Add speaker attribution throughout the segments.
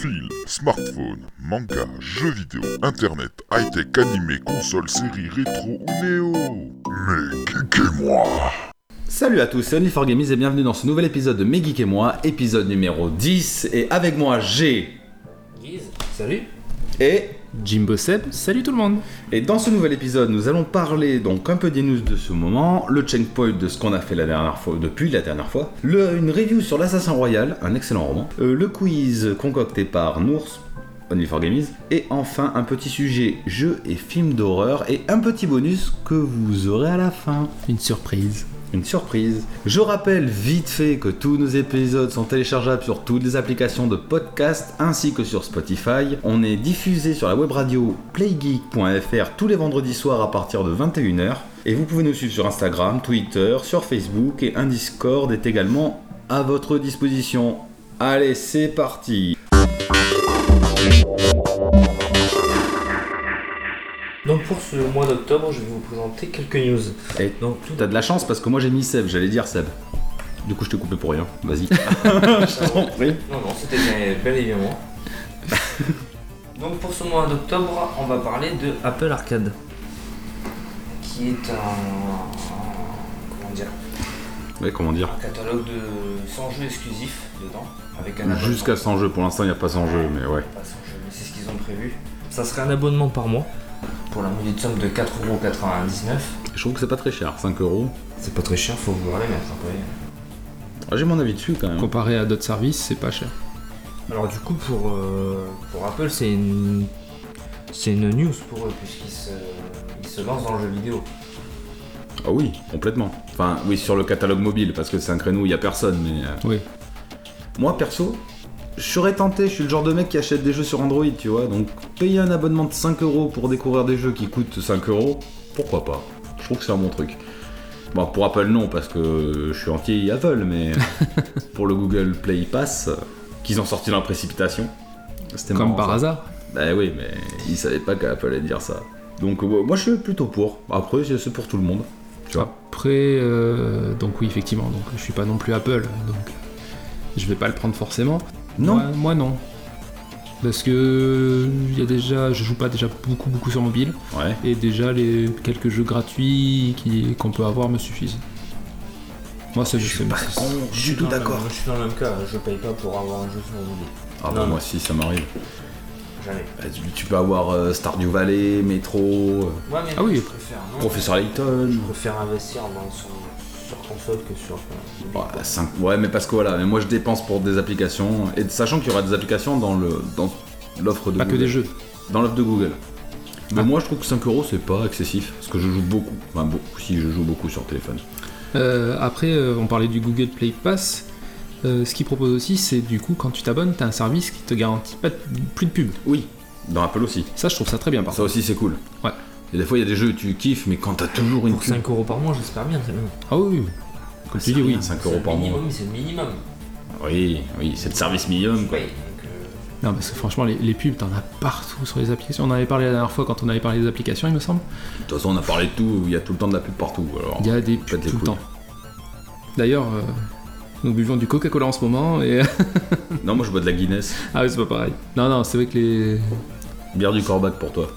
Speaker 1: fil, smartphone, manga, jeux vidéo, internet, high-tech, animé, console, série, rétro ou néo. Mais geekez-moi
Speaker 2: Salut à tous, c'est Only4Gamers et bienvenue dans ce nouvel épisode de Mes Geeks et moi, épisode numéro 10. Et avec moi, j'ai.
Speaker 3: Guise, salut
Speaker 2: Et.
Speaker 4: Jimbo Seb, salut tout le monde
Speaker 2: Et dans ce nouvel épisode, nous allons parler donc un peu des news de ce moment, le checkpoint de ce qu'on a fait la dernière fois, depuis la dernière fois, le- une review sur l'Assassin Royal, un excellent roman, euh, le quiz concocté par Nours, Only4Gamies, et enfin un petit sujet jeux et films d'horreur, et un petit bonus que vous aurez à la fin.
Speaker 4: Une surprise.
Speaker 2: Une surprise. Je rappelle vite fait que tous nos épisodes sont téléchargeables sur toutes les applications de podcast ainsi que sur Spotify. On est diffusé sur la web radio playgeek.fr tous les vendredis soirs à partir de 21h. Et vous pouvez nous suivre sur Instagram, Twitter, sur Facebook et un Discord est également à votre disposition. Allez, c'est parti
Speaker 3: Donc pour ce mois d'octobre, je vais vous présenter quelques news.
Speaker 2: Et
Speaker 3: Donc tout
Speaker 2: T'as de la chance parce que moi j'ai mis Seb, j'allais dire Seb. Du coup je t'ai coupé pour rien, vas-y.
Speaker 3: d'abord... Non, non, c'était bien- bel et bien moi. Donc pour ce mois d'octobre, on va parler de Apple Arcade. Qui est un... un- Comment dire
Speaker 2: Ouais, comment dire
Speaker 3: Un catalogue de 100 jeux exclusifs dedans. Avec un abonnement.
Speaker 2: Jusqu'à 100 jeux, pour l'instant il n'y a pas 100 jeux, mais ouais.
Speaker 3: Pas 100 jeux, mais c'est ce qu'ils ont prévu. Ça serait un abonnement par mois. Pour la modique somme de 4,99€.
Speaker 2: Je trouve que c'est pas très cher, 5 euros.
Speaker 3: C'est pas très cher, faut voir les mettre hein. après.
Speaker 2: Ah, J'ai mon avis dessus quand même.
Speaker 4: Comparé à d'autres services, c'est pas cher.
Speaker 3: Alors du coup pour, euh, pour Apple c'est une c'est une news pour eux puisqu'ils se, ils se lancent dans le jeu vidéo.
Speaker 2: Ah oui, complètement. Enfin, oui, sur le catalogue mobile, parce que c'est un créneau où il n'y a personne, mais. euh,
Speaker 4: Oui.
Speaker 2: Moi, perso, je serais tenté, je suis le genre de mec qui achète des jeux sur Android, tu vois. Donc, payer un abonnement de 5 euros pour découvrir des jeux qui coûtent 5 euros, pourquoi pas Je trouve que c'est un bon truc. Bon, pour Apple, non, parce que je suis anti-Apple, mais pour le Google Play Pass, euh, qu'ils ont sorti dans la précipitation, c'était
Speaker 4: Comme
Speaker 2: marrant,
Speaker 4: par
Speaker 2: ça.
Speaker 4: hasard.
Speaker 2: Bah oui, mais ils savaient pas qu'Apple allait dire ça. Donc euh, moi je suis plutôt pour. Après c'est c'est pour tout le monde. Tu vois.
Speaker 4: Après, euh, donc oui, effectivement, donc je suis pas non plus Apple, donc je vais pas le prendre forcément.
Speaker 2: Non.
Speaker 4: Moi, moi, non. Parce que il y a déjà, je joue pas déjà beaucoup beaucoup sur mobile
Speaker 2: Ouais.
Speaker 4: et déjà les quelques jeux gratuits qui- qu'on peut avoir me suffisent. Moi, ça je sais.
Speaker 2: je suis
Speaker 3: Non, mais Je suis dans le même cas, je paye pas pour avoir un jeu sur mobile.
Speaker 2: Ah bah
Speaker 3: Non,
Speaker 2: moi si ça m'arrive.
Speaker 3: Jamais.
Speaker 2: Bah, tu, tu peux avoir euh, Stardew Valley, Metro, euh,
Speaker 3: Ouais, mais
Speaker 4: Ah oui.
Speaker 3: je préfère non.
Speaker 2: Professeur Layton.
Speaker 3: Je préfère investir dans son, sur console que sur euh, mobile.
Speaker 2: Ouais, cinq- ouais, mais parce que voilà, mais moi je dépense pour des applications et sachant qu'il y aura des applications dans le dans l'offre de
Speaker 4: Pas que
Speaker 2: Google.
Speaker 4: des jeux.
Speaker 2: dans l'offre de Google. Mais
Speaker 4: Ah.
Speaker 2: moi je trouve que 5 euros c'est pas excessif parce que je joue beaucoup. Enfin beaucoup si je joue beaucoup sur téléphone.
Speaker 4: Euh, après, euh, on parlait du Google Play Pass. Euh, ce qu'ils propose aussi, c'est du coup, quand tu t'abonnes, t'as un service qui te garantit pas de- plus de pub.
Speaker 2: Oui, dans Apple aussi.
Speaker 4: Ça, je trouve ça très bien, par
Speaker 2: Ça
Speaker 4: contre.
Speaker 2: aussi c'est cool.
Speaker 4: Ouais.
Speaker 2: Et des fois il y a des jeux où tu kiffes mais quand t'as toujours une
Speaker 3: Pour 5 euros par mois, j'espère bien, c'est bien.
Speaker 4: Ah oui, oui.
Speaker 2: Comme
Speaker 4: tu dis, oui,
Speaker 2: 5
Speaker 3: C'est
Speaker 2: euros
Speaker 3: le
Speaker 2: par mois.
Speaker 3: minimum, C'est le minimum.
Speaker 2: Oui, oui, c'est le service minimum
Speaker 3: Je
Speaker 2: quoi.
Speaker 3: paye, donc, euh,
Speaker 4: Non, parce que franchement, les, les pubs, t'en as partout sur les applications. On en avait parlé la dernière fois quand on avait parlé des applications, il me semble.
Speaker 2: De toute façon on a parlé de tout, il y a tout le temps de la pub partout. Alors,
Speaker 4: Il y a des
Speaker 2: faites
Speaker 4: pubs
Speaker 2: les
Speaker 4: tout le
Speaker 2: couilles.
Speaker 4: temps. D'ailleurs, euh, nous buvons du Coca-Cola en ce moment et.
Speaker 2: Non moi je bois de la Guinness.
Speaker 4: ah oui, c'est pas pareil. Non, non, c'est vrai que les.
Speaker 2: Bière du Corbac pour toi.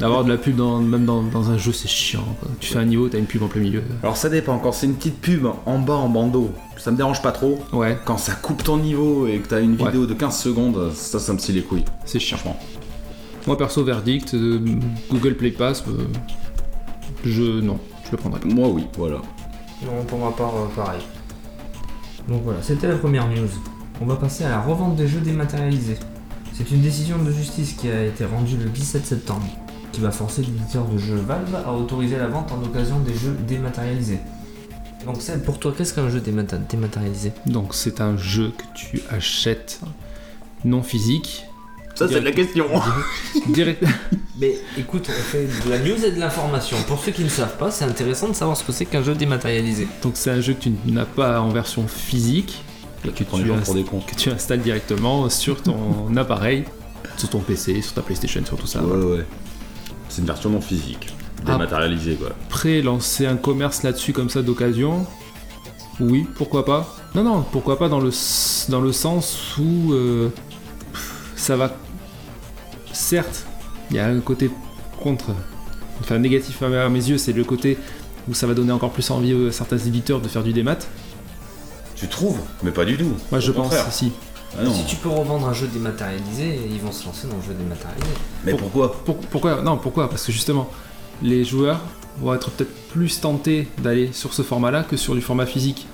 Speaker 4: D'avoir de la pub dans- même dans, dans un jeu, c'est chiant. quoi. Tu fais un niveau, t'as une pub en plein milieu.
Speaker 2: Alors ça dépend, quand c'est une petite pub en bas en bandeau, ça me dérange pas trop.
Speaker 4: Ouais,
Speaker 2: Quand ça coupe ton niveau et que t'as une
Speaker 4: Ouais.
Speaker 2: vidéo de 15 secondes, ça ça me scie les couilles.
Speaker 4: c'est chiant.
Speaker 2: Franchement.
Speaker 4: Moi perso, verdict, euh, Google Play Pass, euh, je non, je le prendrai pas.
Speaker 2: Moi oui, voilà.
Speaker 3: Non, pour ma part, euh, pareil. Donc voilà, c'était la première news. On va passer à la revente des jeux dématérialisés. C'est une décision de justice qui a été rendue le 17 septembre, qui va forcer l'éditeur de jeux Valve à autoriser la vente en occasion des jeux dématérialisés. Donc Seb, pour toi, qu'est-ce qu'un jeu démata- dématérialisé
Speaker 4: Donc c'est un jeu que tu achètes non physique,
Speaker 2: Ça c'est de la question.
Speaker 4: direct.
Speaker 3: Mais écoute, on fait de la news et de l'information. Pour ceux qui ne savent pas, c'est intéressant de savoir ce que c'est qu'un jeu dématérialisé.
Speaker 4: Donc c'est un jeu que tu n'as pas en version physique,
Speaker 2: Là, tu prends
Speaker 4: Tu
Speaker 2: les gens
Speaker 4: as-
Speaker 2: pour des cons.
Speaker 4: que tu installes directement sur ton appareil, sur ton PC, sur ta PlayStation, sur tout ça.
Speaker 2: Ouais ouais. C'est une version non physique.
Speaker 4: Ah.
Speaker 2: Dématérialisée quoi.
Speaker 4: Après lancer un commerce là-dessus comme ça d'occasion, oui, pourquoi pas. Non, non, pourquoi pas dans le, s- dans le sens où euh, pff, ça va. Certes, il y a un côté contre, enfin négatif à mes- à mes yeux, c'est le côté où ça va donner encore plus envie à certains éditeurs de faire du démat.
Speaker 2: Tu trouves Mais pas du tout.
Speaker 4: Moi, je
Speaker 2: Au
Speaker 4: pense,
Speaker 2: contraire.
Speaker 4: si.
Speaker 2: Ah non.
Speaker 3: Si tu peux revendre un jeu dématérialisé, ils vont se lancer dans le jeu dématérialisé.
Speaker 2: Mais pourquoi
Speaker 4: Pour- pourquoi Non, pourquoi Parce que justement, les joueurs vont être peut-être plus tentés d'aller sur ce format-là que sur du format physique.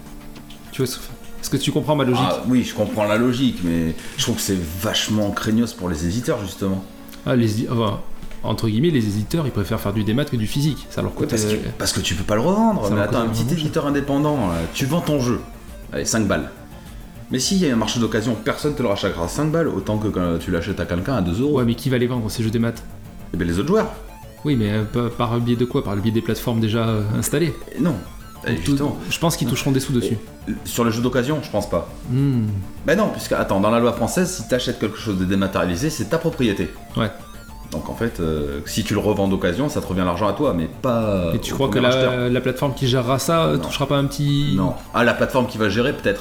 Speaker 4: Tu vois ce- Est-ce que tu comprends ma logique
Speaker 2: Ah, oui, je comprends la logique, mais je trouve que c'est vachement craignos pour les éditeurs, justement.
Speaker 4: Ah, les, enfin, entre guillemets, les éditeurs, ils préfèrent faire du démat que du physique. Ça leur coûte.
Speaker 2: parce, que,
Speaker 4: euh,
Speaker 2: parce que tu peux pas le revendre.
Speaker 4: Ça
Speaker 2: Mais
Speaker 4: va
Speaker 2: attends, un
Speaker 4: coûter
Speaker 2: petit
Speaker 4: vraiment
Speaker 2: éditeur indépendant, euh, tu vends ton jeu. Allez, 5 balles. Mais s'il y a un marché d'occasion, personne te le rachètera 5 balles, autant que quand tu l'achètes à quelqu'un à 2 euros.
Speaker 4: Ouais, mais qui va les vendre ces jeux démat
Speaker 2: Eh ben, les autres joueurs
Speaker 4: Oui, mais euh, par, par le biais de quoi Par le biais des plateformes déjà euh, installées.
Speaker 2: Eh Non. Eh,
Speaker 4: Donc, tout-
Speaker 2: justement,
Speaker 4: je pense qu'ils toucheront des sous dessus.
Speaker 2: sur le jeu d'occasion, je pense pas.
Speaker 4: Hmm,
Speaker 2: Mais Ben non, puisque, attends, dans la loi française, si t'achètes quelque chose de dématérialisé, c'est ta propriété.
Speaker 4: Ouais.
Speaker 2: Donc en fait, euh, si tu le revends d'occasion, ça te revient l'argent à toi, mais pas.
Speaker 4: Et tu
Speaker 2: au
Speaker 4: crois que
Speaker 2: premier acheteur.
Speaker 4: la, la plateforme qui gérera ça euh,
Speaker 2: Bah, Non.
Speaker 4: touchera pas un petit.
Speaker 2: Non. Ah, la plateforme qui va gérer, peut-être.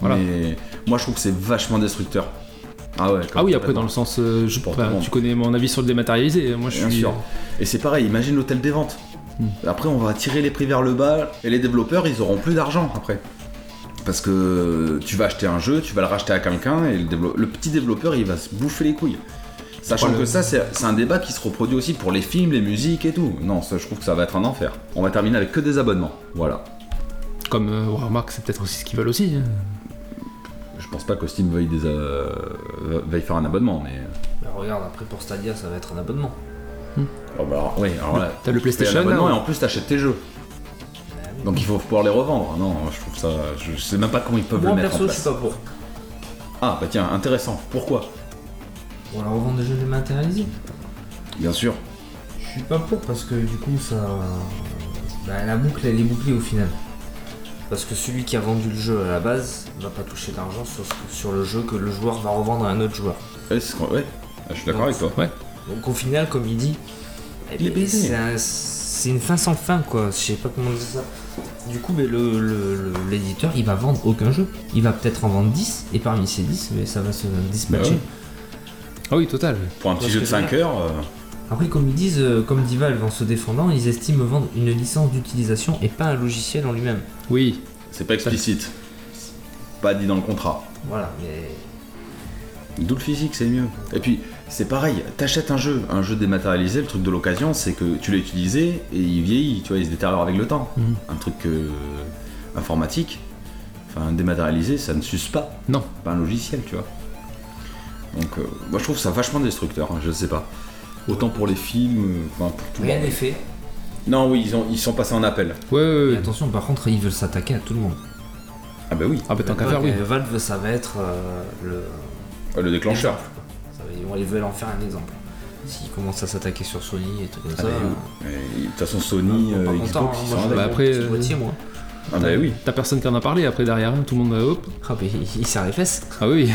Speaker 4: Voilà.
Speaker 2: Mais moi, je trouve que c'est vachement destructeur. Ah ouais.
Speaker 4: Ah oui, après,
Speaker 2: complètement.
Speaker 4: dans le sens. euh, je,
Speaker 2: Pour
Speaker 4: enfin,
Speaker 2: tout le monde.
Speaker 4: tu connais mon avis sur le dématérialisé. Moi, je
Speaker 2: Bien
Speaker 4: suis.
Speaker 2: sûr. Et c'est pareil, imagine l'hôtel des ventes.
Speaker 4: Hmm.
Speaker 2: Après, on va tirer les prix vers le bas et les développeurs, ils auront plus d'argent après. Parce que tu vas acheter un jeu, tu vas le racheter à quelqu'un et le, dévelop- le petit développeur, il va se bouffer les couilles. Sachant
Speaker 4: Oh, le-
Speaker 2: que ça, c'est c'est un débat qui se reproduit aussi pour les films, les musiques et tout. Non, ça, je trouve que ça va être un enfer. On va terminer avec que des abonnements. Voilà.
Speaker 4: Comme euh, remarque, c'est peut-être aussi ce qu'ils veulent aussi. hein.
Speaker 2: Je pense pas que Steam veuille, des, euh, veuille faire un abonnement, mais.
Speaker 3: Bah regarde, après pour Stadia, ça va être un abonnement.
Speaker 4: Ah
Speaker 2: Oh, bah, alors, oui, alors là,
Speaker 4: T'as le
Speaker 2: tu fais un
Speaker 4: PlayStation,
Speaker 2: abonnement
Speaker 4: là,
Speaker 2: et en plus, t'achètes tes jeux.
Speaker 3: Bah
Speaker 2: Donc il faut pouvoir les revendre. Non, je trouve ça. Je sais même pas comment ils peuvent
Speaker 3: Moi
Speaker 2: le mettre en
Speaker 3: perso,
Speaker 2: place.
Speaker 3: je suis pas pour.
Speaker 2: Ah bah tiens, intéressant. Pourquoi
Speaker 3: Pour la revente des jeux dématérialisés.
Speaker 2: Bien sûr.
Speaker 3: Je suis pas pour parce que du coup ça. Bah, la boucle elle est bouclée au final. Parce que celui qui a vendu le jeu à la base va pas toucher d'argent sur, ce- sur le jeu que le joueur va revendre à un autre joueur.
Speaker 2: Ouais, c'est- ouais. Ah, je suis d'accord
Speaker 3: Ouais.
Speaker 2: avec toi.
Speaker 4: Ouais.
Speaker 3: Donc au final, comme il dit, eh
Speaker 2: Il est
Speaker 3: ben,
Speaker 2: baisé.
Speaker 3: c'est un- c'est une fin sans fin quoi. Je sais pas comment dire ça. Du coup, mais le- le- le- l'éditeur il va vendre aucun jeu. Il va peut-être en vendre 10 et parmi ces 10, mais ça va se
Speaker 2: Bah
Speaker 3: dispatcher.
Speaker 2: ouais.
Speaker 4: Ah oui, total.
Speaker 2: Pour un petit
Speaker 3: Parce
Speaker 2: jeu de
Speaker 3: que là-
Speaker 2: 5 heures, euh,
Speaker 3: Après, comme ils disent, euh, comme dit Valve en se défendant, ils estiment vendre une licence d'utilisation et pas un logiciel en lui-même.
Speaker 4: Oui.
Speaker 2: c'est pas explicite. C'est Pas dit dans le contrat.
Speaker 3: Voilà, mais.
Speaker 2: D'où le physique, c'est mieux. Et puis, c'est pareil, t'achètes un jeu, un jeu dématérialisé, le truc de l'occasion, c'est que tu l'as utilisé et il vieillit, tu vois, il se détériore avec le temps.
Speaker 4: Mhm.
Speaker 2: Un truc euh, informatique, enfin dématérialisé, ça ne s'use pas.
Speaker 4: Non.
Speaker 2: Pas un logiciel, tu vois. Donc, euh, moi je trouve ça vachement destructeur, hein, je sais pas. Autant pour les films, euh, enfin pour tout.
Speaker 3: Rien
Speaker 2: le
Speaker 3: n'est
Speaker 2: monde.
Speaker 3: fait.
Speaker 2: Non, oui, ils, ont, ils sont passés en appel.
Speaker 4: Ouais, ouais,
Speaker 3: Et
Speaker 4: ouais.
Speaker 3: attention, par contre, ils veulent s'attaquer à tout le monde.
Speaker 2: Ah bah oui,
Speaker 4: Ah bah tant qu'à
Speaker 3: Donc,
Speaker 4: faire, oui.
Speaker 3: euh, Valve, ça va être euh, le.
Speaker 2: euh, le déclencheur.
Speaker 3: l'exemple, quoi. Ça va- ils vont- Ils veulent en faire un exemple. S'ils commencent à s'attaquer sur Sony et tout comme
Speaker 2: Ah
Speaker 3: ça.
Speaker 2: bah
Speaker 3: euh,
Speaker 2: oui. Et De toute façon,
Speaker 3: on
Speaker 2: Sony,
Speaker 3: est pas
Speaker 2: euh,
Speaker 3: content,
Speaker 2: Xbox,
Speaker 3: hein.
Speaker 2: ils
Speaker 3: Moi,
Speaker 2: sont
Speaker 3: je
Speaker 2: en
Speaker 3: vais
Speaker 2: appel.
Speaker 4: bah
Speaker 3: avec
Speaker 4: après,
Speaker 3: une petite
Speaker 4: euh,
Speaker 3: moitié, moi.
Speaker 2: Ah bah oui.
Speaker 4: T'as personne qui en a parlé après derrière, hein. tout le monde euh, hop.
Speaker 3: Ah, bah, il il serre les fesses.
Speaker 4: Ah oui,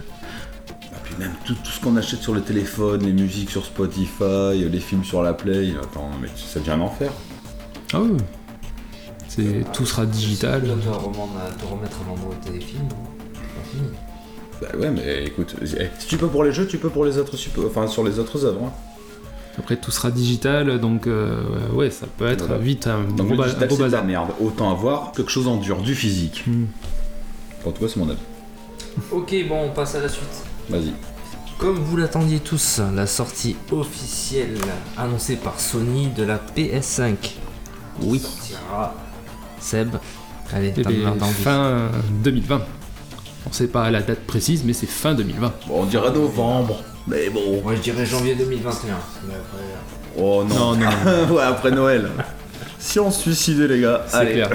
Speaker 2: Ah, puis même tout, tout ce qu'on achète sur le téléphone, les musiques sur Spotify, euh, les films sur la Play, euh, attends, mais ça devient un enfer.
Speaker 4: ah oui. C'est tout sera digital.
Speaker 3: Tu vas te remettre à vendre tes films. c'est pas fini.
Speaker 2: Bah ouais, mais écoute, eh, si tu peux pour les jeux, tu peux pour les autres, sup- enfin sur les autres œuvres. hein.
Speaker 4: Après tout sera digital, donc euh, ouais, ça peut être
Speaker 2: Voilà.
Speaker 4: vite un
Speaker 2: Donc
Speaker 4: gros,
Speaker 2: le
Speaker 4: ba- un
Speaker 2: digital,
Speaker 4: gros
Speaker 2: c'est de la
Speaker 4: bazar.
Speaker 2: merde. Autant avoir quelque chose en dur, du physique.
Speaker 4: Hmm.
Speaker 2: En tout cas, c'est mon avis.
Speaker 3: Ok, bon, on passe à la suite.
Speaker 2: Vas-y.
Speaker 3: Comme vous l'attendiez tous, la sortie officielle annoncée par Sony de la PS5
Speaker 2: Oui.
Speaker 3: sortira. Seb, allez,
Speaker 4: Eh
Speaker 3: t'as
Speaker 4: ben,
Speaker 3: merde d'envie.
Speaker 4: fin euh, 2020. On sait pas la date précise, mais c'est fin 2020.
Speaker 2: Bon, on dirait novembre. Mais bon.
Speaker 3: Moi je dirais janvier 2021. Mais après, euh,
Speaker 2: Oh non.
Speaker 4: Non, non,
Speaker 2: ouais, après Noël. si on se suicidait, les gars.
Speaker 4: C'est
Speaker 2: Allez.
Speaker 4: clair.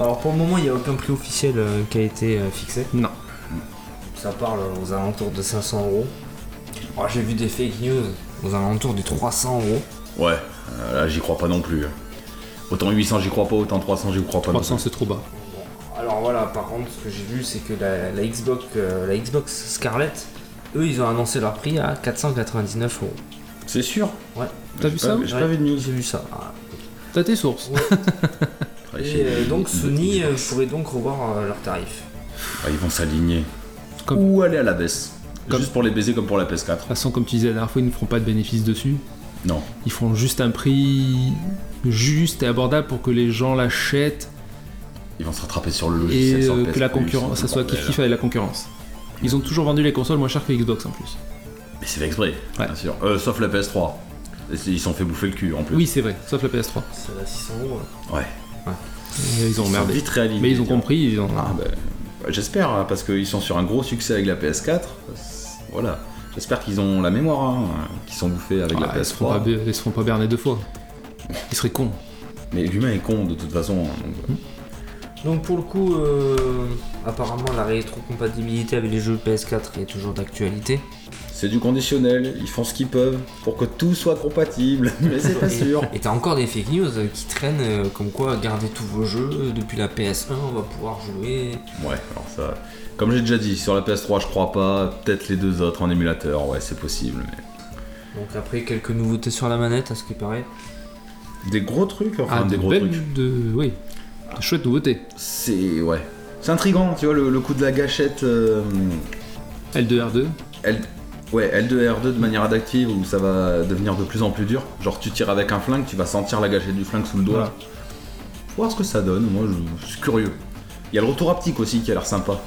Speaker 3: Alors pour le moment, il n'y a aucun prix officiel euh, qui a été euh, fixé.
Speaker 4: Non.
Speaker 3: Ça parle aux alentours de 500 euros. Oh, J'ai vu des fake news aux alentours des 300 euros.
Speaker 2: Ouais, euh, là, j'y crois pas non plus. Autant 800, j'y crois pas. Autant 300, j'y crois pas. non
Speaker 4: 300 c'est trop bas.
Speaker 3: Bon, Alors voilà, par contre, ce que j'ai vu, c'est que la, la Xbox, euh, la Xbox Scarlett, eux, ils ont annoncé leur prix à 499 euros.
Speaker 2: plus. C'est sûr.
Speaker 3: Ouais.
Speaker 4: T'as
Speaker 2: J'ai
Speaker 4: vu
Speaker 2: pas-
Speaker 4: ça
Speaker 2: J'ai pas vu de news.
Speaker 3: J'ai vu ça. Ah,
Speaker 4: T'as tes sources.
Speaker 2: Aller
Speaker 3: Et
Speaker 2: chez
Speaker 3: euh,
Speaker 2: les-
Speaker 3: donc
Speaker 2: les-
Speaker 3: Sony
Speaker 2: les-
Speaker 3: euh, pourrait donc revoir euh, leurs tarifs.
Speaker 2: Ah, ils vont s'aligner.
Speaker 4: Comme-
Speaker 2: Ou aller à la baisse.
Speaker 4: Comme-
Speaker 2: Juste pour les baiser comme pour la PS4.
Speaker 4: toute façon, comme tu disais la dernière fois, ils ne feront pas de bénéfice dessus.
Speaker 2: Non.
Speaker 4: Ils feront juste un prix juste et abordable pour que les gens l'achètent
Speaker 2: Ils vont se rattraper sur le
Speaker 4: et
Speaker 2: logiciel. sur
Speaker 4: euh,
Speaker 2: PS
Speaker 4: que la
Speaker 2: Plus,
Speaker 4: concurrence, ça
Speaker 2: sur
Speaker 4: soit
Speaker 2: le bordel.
Speaker 4: kiff-kiff avec la concurrence. Ils ont toujours vendu les consoles moins chères que Xbox en plus.
Speaker 2: Mais c'est fait exprès, bien sûr. Euh, sauf la PS3. Ils se sont fait bouffer le cul en plus.
Speaker 4: Oui, c'est vrai, sauf la PS3.
Speaker 3: C'est à 600 euros. là.
Speaker 2: Ouais.
Speaker 4: Et Ils ont
Speaker 2: sont
Speaker 4: merdé.
Speaker 2: vite réalisés.
Speaker 4: Mais ils ont
Speaker 2: tiens.
Speaker 4: compris, ils ont.
Speaker 2: Ah, ben, J'espère, hein, parce qu'ils sont sur un gros succès avec la PS4. Voilà. J'espère qu'ils ont la mémoire, hein, qu'ils sont bouffés avec
Speaker 4: Ah,
Speaker 2: la
Speaker 4: ils, se feront pas,
Speaker 2: PS3.
Speaker 4: be- ils se feront pas berner deux fois. Ils seraient cons.
Speaker 2: Mais l'humain est con de toute façon. hein, donc,
Speaker 4: Hmm.
Speaker 2: euh,
Speaker 3: Donc pour le coup, euh, apparemment la rétrocompatibilité avec les jeux PS4 est toujours d'actualité.
Speaker 2: C'est du conditionnel, ils font ce qu'ils peuvent pour que tout soit compatible, mais c'est pas sûr.
Speaker 3: Et t'as encore des fake news euh, qui traînent euh, comme quoi gardez tous vos jeux euh, depuis la PS1, on va pouvoir jouer.
Speaker 2: Ouais, alors ça. Comme j'ai déjà dit, sur la PS3, je crois pas. Peut-être les deux autres en émulateur, ouais, c'est possible. Mais...
Speaker 3: Donc après quelques nouveautés sur la manette, à ce qui paraît.
Speaker 2: Des gros trucs, enfin,
Speaker 4: Ah,
Speaker 2: des
Speaker 4: de
Speaker 2: gros
Speaker 4: belles-
Speaker 2: trucs.
Speaker 4: de- oui. De chouettes nouveautés.
Speaker 2: C'est. Ouais. C'est intriguant, tu vois, le, le coup de la gâchette. euh,
Speaker 4: L2R2.
Speaker 2: L... Ouais, L2R2 de manière adaptive où ça va devenir de plus en plus dur. Genre, tu tires avec un flingue, tu vas sentir la gâchette du flingue sous le doigt.
Speaker 4: Voilà.
Speaker 2: Faut voir ce que ça donne, moi je, je suis curieux. Il y a le retour haptique aussi qui a l'air sympa.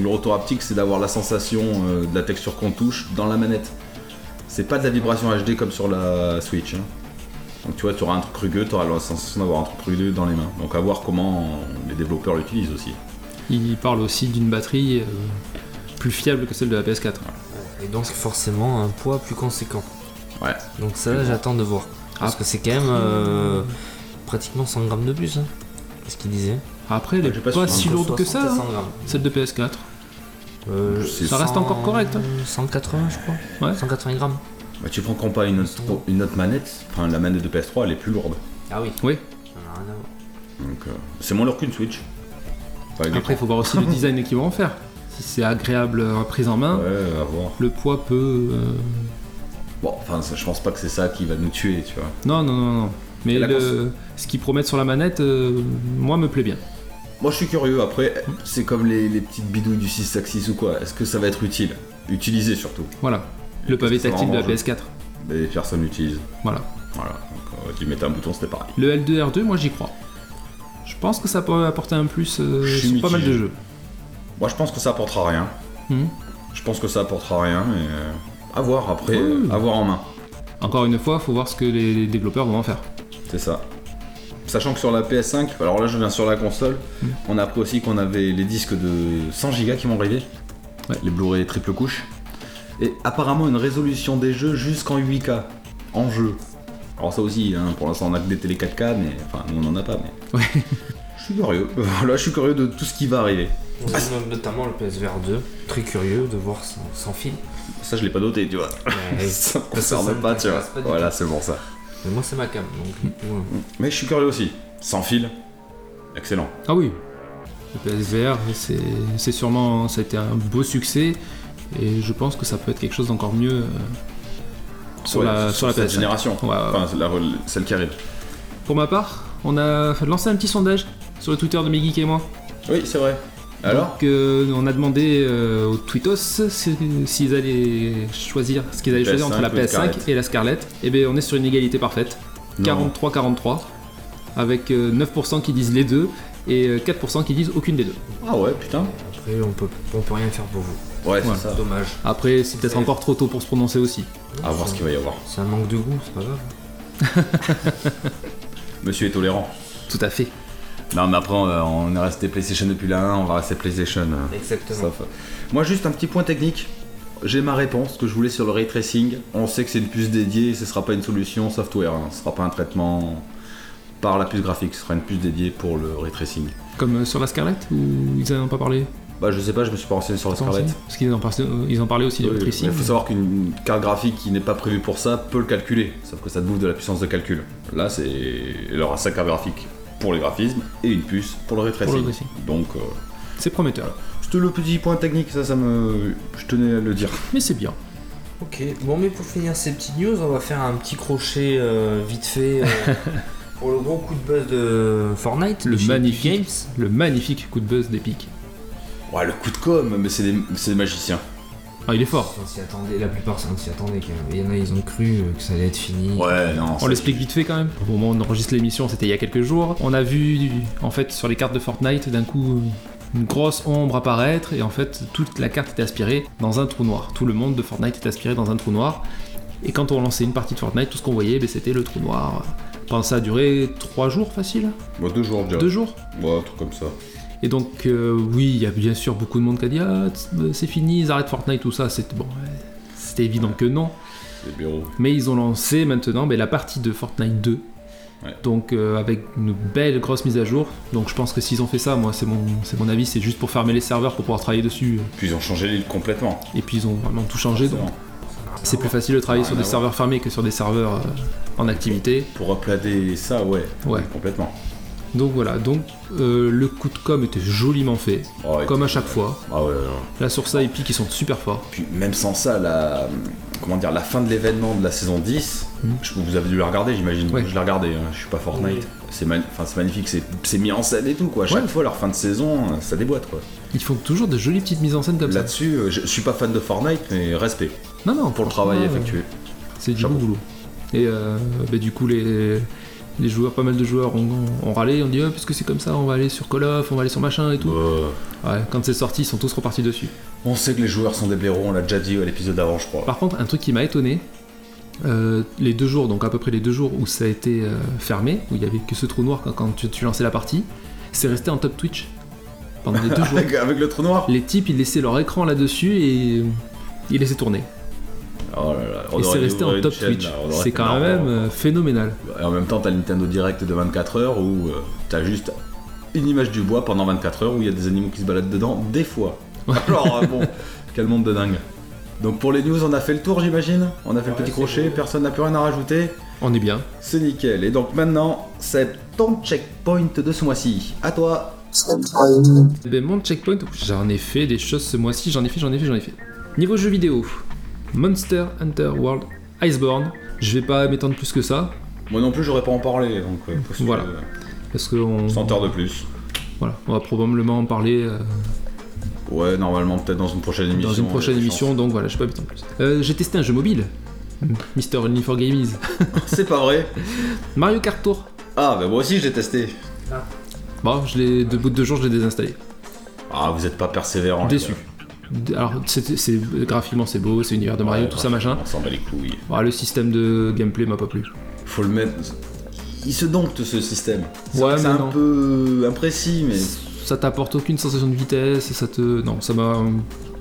Speaker 2: Le retour haptique, c'est d'avoir la sensation euh, de la texture qu'on touche dans la manette. C'est pas de la vibration HD comme sur la Switch. hein. Donc tu vois, tu auras un truc rugueux, tu auras la sensation d'avoir un truc rugueux dans les mains. Donc à voir comment les développeurs l'utilisent aussi.
Speaker 4: Il parle aussi d'une batterie euh, plus fiable que celle de la PS4.
Speaker 3: Et donc forcément un poids plus conséquent.
Speaker 2: Ouais.
Speaker 3: Donc ça là j'attends de voir. Parce que c'est quand même euh, pratiquement 100 grammes de plus. Hein. C'est ce qu'il disait.
Speaker 4: Après, elle est
Speaker 2: J'ai
Speaker 4: pas,
Speaker 2: pas su-
Speaker 4: si
Speaker 3: Entre
Speaker 4: lourde que
Speaker 3: 60 et
Speaker 4: ça, hein,
Speaker 3: 100 grammes.
Speaker 4: celle de PS4.
Speaker 3: Euh,
Speaker 2: C'est-
Speaker 4: ça reste encore correct, hein.
Speaker 3: 180 je crois.
Speaker 4: Ouais.
Speaker 3: 180 grammes.
Speaker 2: Bah, tu prends quand pas une autre, une autre manette, enfin la manette de PS3 elle est plus lourde.
Speaker 3: Ah oui.
Speaker 4: Oui.
Speaker 3: Ça n'a rien à voir.
Speaker 2: Donc euh, c'est moins lourd qu'une Switch. Enfin, avec
Speaker 4: Après, il faut voir aussi le design qu'ils vont en faire. Si c'est agréable à prise en
Speaker 2: des-
Speaker 4: main,
Speaker 2: Ouais, à voir.
Speaker 4: le poids peut. euh,
Speaker 2: Bon, enfin, ça- je pense pas que c'est ça qui va nous tuer, tu vois.
Speaker 4: Non, non, non, non. Mais
Speaker 2: Et la
Speaker 4: le-
Speaker 2: console
Speaker 4: ce qu'ils promettent sur la manette, euh, moi, me plaît bien.
Speaker 2: Moi, je suis curieux. Après, c'est comme les, les petites bidouilles du 6 axis ou quoi. Est-ce que ça va être utile Utilisé surtout.
Speaker 4: Voilà. Le pavé
Speaker 2: Parce que ça
Speaker 4: tactile de la
Speaker 2: rend en jeu.
Speaker 4: PS4.
Speaker 2: Mais personne l'utilise.
Speaker 4: Voilà.
Speaker 2: Voilà. Donc, euh, tu mettais un bouton, c'était pareil.
Speaker 4: Le L2R2, moi, j'y crois. Je pense que ça peut apporter un plus euh,
Speaker 2: Je suis
Speaker 4: sur pas mal de
Speaker 2: mitigé.
Speaker 4: jeux.
Speaker 2: Moi, je pense que ça apportera rien.
Speaker 4: Mhm.
Speaker 2: Je pense que ça apportera rien. Et... euh, À voir après.
Speaker 4: Oui.
Speaker 2: euh, à voir en main.
Speaker 4: Encore une fois, faut voir ce que les développeurs vont en faire.
Speaker 2: C'est ça. Sachant que sur la PS5, alors là je viens sur la console,
Speaker 4: Mm.
Speaker 2: on a appris aussi qu'on avait les disques de 100 Go qui vont arriver,
Speaker 4: Ouais.
Speaker 2: les Blu-ray triple couche, et apparemment une résolution des jeux jusqu'en 8K, en jeu. Alors ça aussi, hein, pour l'instant on a que des télé 4K, mais enfin nous on en a pas, mais...
Speaker 4: Ouais.
Speaker 2: Je suis curieux, là je suis curieux de tout ce qui va arriver.
Speaker 3: On a notamment le PSVR 2, très curieux de voir sans, sans fil.
Speaker 2: Ça je l'ai pas noté, tu vois.
Speaker 3: Mais,
Speaker 2: ça me
Speaker 3: parce que Ah, ça
Speaker 2: concerne pas,
Speaker 3: me
Speaker 2: tu vois.
Speaker 3: m'intéresse pas du
Speaker 2: Voilà, c'est bon ça.
Speaker 3: mais moi c'est ma cam, donc du coup, euh,
Speaker 4: Mm.
Speaker 2: Mais je suis curieux aussi, sans fil, excellent.
Speaker 4: Ah oui, le PSVR, c'est c'est sûrement, ça a été un beau succès et je pense que ça peut être quelque chose d'encore mieux euh, sur,
Speaker 2: Ouais,
Speaker 4: la, sur la
Speaker 2: cette
Speaker 4: PS5.
Speaker 2: génération,
Speaker 4: Ouais, ouais, ouais.
Speaker 2: enfin la- celle qui arrive.
Speaker 4: Pour ma part, on a lancé un petit sondage sur le Twitter de Megeek et moi.
Speaker 2: Oui, c'est vrai. Alors
Speaker 4: Donc, euh, on a demandé euh, aux Twittos si- s'ils allaient choisir ce qu'ils allaient choisir
Speaker 2: PS5
Speaker 4: entre la
Speaker 2: ou une
Speaker 4: PS5
Speaker 2: Scarlett.
Speaker 4: et la Scarlett. Et bien on est sur une égalité parfaite.
Speaker 2: Non.
Speaker 4: 43-43 avec euh, 9% qui disent les deux et euh, 4% qui disent aucune des deux.
Speaker 2: Ah ouais, putain.
Speaker 3: après on peut, on peut rien faire pour vous.
Speaker 2: Ouais,
Speaker 4: Ouais.
Speaker 2: c'est ça.
Speaker 3: Dommage.
Speaker 4: Après, c'est peut-être encore trop tôt pour se prononcer aussi.
Speaker 2: À voir ce qu'il va y avoir.
Speaker 3: C'est un manque de goût, c'est pas grave.
Speaker 2: Monsieur est tolérant.
Speaker 4: Tout à fait.
Speaker 2: Non, mais après, euh, on est resté PlayStation depuis la 1, on va rester PlayStation. euh,
Speaker 3: Exactement.
Speaker 2: sauf, euh. Moi, juste un petit point technique. J'ai ma réponse que je voulais sur le ray tracing. On sait que c'est une puce dédiée, ce sera pas une solution software, hein. ce sera pas un traitement par la puce graphique, ce sera une puce dédiée pour le ray tracing.
Speaker 4: Comme euh, sur la Scarlett ou ils en ont pas parlé
Speaker 2: Bah, je sais pas, je me suis pas renseigné sur la Scarlett.
Speaker 4: Parce qu'ils en, par- euh, ils en parlaient aussi du
Speaker 2: Oui,
Speaker 4: tracing.
Speaker 2: mais Il faut savoir qu'une carte graphique qui n'est pas prévue pour ça peut le calculer, sauf que ça te bouffe de la puissance de calcul. Là, c'est il aura sa carte graphique pour les graphismes et une puce pour le
Speaker 4: Pour le
Speaker 2: retracing.
Speaker 4: tracing.
Speaker 2: Donc, euh,
Speaker 4: C'est prometteur.
Speaker 2: c'était le petit point technique, ça, ça me, je tenais à le dire.
Speaker 4: Mais c'est bien.
Speaker 3: Ok, bon mais pour finir ces petites news, on va faire un petit crochet euh, vite fait euh,
Speaker 5: pour le gros coup de buzz de Fortnite,
Speaker 4: Le
Speaker 5: de chez
Speaker 4: magnifique.
Speaker 5: Games.
Speaker 4: Le magnifique coup de buzz d'Epic.
Speaker 6: Ouais, le coup de com, mais c'est des, c'est des magiciens.
Speaker 4: Ah, il est fort.
Speaker 5: On s'y attendait, la plupart on s'y attendait quand même. Il y en a, ils ont cru euh, que ça allait être fini.
Speaker 6: Ouais, non.
Speaker 4: On l'explique vite fait quand même. Au moment où on enregistre l'émission, c'était il y a quelques jours. On a vu, en fait, sur les cartes de Fortnite, d'un coup, une grosse ombre apparaître et en fait, toute la carte était aspirée dans un trou noir. Tout le monde de Fortnite est aspiré dans un trou noir. Et quand on lançait une partie de Fortnite, tout ce qu'on voyait, ben, c'était le trou noir. Enfin, ça a duré 3 jours facile
Speaker 2: Bon, deux jours déjà.
Speaker 4: 2 jours
Speaker 2: Ouais, un truc comme ça.
Speaker 4: Et donc, euh, oui, il y a bien sûr beaucoup de monde qui a dit Ah, t- c'est fini, ils arrêtent Fortnite, tout ça. C'était bon, ouais, c'était évident que non.
Speaker 2: Les bureaux.
Speaker 4: Mais ils ont lancé maintenant ben, la partie de Fortnite 2.
Speaker 2: Ouais.
Speaker 4: Donc euh, avec une belle grosse mise à jour. Donc je pense que s'ils ont fait ça, moi c'est mon, c'est mon avis, c'est juste pour fermer les serveurs pour pouvoir travailler dessus.
Speaker 2: Puis ils ont changé l'île complètement.
Speaker 4: Et puis ils ont vraiment tout changé. Donc
Speaker 2: forcément.
Speaker 4: c'est plus facile de travailler sur des serveurs fermés que sur des serveurs euh, en activité.
Speaker 2: Pour replader ça, ouais.
Speaker 4: Ouais.
Speaker 2: Complètement.
Speaker 4: Donc voilà, donc euh, le coup de com était joliment fait,
Speaker 2: Ouais,
Speaker 4: comme
Speaker 2: t'es-
Speaker 4: à chaque fois.
Speaker 2: Ah ouais, ouais, ouais.
Speaker 4: Là sur ça, Epic ils sont super forts.
Speaker 2: Puis même sans ça, la, comment dire, la fin de l'événement de la saison 10,
Speaker 4: Mhm.
Speaker 2: je- vous avez dû la regarder, j'imagine.
Speaker 4: Ouais.
Speaker 2: Je l'ai regardée, hein, je suis pas Fortnite. C'est mag- enfin, c'est magnifique, c'est c'est mis en scène et tout, quoi. Chaque
Speaker 4: Ouais.
Speaker 2: fois, leur fin de saison, euh, ça déboîte, quoi.
Speaker 4: Ils font toujours de jolies petites mises en scène comme ça.
Speaker 2: Là-dessus, euh, je, je suis pas fan de Fortnite, mais respect
Speaker 4: Non, non,
Speaker 2: pour le travail
Speaker 4: franchement, euh,
Speaker 2: effectué.
Speaker 4: C'est du
Speaker 2: Chapeau.
Speaker 4: beau boulot. Et euh, bah, du coup, les, les joueurs, pas mal de joueurs ont, ont râlé, ont dit Ah, parce que c'est comme ça, on va aller sur Call of, on va aller sur machin et tout.
Speaker 2: Euh,
Speaker 4: Ouais, quand c'est sorti, ils sont tous repartis dessus.
Speaker 2: on sait que les joueurs sont des blaireaux, on l'a déjà dit à l'épisode d'avant, je crois.
Speaker 4: Par contre, un truc qui m'a étonné, euh, les deux jours, donc à peu près les deux jours où ça a été euh, fermé, où il y avait que ce trou noir quand, quand tu, tu lançais la partie, c'est resté en top Twitch pendant les deux jours.
Speaker 2: Avec, avec le trou noir
Speaker 4: Les types, ils laissaient leur écran là-dessus et euh, ils laissaient tourner.
Speaker 2: Oh là là, on aurait
Speaker 4: et c'est
Speaker 2: dû
Speaker 4: resté en
Speaker 2: ouvrir
Speaker 4: top
Speaker 2: une chaîne,
Speaker 4: Twitch.
Speaker 2: là, on aurait
Speaker 4: C'est
Speaker 2: fait
Speaker 4: quand
Speaker 2: marrant.
Speaker 4: même euh, phénoménal.
Speaker 2: Et en même temps, t'as le Nintendo Direct de 24 heures où euh, t'as juste une image du bois pendant 24 heures où il y a des animaux qui se baladent dedans, des fois. Alors euh, bon, quel monde de dingue. Donc pour les news, on a fait le tour, j'imagine. On a fait le petit crochet, personne n'a plus rien à rajouter.
Speaker 4: On est bien.
Speaker 2: C'est nickel. Et donc maintenant, c'est ton checkpoint de ce mois-ci. À toi.
Speaker 4: Eh Ben, mon checkpoint, j'en ai fait des choses ce mois-ci, j'en ai fait, j'en ai fait, j'en ai fait. Niveau jeux vidéo, Monster Hunter World Iceborne, je vais pas m'étendre plus que ça,
Speaker 2: Moi non plus, j'aurais pas en parlé. Donc euh, parce que,
Speaker 4: Voilà.
Speaker 2: euh,
Speaker 4: parce que on,
Speaker 2: 100 heures de plus.
Speaker 4: voilà, on va probablement en parler euh,
Speaker 2: Ouais, normalement, peut-être dans une prochaine émission.
Speaker 4: dans une
Speaker 2: hein,
Speaker 4: prochaine
Speaker 2: des
Speaker 4: émission, donc voilà, je vais pas m'étendre plus. Euh, J'ai testé un jeu mobile, Mister Only for Gamers,
Speaker 2: chances. C'est pas vrai.
Speaker 4: Mario Kart Tour.
Speaker 2: Ah, bah moi aussi, je l'ai testé.
Speaker 4: Bon, je l'ai, de bout de deux jours, je l'ai désinstallé.
Speaker 2: Ah, vous êtes pas persévérant. les
Speaker 4: Déçu.
Speaker 2: gars.
Speaker 4: D- Alors, c'est, c'est- graphiquement, c'est beau, c'est univers de Mario,
Speaker 2: Ouais,
Speaker 4: tout ça, machin.
Speaker 2: On s'en bat les couilles.
Speaker 4: Bon, le système de gameplay m'a pas plu.
Speaker 2: Faut le mettre. Il se dompte ce système. C'est
Speaker 4: Ouais,
Speaker 2: vrai que c'est
Speaker 4: mais
Speaker 2: un
Speaker 4: non.
Speaker 2: peu imprécis, mais.
Speaker 4: Ça t'apporte aucune sensation de vitesse, ça te. Non, ça m'a.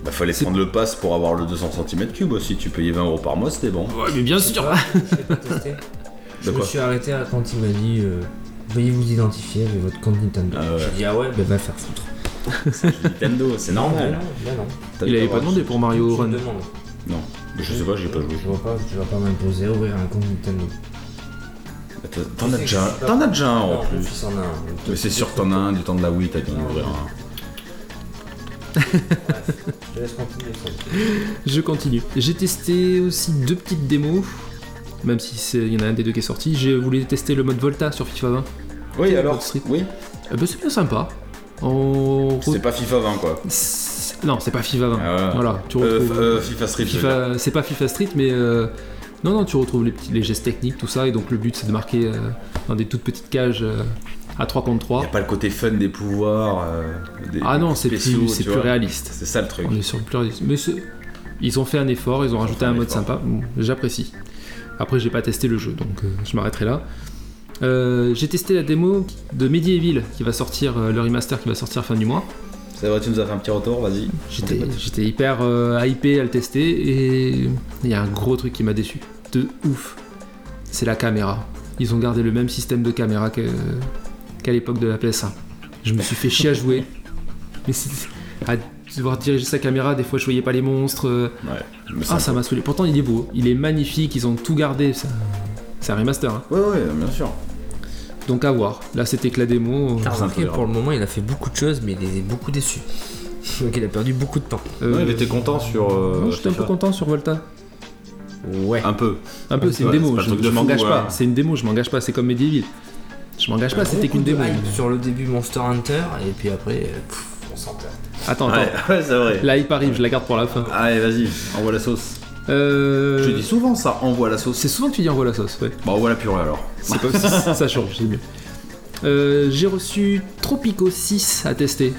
Speaker 2: Bah, fallait
Speaker 4: C'est-
Speaker 2: prendre le pass pour avoir le 200 cm3 aussi. Tu payais 20 euros par mois, c'était bon.
Speaker 4: Ouais, mais bien
Speaker 5: Je sais pas, je l'ai pas testé. Je me
Speaker 2: quoi
Speaker 5: suis arrêté à quand il m'a dit euh, Veuillez vous identifier avec votre compte Nintendo.
Speaker 2: Ah ouais.
Speaker 5: J'ai dit Ah ouais, bah va faire foutre.
Speaker 2: Nintendo, c'est normal.
Speaker 5: Bah non,
Speaker 2: T'as
Speaker 4: Il
Speaker 2: vu
Speaker 4: avait
Speaker 2: ta
Speaker 4: pas
Speaker 2: broche
Speaker 4: demandé pour Mario
Speaker 5: tu me
Speaker 4: Run.
Speaker 5: demandes.
Speaker 2: Non. Je sais pas, j'ai pas joué.
Speaker 5: Je vois pas, tu vas pas m'imposer à ouvrir un compte Nintendo.
Speaker 2: Bah, t'as- T'en
Speaker 5: Je
Speaker 2: as
Speaker 5: sais
Speaker 2: déjà
Speaker 5: que
Speaker 2: un.
Speaker 5: je suis pas-
Speaker 2: T'en as déjà un
Speaker 5: Non,
Speaker 2: Ah, en
Speaker 5: mon
Speaker 2: plus.
Speaker 5: fils en a un.
Speaker 2: Mais c'est sûr que t'en as un du temps de la Wii, t'as dû en ouvrir un.
Speaker 5: Je te laisse continuer. Paul.
Speaker 4: Je continue. J'ai testé aussi deux petites démos, même si c'est- il y en a un des deux qui est sorti. J'ai voulu tester le mode Volta sur FIFA 20.
Speaker 2: Oui,
Speaker 4: alors,
Speaker 2: alors Oui
Speaker 4: Eh ben, c'est bien sympa. On...
Speaker 2: C'est pas FIFA 20 quoi.
Speaker 4: C'est- Non, c'est pas FIFA 20.
Speaker 2: Ah ouais.
Speaker 4: Voilà, tu
Speaker 2: Euh,
Speaker 4: retrouves.
Speaker 2: euh, FIFA Street. je veux dire.
Speaker 4: FIFA... C'est pas FIFA Street, mais. euh, Non, non, tu retrouves les, petits... les gestes techniques, tout ça, et donc le but c'est de marquer euh, dans des toutes petites cages euh, à 3 contre 3.
Speaker 2: Y a pas le côté fun des pouvoirs. euh, des-
Speaker 4: Ah non, c'est
Speaker 2: spéciaux,
Speaker 4: plus,
Speaker 2: tu
Speaker 4: c'est plus
Speaker 2: vois.
Speaker 4: réaliste.
Speaker 2: C'est ça le truc.
Speaker 4: On est sur le plus réaliste. Mais c'est- ils ont fait un effort, ils ont rajouté
Speaker 2: fait
Speaker 4: un
Speaker 2: un
Speaker 4: mode
Speaker 2: effort.
Speaker 4: sympa. Bon, J'apprécie. Après, j'ai pas testé le jeu, donc euh, je m'arrêterai là. Euh, j'ai testé la démo de Medieval qui va sortir, euh, le remaster qui va sortir fin du mois.
Speaker 2: C'est vrai, tu nous as fait un petit retour, vas-y.
Speaker 4: J'étais j'étais hyper euh, hypé à le tester et il y a un gros truc qui m'a déçu. De ouf. C'est la caméra. Ils ont gardé le même système de caméra que- qu'à l'époque de la PS1. Je me suis fait chier à jouer. Mais c'est- à devoir diriger sa caméra, des fois je voyais pas les monstres. euh,
Speaker 2: Ouais. Mais c'est
Speaker 4: Ah, ça m'a saoulé. Pourtant, il est beau, il est magnifique, ils ont tout gardé. ça- C'est un remaster. hein.
Speaker 2: Ah, Ouais, ouais, bien sûr.
Speaker 4: Donc à voir. Là, c'était que la démo.
Speaker 5: T'as
Speaker 2: C'est
Speaker 5: remarqué,
Speaker 2: intolérable.
Speaker 5: pour le moment, il a fait beaucoup de choses, mais il est beaucoup déçu. Donc il a perdu beaucoup de temps.
Speaker 4: Euh,
Speaker 2: Non, il était content sur. euh,
Speaker 4: non, j'étais un peu
Speaker 2: FIFA.
Speaker 4: content sur Volta.
Speaker 5: Ouais.
Speaker 2: Un peu.
Speaker 4: Un peu, c'est une
Speaker 2: Ouais,
Speaker 4: démo.
Speaker 2: c'est pas le
Speaker 4: Je,
Speaker 2: truc de
Speaker 4: je
Speaker 2: fou,
Speaker 4: m'engage
Speaker 2: ouais.
Speaker 4: pas. C'est une démo, je m'engage pas. C'est comme Medieval. Je m'engage pas, c'était
Speaker 5: Beaucoup
Speaker 4: qu'une
Speaker 5: de
Speaker 4: démo.
Speaker 5: hype sur le début Monster Hunter, et puis après, euh, pff, on s'en tape.
Speaker 4: Attends, attends.
Speaker 2: Ouais, ouais, c'est vrai.
Speaker 4: La hype arrive, je la garde pour la fin.
Speaker 2: Allez, vas-y, envoie la sauce.
Speaker 4: Euh,
Speaker 2: Je dis souvent ça, envoie la sauce.
Speaker 4: C'est souvent que tu dis envoie la sauce, ouais.
Speaker 2: Bon, envoie la purée alors.
Speaker 4: C'est pas ça, ça change, c'est mieux. Euh, J'ai reçu Tropico 6 à tester.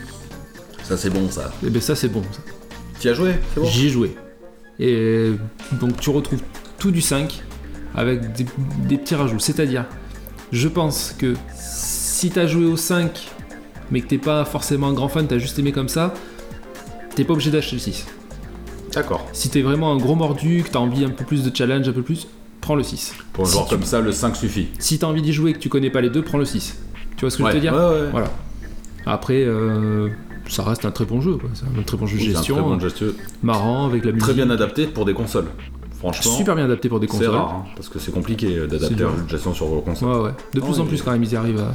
Speaker 2: Ça, c'est bon, ça.
Speaker 4: Et ben ça c'est bon. ça.
Speaker 2: Tu as joué C'est bon
Speaker 4: J'y ai joué. Et donc tu retrouves tout du 5 avec des, des petits rajouts. C'est-à-dire, je pense que si t'as joué au 5 mais que t'es pas forcément un grand fan, t'as juste aimé comme ça, t'es pas obligé d'acheter le 6.
Speaker 2: D'accord.
Speaker 4: Si t'es vraiment un gros mordu, que t'as envie un peu plus de challenge, un peu plus, prends le 6.
Speaker 2: Pour un
Speaker 4: Si
Speaker 2: joueur
Speaker 4: tu-
Speaker 2: comme ça, le 5 suffit.
Speaker 4: Si t'as envie d'y jouer et que tu connais pas les deux, prends le 6. Tu vois ce que je veux te dire
Speaker 2: ouais, ouais.
Speaker 4: Voilà. Après, euh, ça reste un très bon jeu. quoi. C'est un très bon jeu de
Speaker 2: Oui, c'est un
Speaker 4: gestion, hein.
Speaker 2: très bon gestueux.
Speaker 4: marrant avec la musique.
Speaker 2: Très bien adapté pour des consoles. Franchement,
Speaker 4: Super bien adapté pour des
Speaker 2: c'est
Speaker 4: consoles.
Speaker 2: rare, hein, parce que c'est compliqué euh,
Speaker 4: C'est
Speaker 2: d'adapter
Speaker 4: dur.
Speaker 2: un jeu de gestion sur vos consoles.
Speaker 4: Ouais, ouais. De
Speaker 2: Non,
Speaker 4: plus en
Speaker 2: mais-
Speaker 4: plus quand même ils y arrivent à.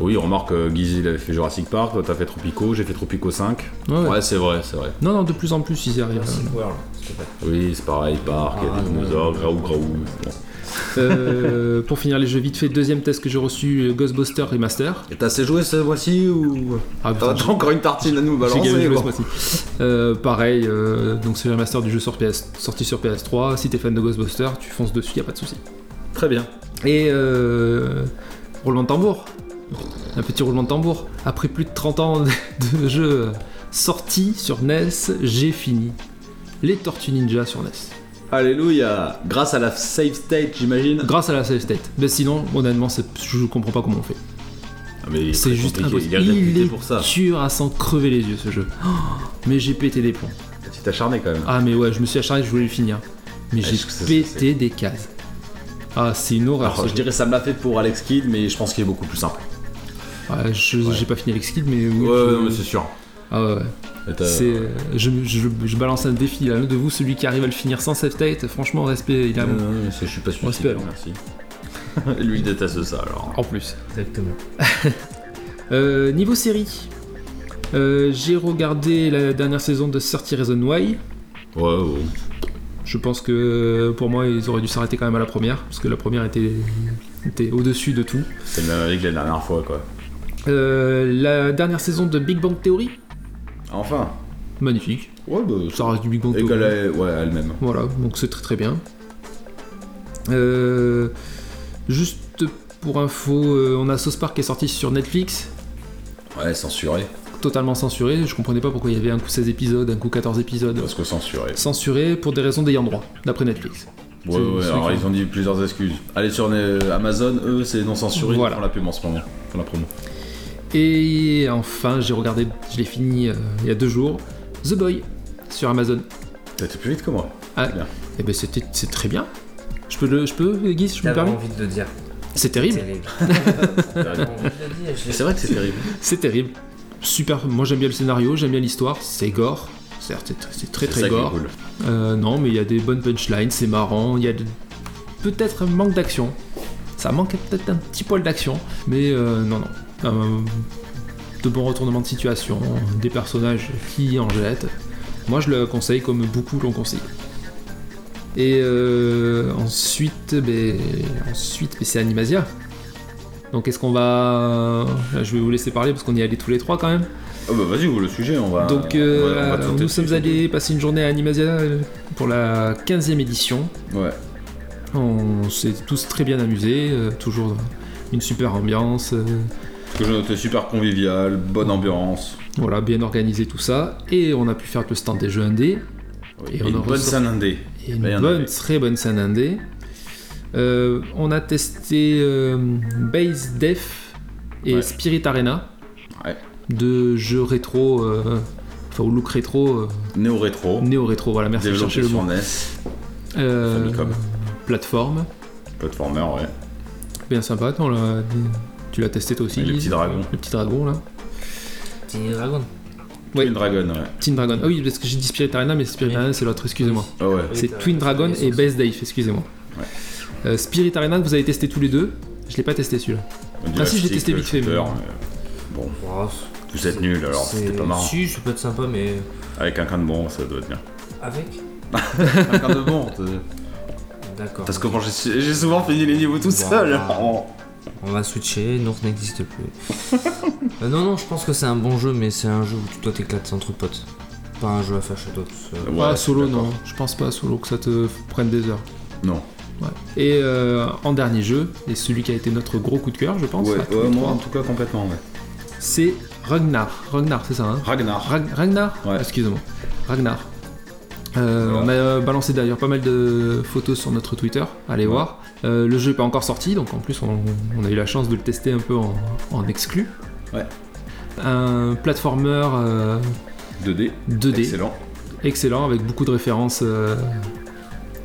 Speaker 2: Oui, remarque, euh, Guizy, il avait fait Jurassic Park, toi t'as fait Tropico, j'ai fait Tropico 5.
Speaker 4: Ouais, ouais.
Speaker 2: Ouais, c'est vrai, c'est vrai.
Speaker 4: Non, non, de plus en plus ils y arrivent. euh,
Speaker 5: Jurassic World, c'était pas-
Speaker 2: Oui, c'est pareil, Park, il y a
Speaker 5: Ah,
Speaker 2: des dinosaures, graou, graou. Bon.
Speaker 4: Euh, pour finir les jeux vite fait, deuxième test que j'ai reçu, Ghostbuster Remaster.
Speaker 2: Et t'as assez joué ce mois-ci ou.
Speaker 4: Ah
Speaker 2: T'as
Speaker 4: putain,
Speaker 2: t'as encore une tartine à nous
Speaker 4: j'ai
Speaker 2: balancer
Speaker 4: galéré
Speaker 2: quoi.
Speaker 4: ce mois-ci. Euh, pareil, euh, donc c'est le remaster du jeu sur PS, sorti sur PS3. Si t'es fan de Ghostbuster, tu fonces dessus, y a pas de souci.
Speaker 2: Très bien.
Speaker 4: Et euh, roulement de tambour. Un petit roulement de tambour. Après plus de 30 ans de de jeu sorti sur NES, j'ai fini les Tortues Ninja sur E NES.
Speaker 2: Alléluia Grâce à la save state, j'imagine.
Speaker 4: Grâce à la save state. Mais sinon, honnêtement, c'est- je comprends pas comment on fait.
Speaker 2: Ah, mais il est
Speaker 4: C'est
Speaker 2: très
Speaker 4: juste
Speaker 2: compliqué,
Speaker 4: impossible.
Speaker 2: Il est réputé
Speaker 4: est
Speaker 2: pour ça.
Speaker 4: dur à s'en crever les yeux ce jeu. Oh, mais j'ai pété des plombs.
Speaker 2: Tu t'es acharné quand même.
Speaker 4: Ah mais ouais, je me suis acharné, je voulais le finir. Mais j'ai
Speaker 2: je sais Ah, que ça, ça,
Speaker 4: pété des cases. Ah, c'est une horreur.
Speaker 2: Alors,
Speaker 4: ce
Speaker 2: je
Speaker 4: jeu.
Speaker 2: dirais ça me l'a fait pour Alex Kidd, mais je pense qu'il est beaucoup plus simple.
Speaker 4: Ouais, je- j'ai pas fini avec Skid, mais oui. je-
Speaker 2: non, mais sûr.
Speaker 4: Ah ouais, ouais.
Speaker 2: Et t'as-
Speaker 4: C'est, euh, je, je- je balance un défi là, l'un de vous, celui qui arrive à le finir sans safe state, franchement, respect, il a
Speaker 2: Non, non, non, c'est- je suis pas
Speaker 4: Respect,
Speaker 2: suicide,
Speaker 4: alors.
Speaker 2: merci. Lui il déteste ça alors.
Speaker 4: en plus.
Speaker 5: Exactement.
Speaker 4: Euh, niveau série, euh, j'ai regardé la dernière saison de 30 Reason Why.
Speaker 2: Ouais, ouais.
Speaker 4: Je pense que euh, pour moi, ils auraient dû s'arrêter quand même à la première, parce que la première était, était au-dessus de tout.
Speaker 2: C'est le même avec la dernière fois quoi.
Speaker 4: Euh, la dernière saison de Big Bang Theory,
Speaker 2: Enfin.
Speaker 4: magnifique.
Speaker 2: Ouais, bah.
Speaker 4: Ça reste du Big Bang
Speaker 2: Et
Speaker 4: Theory.
Speaker 2: qu'elle est. Ouais, elle-même.
Speaker 4: Voilà, donc c'est très très bien. Euh, juste pour info, euh, on a Sauce Park qui est sorti sur Netflix,
Speaker 2: Ouais, censuré.
Speaker 4: totalement censuré. Je comprenais pas pourquoi il y avait un coup 16 épisodes, un coup 14 épisodes.
Speaker 2: Parce que censuré.
Speaker 4: Censuré pour des raisons d'ayant droit, d'après Netflix.
Speaker 2: Ouais,
Speaker 4: C'est-
Speaker 2: ouais,
Speaker 4: c'est
Speaker 2: alors
Speaker 4: vrai.
Speaker 2: ils ont dit plusieurs excuses. Allez sur euh, Amazon, eux, c'est non censuré, ils
Speaker 4: Voilà.
Speaker 2: font la pub en ce moment. Ils font la promo.
Speaker 4: Et enfin, j'ai regardé, je l'ai fini euh, il y a deux jours, The Boy sur Amazon.
Speaker 2: T'as été plus vite que moi.
Speaker 4: Et ben c'était c'est très bien. Je peux le, je peux Guy, si je me
Speaker 5: T'avais
Speaker 4: permets.
Speaker 5: envie de le dire.
Speaker 4: C'est terrible,
Speaker 5: Terrible.
Speaker 2: Mais
Speaker 5: T'avais envie de le dire, je l'ai-
Speaker 2: c'est vrai que c'est terrible.
Speaker 4: c'est terrible. Super. Moi j'aime bien le scénario, j'aime bien l'histoire. C'est gore, certes, c'est- c'est très
Speaker 2: C'est
Speaker 4: très
Speaker 2: ça qui est
Speaker 4: gore.
Speaker 2: cool.
Speaker 4: Euh, non, mais il y a des bonnes punchlines, c'est marrant, il y a de- peut-être un manque d'action. Ça manque peut-être un petit poil d'action, mais euh, non, non. Euh, de bons retournements de situation, des personnages qui en jettent. Moi, je le conseille comme beaucoup l'ont conseillé. Et euh, ensuite, ben, ensuite ben, c'est Animasia. Donc, est-ce qu'on va. Là, je vais vous laisser parler parce qu'on y est allés tous les trois quand même.
Speaker 2: Ah bah vas-y, ouvre le sujet, on va.
Speaker 4: Donc
Speaker 2: on
Speaker 4: euh,
Speaker 2: va- on va te sauter
Speaker 4: nous
Speaker 2: dessus.
Speaker 4: sommes allés passer une journée à Animasia euh, pour la 15e édition.
Speaker 2: Ouais.
Speaker 4: On s'est tous très bien amusés, euh, toujours une super ambiance, euh,
Speaker 2: Parce que je notais super convivial, bonne ambiance.
Speaker 4: voilà, bien organisé tout ça. Et on a pu faire le stand des jeux indés,
Speaker 2: Oui,
Speaker 4: Et
Speaker 2: et
Speaker 4: on en
Speaker 2: une bonne
Speaker 4: ressort-
Speaker 2: scène indé.
Speaker 4: et une
Speaker 2: Bah, il y en
Speaker 4: bonne,
Speaker 2: avait.
Speaker 4: très bonne scène indé. Euh, on a testé euh, Base Def et
Speaker 2: Ouais.
Speaker 4: Spirit Arena,
Speaker 2: Ouais.
Speaker 4: deux jeux rétro, euh, enfin au look rétro, euh,
Speaker 2: Néo-rétro.
Speaker 4: néo-rétro, voilà, merci de chercher
Speaker 2: Développé
Speaker 4: le
Speaker 2: sur E
Speaker 4: mot.
Speaker 2: NES.
Speaker 4: Euh,
Speaker 2: Famicom.
Speaker 4: plateforme.
Speaker 2: Platformer, ouais.
Speaker 4: Bien sympa, attends, là, tu l'as testé toi aussi.
Speaker 2: Et les petits dragons.
Speaker 4: Le petit dragon là.
Speaker 5: Petit dragon.
Speaker 4: Ouais.
Speaker 2: Twin Dragon, ouais.
Speaker 4: Twin Dragon. Ah oui, parce que j'ai dit Spirit Arena, mais Spirit
Speaker 5: Oui.
Speaker 4: Arena c'est l'autre, excusez-moi.
Speaker 2: Ah ouais.
Speaker 4: C'est Twin Dragon et Base Dave, excusez-moi.
Speaker 2: Ouais.
Speaker 4: Euh, Spirit Arena que vous avez testé tous les deux. Je l'ai pas testé celui-là.
Speaker 2: On dit
Speaker 4: Ah, si,
Speaker 2: la
Speaker 4: je l'ai testé
Speaker 2: stick, le
Speaker 4: vite fait, mais-
Speaker 2: shooter, mais Bon,
Speaker 5: Oh, c'est-
Speaker 2: vous êtes nuls alors,
Speaker 5: c'est-
Speaker 2: c'était pas marrant.
Speaker 5: Si, ça peut être sympa, mais.
Speaker 2: Avec un can de bon, ça doit être bien.
Speaker 5: Avec
Speaker 2: un can de euh. bon
Speaker 5: D'accord.
Speaker 2: Parce que moi j'ai j'ai souvent fini les niveaux tout
Speaker 5: Wow.
Speaker 2: seul. Oh.
Speaker 5: On va switcher, Nours n'existe plus. Euh, non, non, je pense que c'est un bon jeu, mais c'est un jeu où tu dois t'éclater entre potes. Pas un jeu à faire chez toi tout seul.
Speaker 2: Ouais,
Speaker 4: pas
Speaker 2: je suis
Speaker 4: solo,
Speaker 2: d'accord.
Speaker 4: non. Je pense pas à solo que ça te f- prenne des heures.
Speaker 2: Non.
Speaker 4: Ouais. Et euh, en dernier jeu, et celui qui a été notre gros coup de cœur, je pense,
Speaker 2: Ouais,
Speaker 4: à tous
Speaker 2: ouais,
Speaker 4: les
Speaker 2: moi
Speaker 4: trois,
Speaker 2: en tout cas complètement, ouais.
Speaker 4: c'est Ragnar. Ragnar, c'est ça, hein
Speaker 2: Ragnar.
Speaker 4: Rag- Ragnar
Speaker 2: Ouais.
Speaker 4: Excusez-moi. Ragnar. Euh,
Speaker 2: Voilà.
Speaker 4: On a euh, balancé d'ailleurs pas mal de photos sur notre Twitter, allez
Speaker 2: Ouais.
Speaker 4: voir. Euh, le jeu n'est pas encore sorti, donc en plus on, on a eu la chance de le tester un peu en, en exclu.
Speaker 2: Ouais.
Speaker 4: Un platformer euh,
Speaker 2: 2D.
Speaker 4: 2D, excellent.
Speaker 2: Excellent.
Speaker 4: avec beaucoup de références. euh,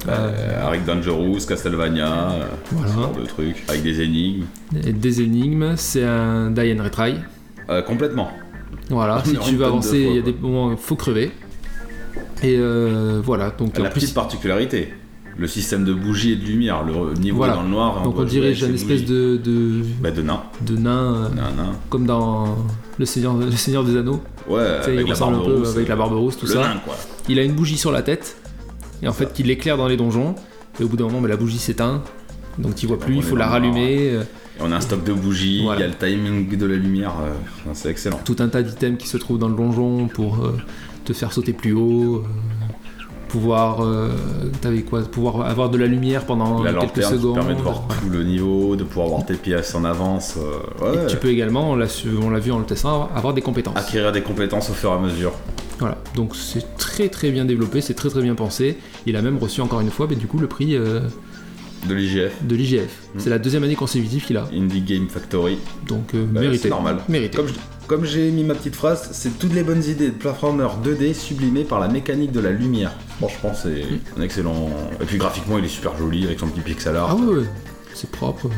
Speaker 4: euh,
Speaker 2: Euh, avec Dangerous, Castlevania, euh,
Speaker 4: Voilà.
Speaker 2: ce genre de trucs, avec des énigmes.
Speaker 4: et des énigmes, c'est un die and retry.
Speaker 2: Euh, complètement.
Speaker 4: Voilà,
Speaker 2: On est
Speaker 4: si
Speaker 2: en
Speaker 4: tu veux
Speaker 2: tonne de
Speaker 4: avancer, il y a
Speaker 2: fois,
Speaker 4: des moments où il faut crever. Et euh, voilà, donc
Speaker 2: La
Speaker 4: en plus,
Speaker 2: petite particularité, le système de bougies et de lumière, le niveau
Speaker 4: Voilà.
Speaker 2: dans le noir.
Speaker 4: donc
Speaker 2: doit
Speaker 4: on
Speaker 2: jouer avec
Speaker 4: dirige
Speaker 2: ses
Speaker 4: un espèce
Speaker 2: bougies.
Speaker 4: de, de,
Speaker 2: Bah de nain.
Speaker 4: de nain, euh,
Speaker 2: Nain, nain.
Speaker 4: comme dans Le Seigneur, le Seigneur des Anneaux.
Speaker 2: Ouais,
Speaker 4: Tu sais,
Speaker 2: Euh, avec
Speaker 4: il
Speaker 2: la
Speaker 4: ressemble
Speaker 2: barbe
Speaker 4: un peu
Speaker 2: rousse.
Speaker 4: avec la barbe rousse, tout
Speaker 2: le
Speaker 4: ça.
Speaker 2: nain, quoi.
Speaker 4: Il a une bougie sur la tête, et en fait, il l'éclaire dans les donjons. Et au bout d'un moment, bah, la bougie s'éteint, donc tu vois
Speaker 2: Donc
Speaker 4: plus,
Speaker 2: on
Speaker 4: il
Speaker 2: est
Speaker 4: faut
Speaker 2: dans
Speaker 4: la
Speaker 2: le noir,
Speaker 4: rallumer. euh,
Speaker 2: Et on a un stock de bougies,
Speaker 4: Voilà.
Speaker 2: il y a le timing de la lumière, euh, enfin, c'est excellent.
Speaker 4: tout un tas d'items qui se trouvent dans le donjon pour euh, te faire sauter plus haut, euh, pouvoir, euh, t'avais quoi, pouvoir avoir de la lumière pendant
Speaker 2: la
Speaker 4: quelques
Speaker 2: lanterne qui te
Speaker 4: secondes.
Speaker 2: permet de voir tout le niveau, de pouvoir voir tes pièces en avance. euh,
Speaker 4: Et
Speaker 2: ouais,
Speaker 4: tu peux également, on l'a su- on l'a vu en le testant, avoir des compétences.
Speaker 2: acquérir des compétences au fur et à mesure.
Speaker 4: Voilà, donc c'est très très bien développé, c'est très très bien pensé. Il a même reçu encore une fois, mais du coup, le prix euh,
Speaker 2: De l'IGF,
Speaker 4: de l'IGF.
Speaker 2: Mm.
Speaker 4: C'est la deuxième année consécutive qu'il a,
Speaker 2: Indie Game Factory.
Speaker 4: donc euh,
Speaker 2: Bah,
Speaker 4: mérité.
Speaker 2: C'est normal.
Speaker 4: Mérité.
Speaker 2: Comme, je- comme j'ai mis ma petite phrase, c'est toutes les bonnes idées de platformer 2D sublimées par la mécanique de la lumière. Franchement, c'est un excellent. Et puis graphiquement, il est super joli avec son petit pixel art.
Speaker 4: Ah ouais, ouais, c'est propre. euh,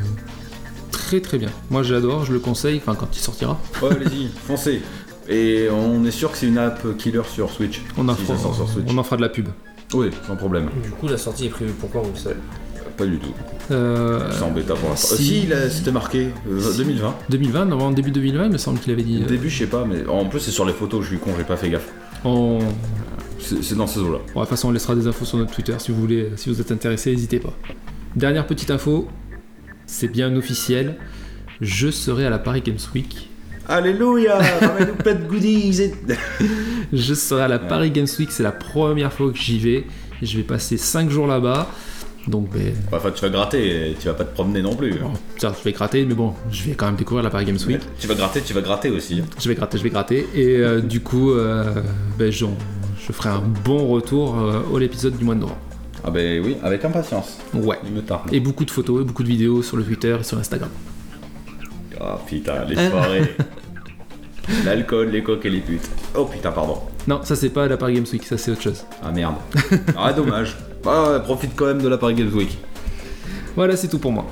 Speaker 4: Très très bien. Moi j'adore, je le conseille, enfin quand il sortira.
Speaker 2: Ouais, allez-y, foncez. Et on est sûr que c'est une app killer sur Switch.
Speaker 4: On en,
Speaker 2: si
Speaker 4: fera,
Speaker 2: ça sort sur Switch.
Speaker 4: on en fera de la pub.
Speaker 2: Oui, sans problème.
Speaker 5: Du coup, la sortie est prévue pour quand, vous le savez
Speaker 2: Pas du tout.
Speaker 4: Euh,
Speaker 2: C'est en bêta pour l'instant.
Speaker 4: si-
Speaker 2: Si, là, c'était marqué euh,
Speaker 4: Si.
Speaker 2: 2020.
Speaker 4: 2020, normalement début 2020, il me semble qu'il avait dit.
Speaker 2: Au
Speaker 4: euh,
Speaker 2: début, je sais pas, mais en plus, c'est sur les photos, je suis con, j'ai pas fait gaffe.
Speaker 4: on... bon,
Speaker 2: C'est c'est dans ces eaux-là.
Speaker 4: de toute façon, on laissera des infos sur notre Twitter si vous voulez, euh, si vous êtes intéressé, n'hésitez pas. Dernière petite info, c'est bien officiel, je serai à la Paris Games Week.
Speaker 2: Alléluia Ramène-nous pas de goodies et-
Speaker 4: Je serai à la
Speaker 2: Ouais.
Speaker 4: Paris Games Week, c'est la première fois que j'y vais. Je vais passer 5 jours là-bas. Donc, ben,
Speaker 2: Enfin, tu vas gratter, et tu vas pas te promener non plus.
Speaker 4: bon, ça, je vais gratter, mais bon, je vais quand même découvrir la Paris Games Week.
Speaker 2: Tu vas gratter, tu vas gratter aussi.
Speaker 4: Je vais gratter, je vais gratter. Et euh, du coup, euh, ben, j'en- je ferai un bon retour euh, au l'épisode du mois de novembre.
Speaker 2: Ah ben oui, avec impatience.
Speaker 4: Ouais.
Speaker 2: Il me tarde.
Speaker 4: Et beaucoup de photos, et beaucoup de vidéos sur le Twitter et sur Instagram.
Speaker 2: Ah putain, les soirées. L'alcool, les coques et les putes. Oh putain, pardon.
Speaker 4: Non, ça c'est pas la Paris Games Week, ça c'est autre chose.
Speaker 2: Ah merde. Ah dommage. Ah ouais, profite quand même de la Paris Games Week.
Speaker 4: Voilà, c'est tout pour moi.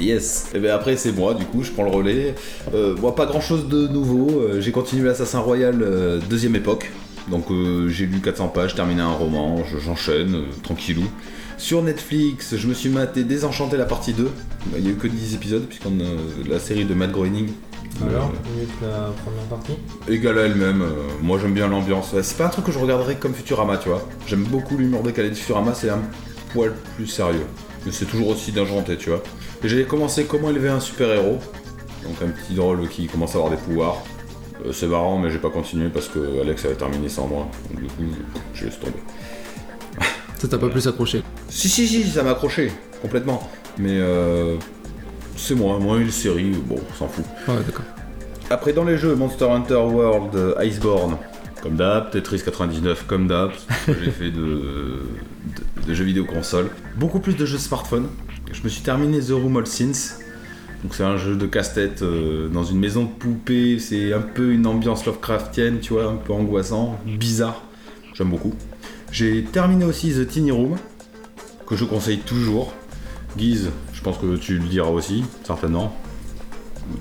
Speaker 2: Yes. Et ben après c'est moi, du coup je prends le relais. Euh, moi pas grand chose de nouveau. Euh, j'ai continué l'Assassin Royal euh, deuxième époque. Donc euh, j'ai lu 400 pages, terminé un roman, je- j'enchaîne euh, tranquillou. Sur Netflix, je me suis maté Désenchanté la partie 2. Il n'y a eu que 10 épisodes puisqu'on a euh, la série de Matt Groening.
Speaker 5: Alors,
Speaker 2: Euh,
Speaker 5: mieux que la première partie
Speaker 2: égale à elle-même. euh, moi j'aime bien l'ambiance. Ouais, C'est pas un truc que je regarderais comme Futurama, tu vois. J'aime beaucoup l'humour décalé de Futurama, c'est un poil plus sérieux. Mais c'est toujours aussi dangereux, tu vois. Et J'ai commencé Comment élever un super-héros. Donc un petit drôle qui commence à avoir des pouvoirs. Euh, c'est marrant, mais j'ai pas continué parce que Alex avait terminé sans moi. Donc du coup, je laisse tomber.
Speaker 4: Ça t'a pas plus accroché.
Speaker 2: Si, si, si, ça m'a accroché, complètement. Mais euh, c'est moi, moi une série, bon, on s'en fout.
Speaker 4: Ouais, d'accord.
Speaker 2: Après, dans les jeux, Monster Hunter World, euh, Iceborne, comme d'hab, Tetris 99, comme d'hab, c'est ce que j'ai fait de, de- de jeux vidéo console. Beaucoup plus de jeux smartphone. Je me suis terminé The Room All Sins. Donc, c'est un jeu de casse-tête euh, dans une maison de poupée. C'est un peu une ambiance Lovecraftienne, tu vois, un peu angoissant, bizarre. J'aime beaucoup. J'ai terminé aussi The Tiny Room, que je conseille toujours. Guise, je pense que tu le diras aussi, certainement.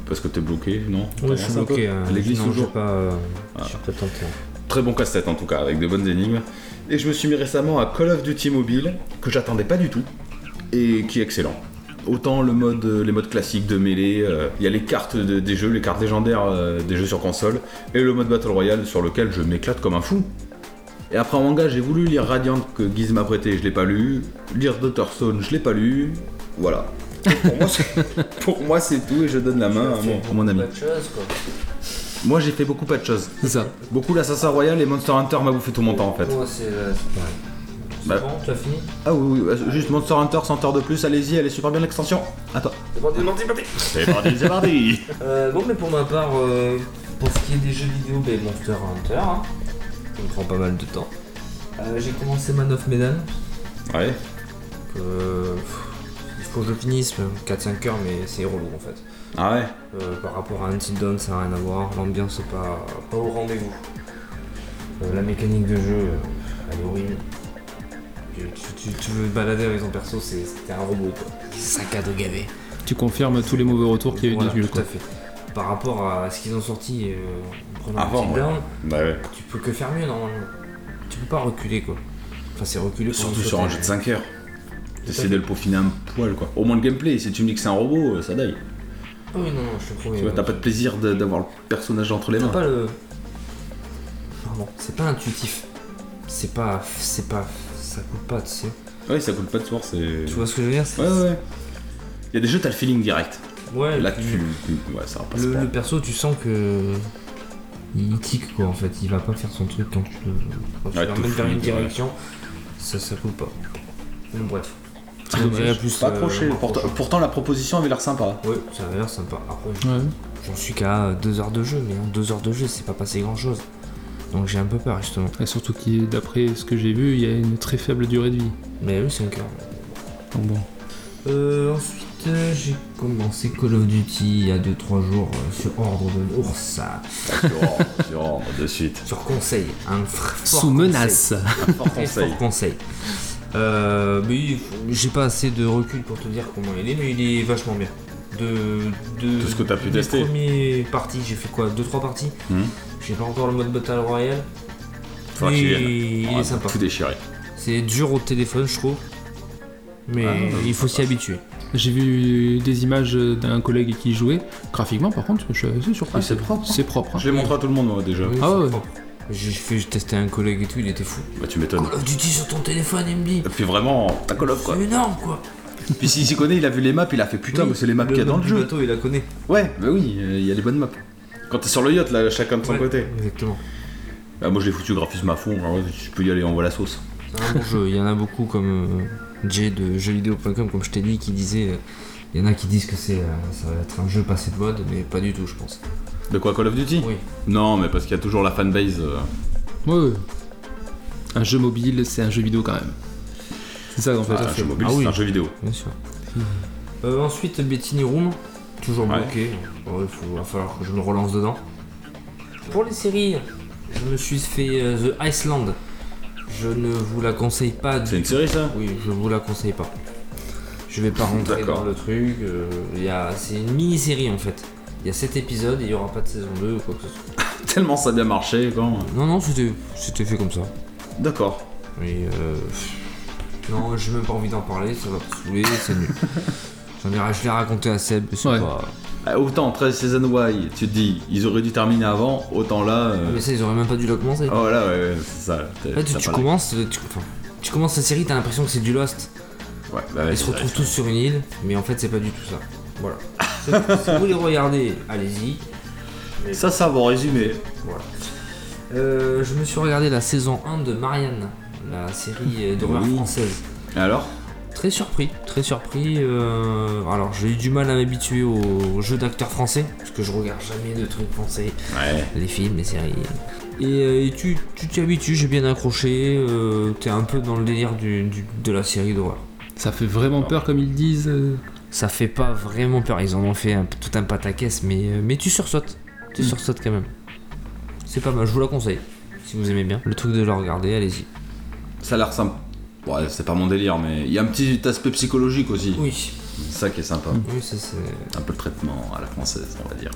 Speaker 2: Parce que t'es bloqué, non
Speaker 5: Ouais, je suis
Speaker 2: Avance un peu.
Speaker 5: bloqué. euh,
Speaker 2: Elle existe
Speaker 5: non, j'ai
Speaker 2: toujours.
Speaker 5: pas, euh,
Speaker 2: Ah.
Speaker 5: Je suis pas tenté. hein.
Speaker 2: Très bon casse-tête en tout cas, avec de bonnes énigmes. Et je me suis mis récemment à Call of Duty Mobile, que j'attendais pas du tout, et qui est excellent. Autant le mode, euh, les modes classiques de mêlée, euh, il y a les cartes de- des jeux, les cartes légendaires euh, des jeux sur console, et le mode Battle Royale sur lequel je m'éclate comme un fou. Et après en manga, j'ai voulu lire Radiant que Guise m'a prêté, je l'ai pas lu. Lire Dr. Stone, je l'ai pas lu. Voilà. pour, moi, c'est- Pour moi, c'est tout et je donne la main à mon, à mon ami.
Speaker 3: Pas de choses, quoi.
Speaker 2: Moi, j'ai fait beaucoup pas de choses.
Speaker 4: C'est ça.
Speaker 2: Beaucoup l'Assassin Royal et Monster Hunter m'a bouffé tout mon temps en fait.
Speaker 3: Moi, c'est euh, c'est pareil. C'est
Speaker 2: Bah.
Speaker 3: bon, tu as fini
Speaker 2: Ah oui, oui, euh, juste Monster Hunter 100 heures de plus, allez-y, elle est super bien l'extension. Attends.
Speaker 3: C'est bon, c'est bon, c'est bon.
Speaker 2: C'est parti, c'est parti
Speaker 3: Euh, bon, mais pour ma part, euh, pour ce qui est des jeux vidéo, ben Monster Hunter, hein, ça me prend pas mal de temps. Euh, j'ai commencé Man of Medan.
Speaker 2: Ouais.
Speaker 3: Euh, pff, il faut que je finisse euh, 4-5 heures, mais c'est relou en fait.
Speaker 2: Ah ouais
Speaker 3: Euh, par rapport à Antidon, ça n'a rien à voir. L'ambiance n'est pas, pas au rendez-vous. Euh, la mécanique de jeu, euh, elle est horrible. Tu, tu- tu- tu veux te balader avec ton perso, c'est c'est un robot quoi. Sac à dos gavé.
Speaker 4: Tu confirmes tous les mauvais retours qu'il y a eu
Speaker 3: Voilà,
Speaker 4: dessus,
Speaker 3: tout
Speaker 4: quoi.
Speaker 3: à fait. Par rapport à ce qu'ils ont sorti euh, en prenant
Speaker 2: Avant,
Speaker 3: Until
Speaker 2: ouais.
Speaker 3: Dawn,
Speaker 2: Bah ouais.
Speaker 3: tu peux que faire mieux normalement. Tu peux pas reculer quoi. Enfin, c'est reculer pour
Speaker 2: Surtout
Speaker 3: une
Speaker 2: sur un
Speaker 3: sauter.
Speaker 2: jeu de 5 heures. T'essaies de le peaufiner un poil quoi. Au moins le gameplay, si tu me dis que c'est un robot, euh, ça daille.
Speaker 3: Ah oui, non, non, je te promets.
Speaker 2: Tu vois,
Speaker 3: ouais.
Speaker 2: t'as pas de plaisir de- d'avoir le personnage entre les
Speaker 3: T'as
Speaker 2: mains.
Speaker 3: pas le. Pardon, c'est pas intuitif. C'est pas. C'est pas. Ça coûte pas, tu sais.
Speaker 2: Ouais, ça coûte pas de source. et-
Speaker 3: Tu vois ce que je veux dire c'est-
Speaker 2: Ouais, ouais. Il y a des jeux, t'as le feeling direct.
Speaker 3: Ouais,
Speaker 2: Là,
Speaker 3: tu-
Speaker 2: tu. tu- Ouais, ça passe
Speaker 3: le,
Speaker 2: pas.
Speaker 3: le perso, tu sens que. Il tique quoi en fait, il va pas faire son truc quand tu le. Quand tu
Speaker 2: Ouais,
Speaker 3: l'emmènes
Speaker 2: tout
Speaker 3: vers une
Speaker 2: fluide, ouais.
Speaker 3: direction, ça, ça coûte pas. Donc, bref.
Speaker 4: C'est dommage.
Speaker 3: plus.
Speaker 2: Pas
Speaker 3: euh,
Speaker 2: accroché. Pourtant, pourtant, la proposition avait l'air sympa.
Speaker 3: Ouais, ça avait l'air sympa. Après,
Speaker 4: Ouais.
Speaker 3: j'en suis qu'à 2 heures de jeu, mais en 2 heures de jeu, c'est pas passé grand chose. Donc j'ai un peu peur justement.
Speaker 4: Et surtout qu'il, d'après ce que j'ai vu, il y a une très faible durée de vie.
Speaker 3: Mais oui, 5 heures.
Speaker 4: Donc bon.
Speaker 3: Euh, ensuite, euh, j'ai commencé Call of Duty il y a 2-3 jours euh, sur ordre de l'ours, euh,
Speaker 2: Durant, de suite.
Speaker 3: sur conseil, un fr- fort
Speaker 4: Sous menace.
Speaker 2: Fort
Speaker 3: conseil. Très
Speaker 2: conseil.
Speaker 3: fort conseil. Euh, mais il- j'ai pas assez de recul pour te dire comment il est, mais il est vachement bien. De, de,
Speaker 2: De ce que t'as pu
Speaker 3: des
Speaker 2: tester.
Speaker 3: premiers parties, j'ai fait quoi 2-3 parties
Speaker 2: Mhm.
Speaker 3: J'ai pas encore le mode Battle Royale.
Speaker 2: Faudra
Speaker 3: mais
Speaker 2: qu'il vienne.
Speaker 3: il
Speaker 2: Ouais,
Speaker 3: est sympa.
Speaker 2: Tout déchiré.
Speaker 3: C'est dur au téléphone, je trouve. Mais
Speaker 2: Ah,
Speaker 3: il faut s'y habituer.
Speaker 4: J'ai vu des images d'un collègue qui y jouait. Graphiquement, par contre, je suis assez surpris.
Speaker 2: Ah, c'est propre.
Speaker 4: C'est propre. hein.
Speaker 2: Je l'ai montré à tout le monde, moi, déjà.
Speaker 3: Oui,
Speaker 4: Ah
Speaker 3: c'est
Speaker 4: ouais.
Speaker 3: propre. J'ai fait j'ai testé un collègue et tout, il était fou.
Speaker 2: Bah, tu m'étonnes.
Speaker 3: Call of Duty sur ton téléphone, il me dit.
Speaker 2: Et puis vraiment, t'as call of quoi.
Speaker 3: C'est énorme quoi.
Speaker 2: Puis s'il s'y connaît, il a vu les maps, il a fait putain,
Speaker 3: Oui,
Speaker 2: mais c'est les maps qu'il y a
Speaker 3: mode
Speaker 2: dans le
Speaker 3: du
Speaker 2: jeu.
Speaker 3: bateau, il la connaît.
Speaker 2: Ouais, bah oui, euh, il y a les bonnes maps. Quand t'es sur le yacht, là, chacun de son
Speaker 3: Ouais,
Speaker 2: côté.
Speaker 3: Exactement.
Speaker 2: Bah, moi, je l'ai foutu graphisme à fond. genre, ouais, tu peux y aller, envoie la sauce.
Speaker 3: C'est un bon jeu. Il y en a beaucoup comme euh, Jay de jeuxvideo.com, comme je t'ai dit, qui disait. euh, il y en a qui disent que c'est euh, ça va être un jeu passé de mode, mais pas du tout, je pense.
Speaker 2: De quoi, Call of Duty
Speaker 3: Oui.
Speaker 2: Non, mais parce qu'il y a toujours la fanbase. euh,
Speaker 4: hein. Ouais. Un jeu mobile, c'est un jeu vidéo quand même. C'est ça en fait.
Speaker 2: ah, un jeu mobile,
Speaker 3: Ah
Speaker 2: c'est
Speaker 3: oui.
Speaker 2: un jeu vidéo.
Speaker 3: Bien sûr. Euh, ensuite, Bettini Room, toujours
Speaker 2: Mmh. Ouais.
Speaker 3: bloqué. Ouais, faut- va falloir que je me relance dedans. Pour les séries, je me suis fait euh, The Iceland. Je ne vous la conseille pas. du
Speaker 2: C'est une
Speaker 3: tout.
Speaker 2: série, ça
Speaker 3: Oui, je vous la conseille pas. Je vais pas rentrer
Speaker 2: D'accord.
Speaker 3: dans le truc. euh, il y a- C'est une mini-série en fait. Il y a 7 épisodes et il y aura pas de saison 2 ou quoi que ce soit.
Speaker 2: Tellement ça a bien marché quand.
Speaker 3: Non, non, c'était c'était fait comme ça.
Speaker 2: D'accord.
Speaker 3: Mais euh, pff, Non, j'ai même pas envie d'en parler, ça va me saouler, c'est nul. J'en ai, je l'ai raconté à Seb, c'est
Speaker 4: Ouais.
Speaker 3: pas-
Speaker 2: Ah, Autant 13 Season Y, tu te dis, ils auraient dû terminer avant, autant là. euh,
Speaker 3: Mais ça, ils auraient même pas dû la commencer.
Speaker 2: Oh là, ouais, ouais, c'est ça. t'as-
Speaker 3: Là, tu,
Speaker 2: t'as
Speaker 3: tu
Speaker 2: pas la-
Speaker 3: commences, euh, tu, enfin, tu commences la série, t'as l'impression que c'est du Lost.
Speaker 2: Ouais, bah, ouais,
Speaker 3: Ils se
Speaker 2: c'est
Speaker 3: retrouvent
Speaker 2: vrai.
Speaker 3: tous sur une île, mais en fait, c'est pas du tout ça. Voilà. C'est- si vous voulez regarder, allez-y.
Speaker 2: Ça, ça, bon résumé.
Speaker 3: Voilà. Euh, je me suis regardé la saison 1 de Marianne, la série euh, d'horreur
Speaker 2: Oui.
Speaker 3: française.
Speaker 2: Et Alors
Speaker 3: Très surpris, très surpris. euh, alors j'ai eu du mal à m'habituer aux jeux d'acteurs français, parce que je regarde jamais de trucs français,
Speaker 2: Ouais.
Speaker 3: les films, les séries. Et, euh, et tu tu t'y habitues, j'ai bien accroché, euh, t'es un peu dans le délire du- du- de la série d'horreur.
Speaker 4: Ça fait vraiment peur comme ils disent. euh.
Speaker 3: Ça fait pas vraiment peur, ils en ont fait un- tout un pataquès, mais, euh, mais tu sursautes, tu sursautes quand même. C'est pas mal, je vous la conseille, si vous aimez bien. Le truc de la regarder, allez-y.
Speaker 2: Ça a l'air sympa. Ouais, c'est pas mon délire, mais il y a un petit aspect psychologique aussi.
Speaker 3: Oui,
Speaker 2: C'est ça qui est sympa.
Speaker 3: oui, ça c'est...
Speaker 2: Un peu le traitement à la française, on va dire.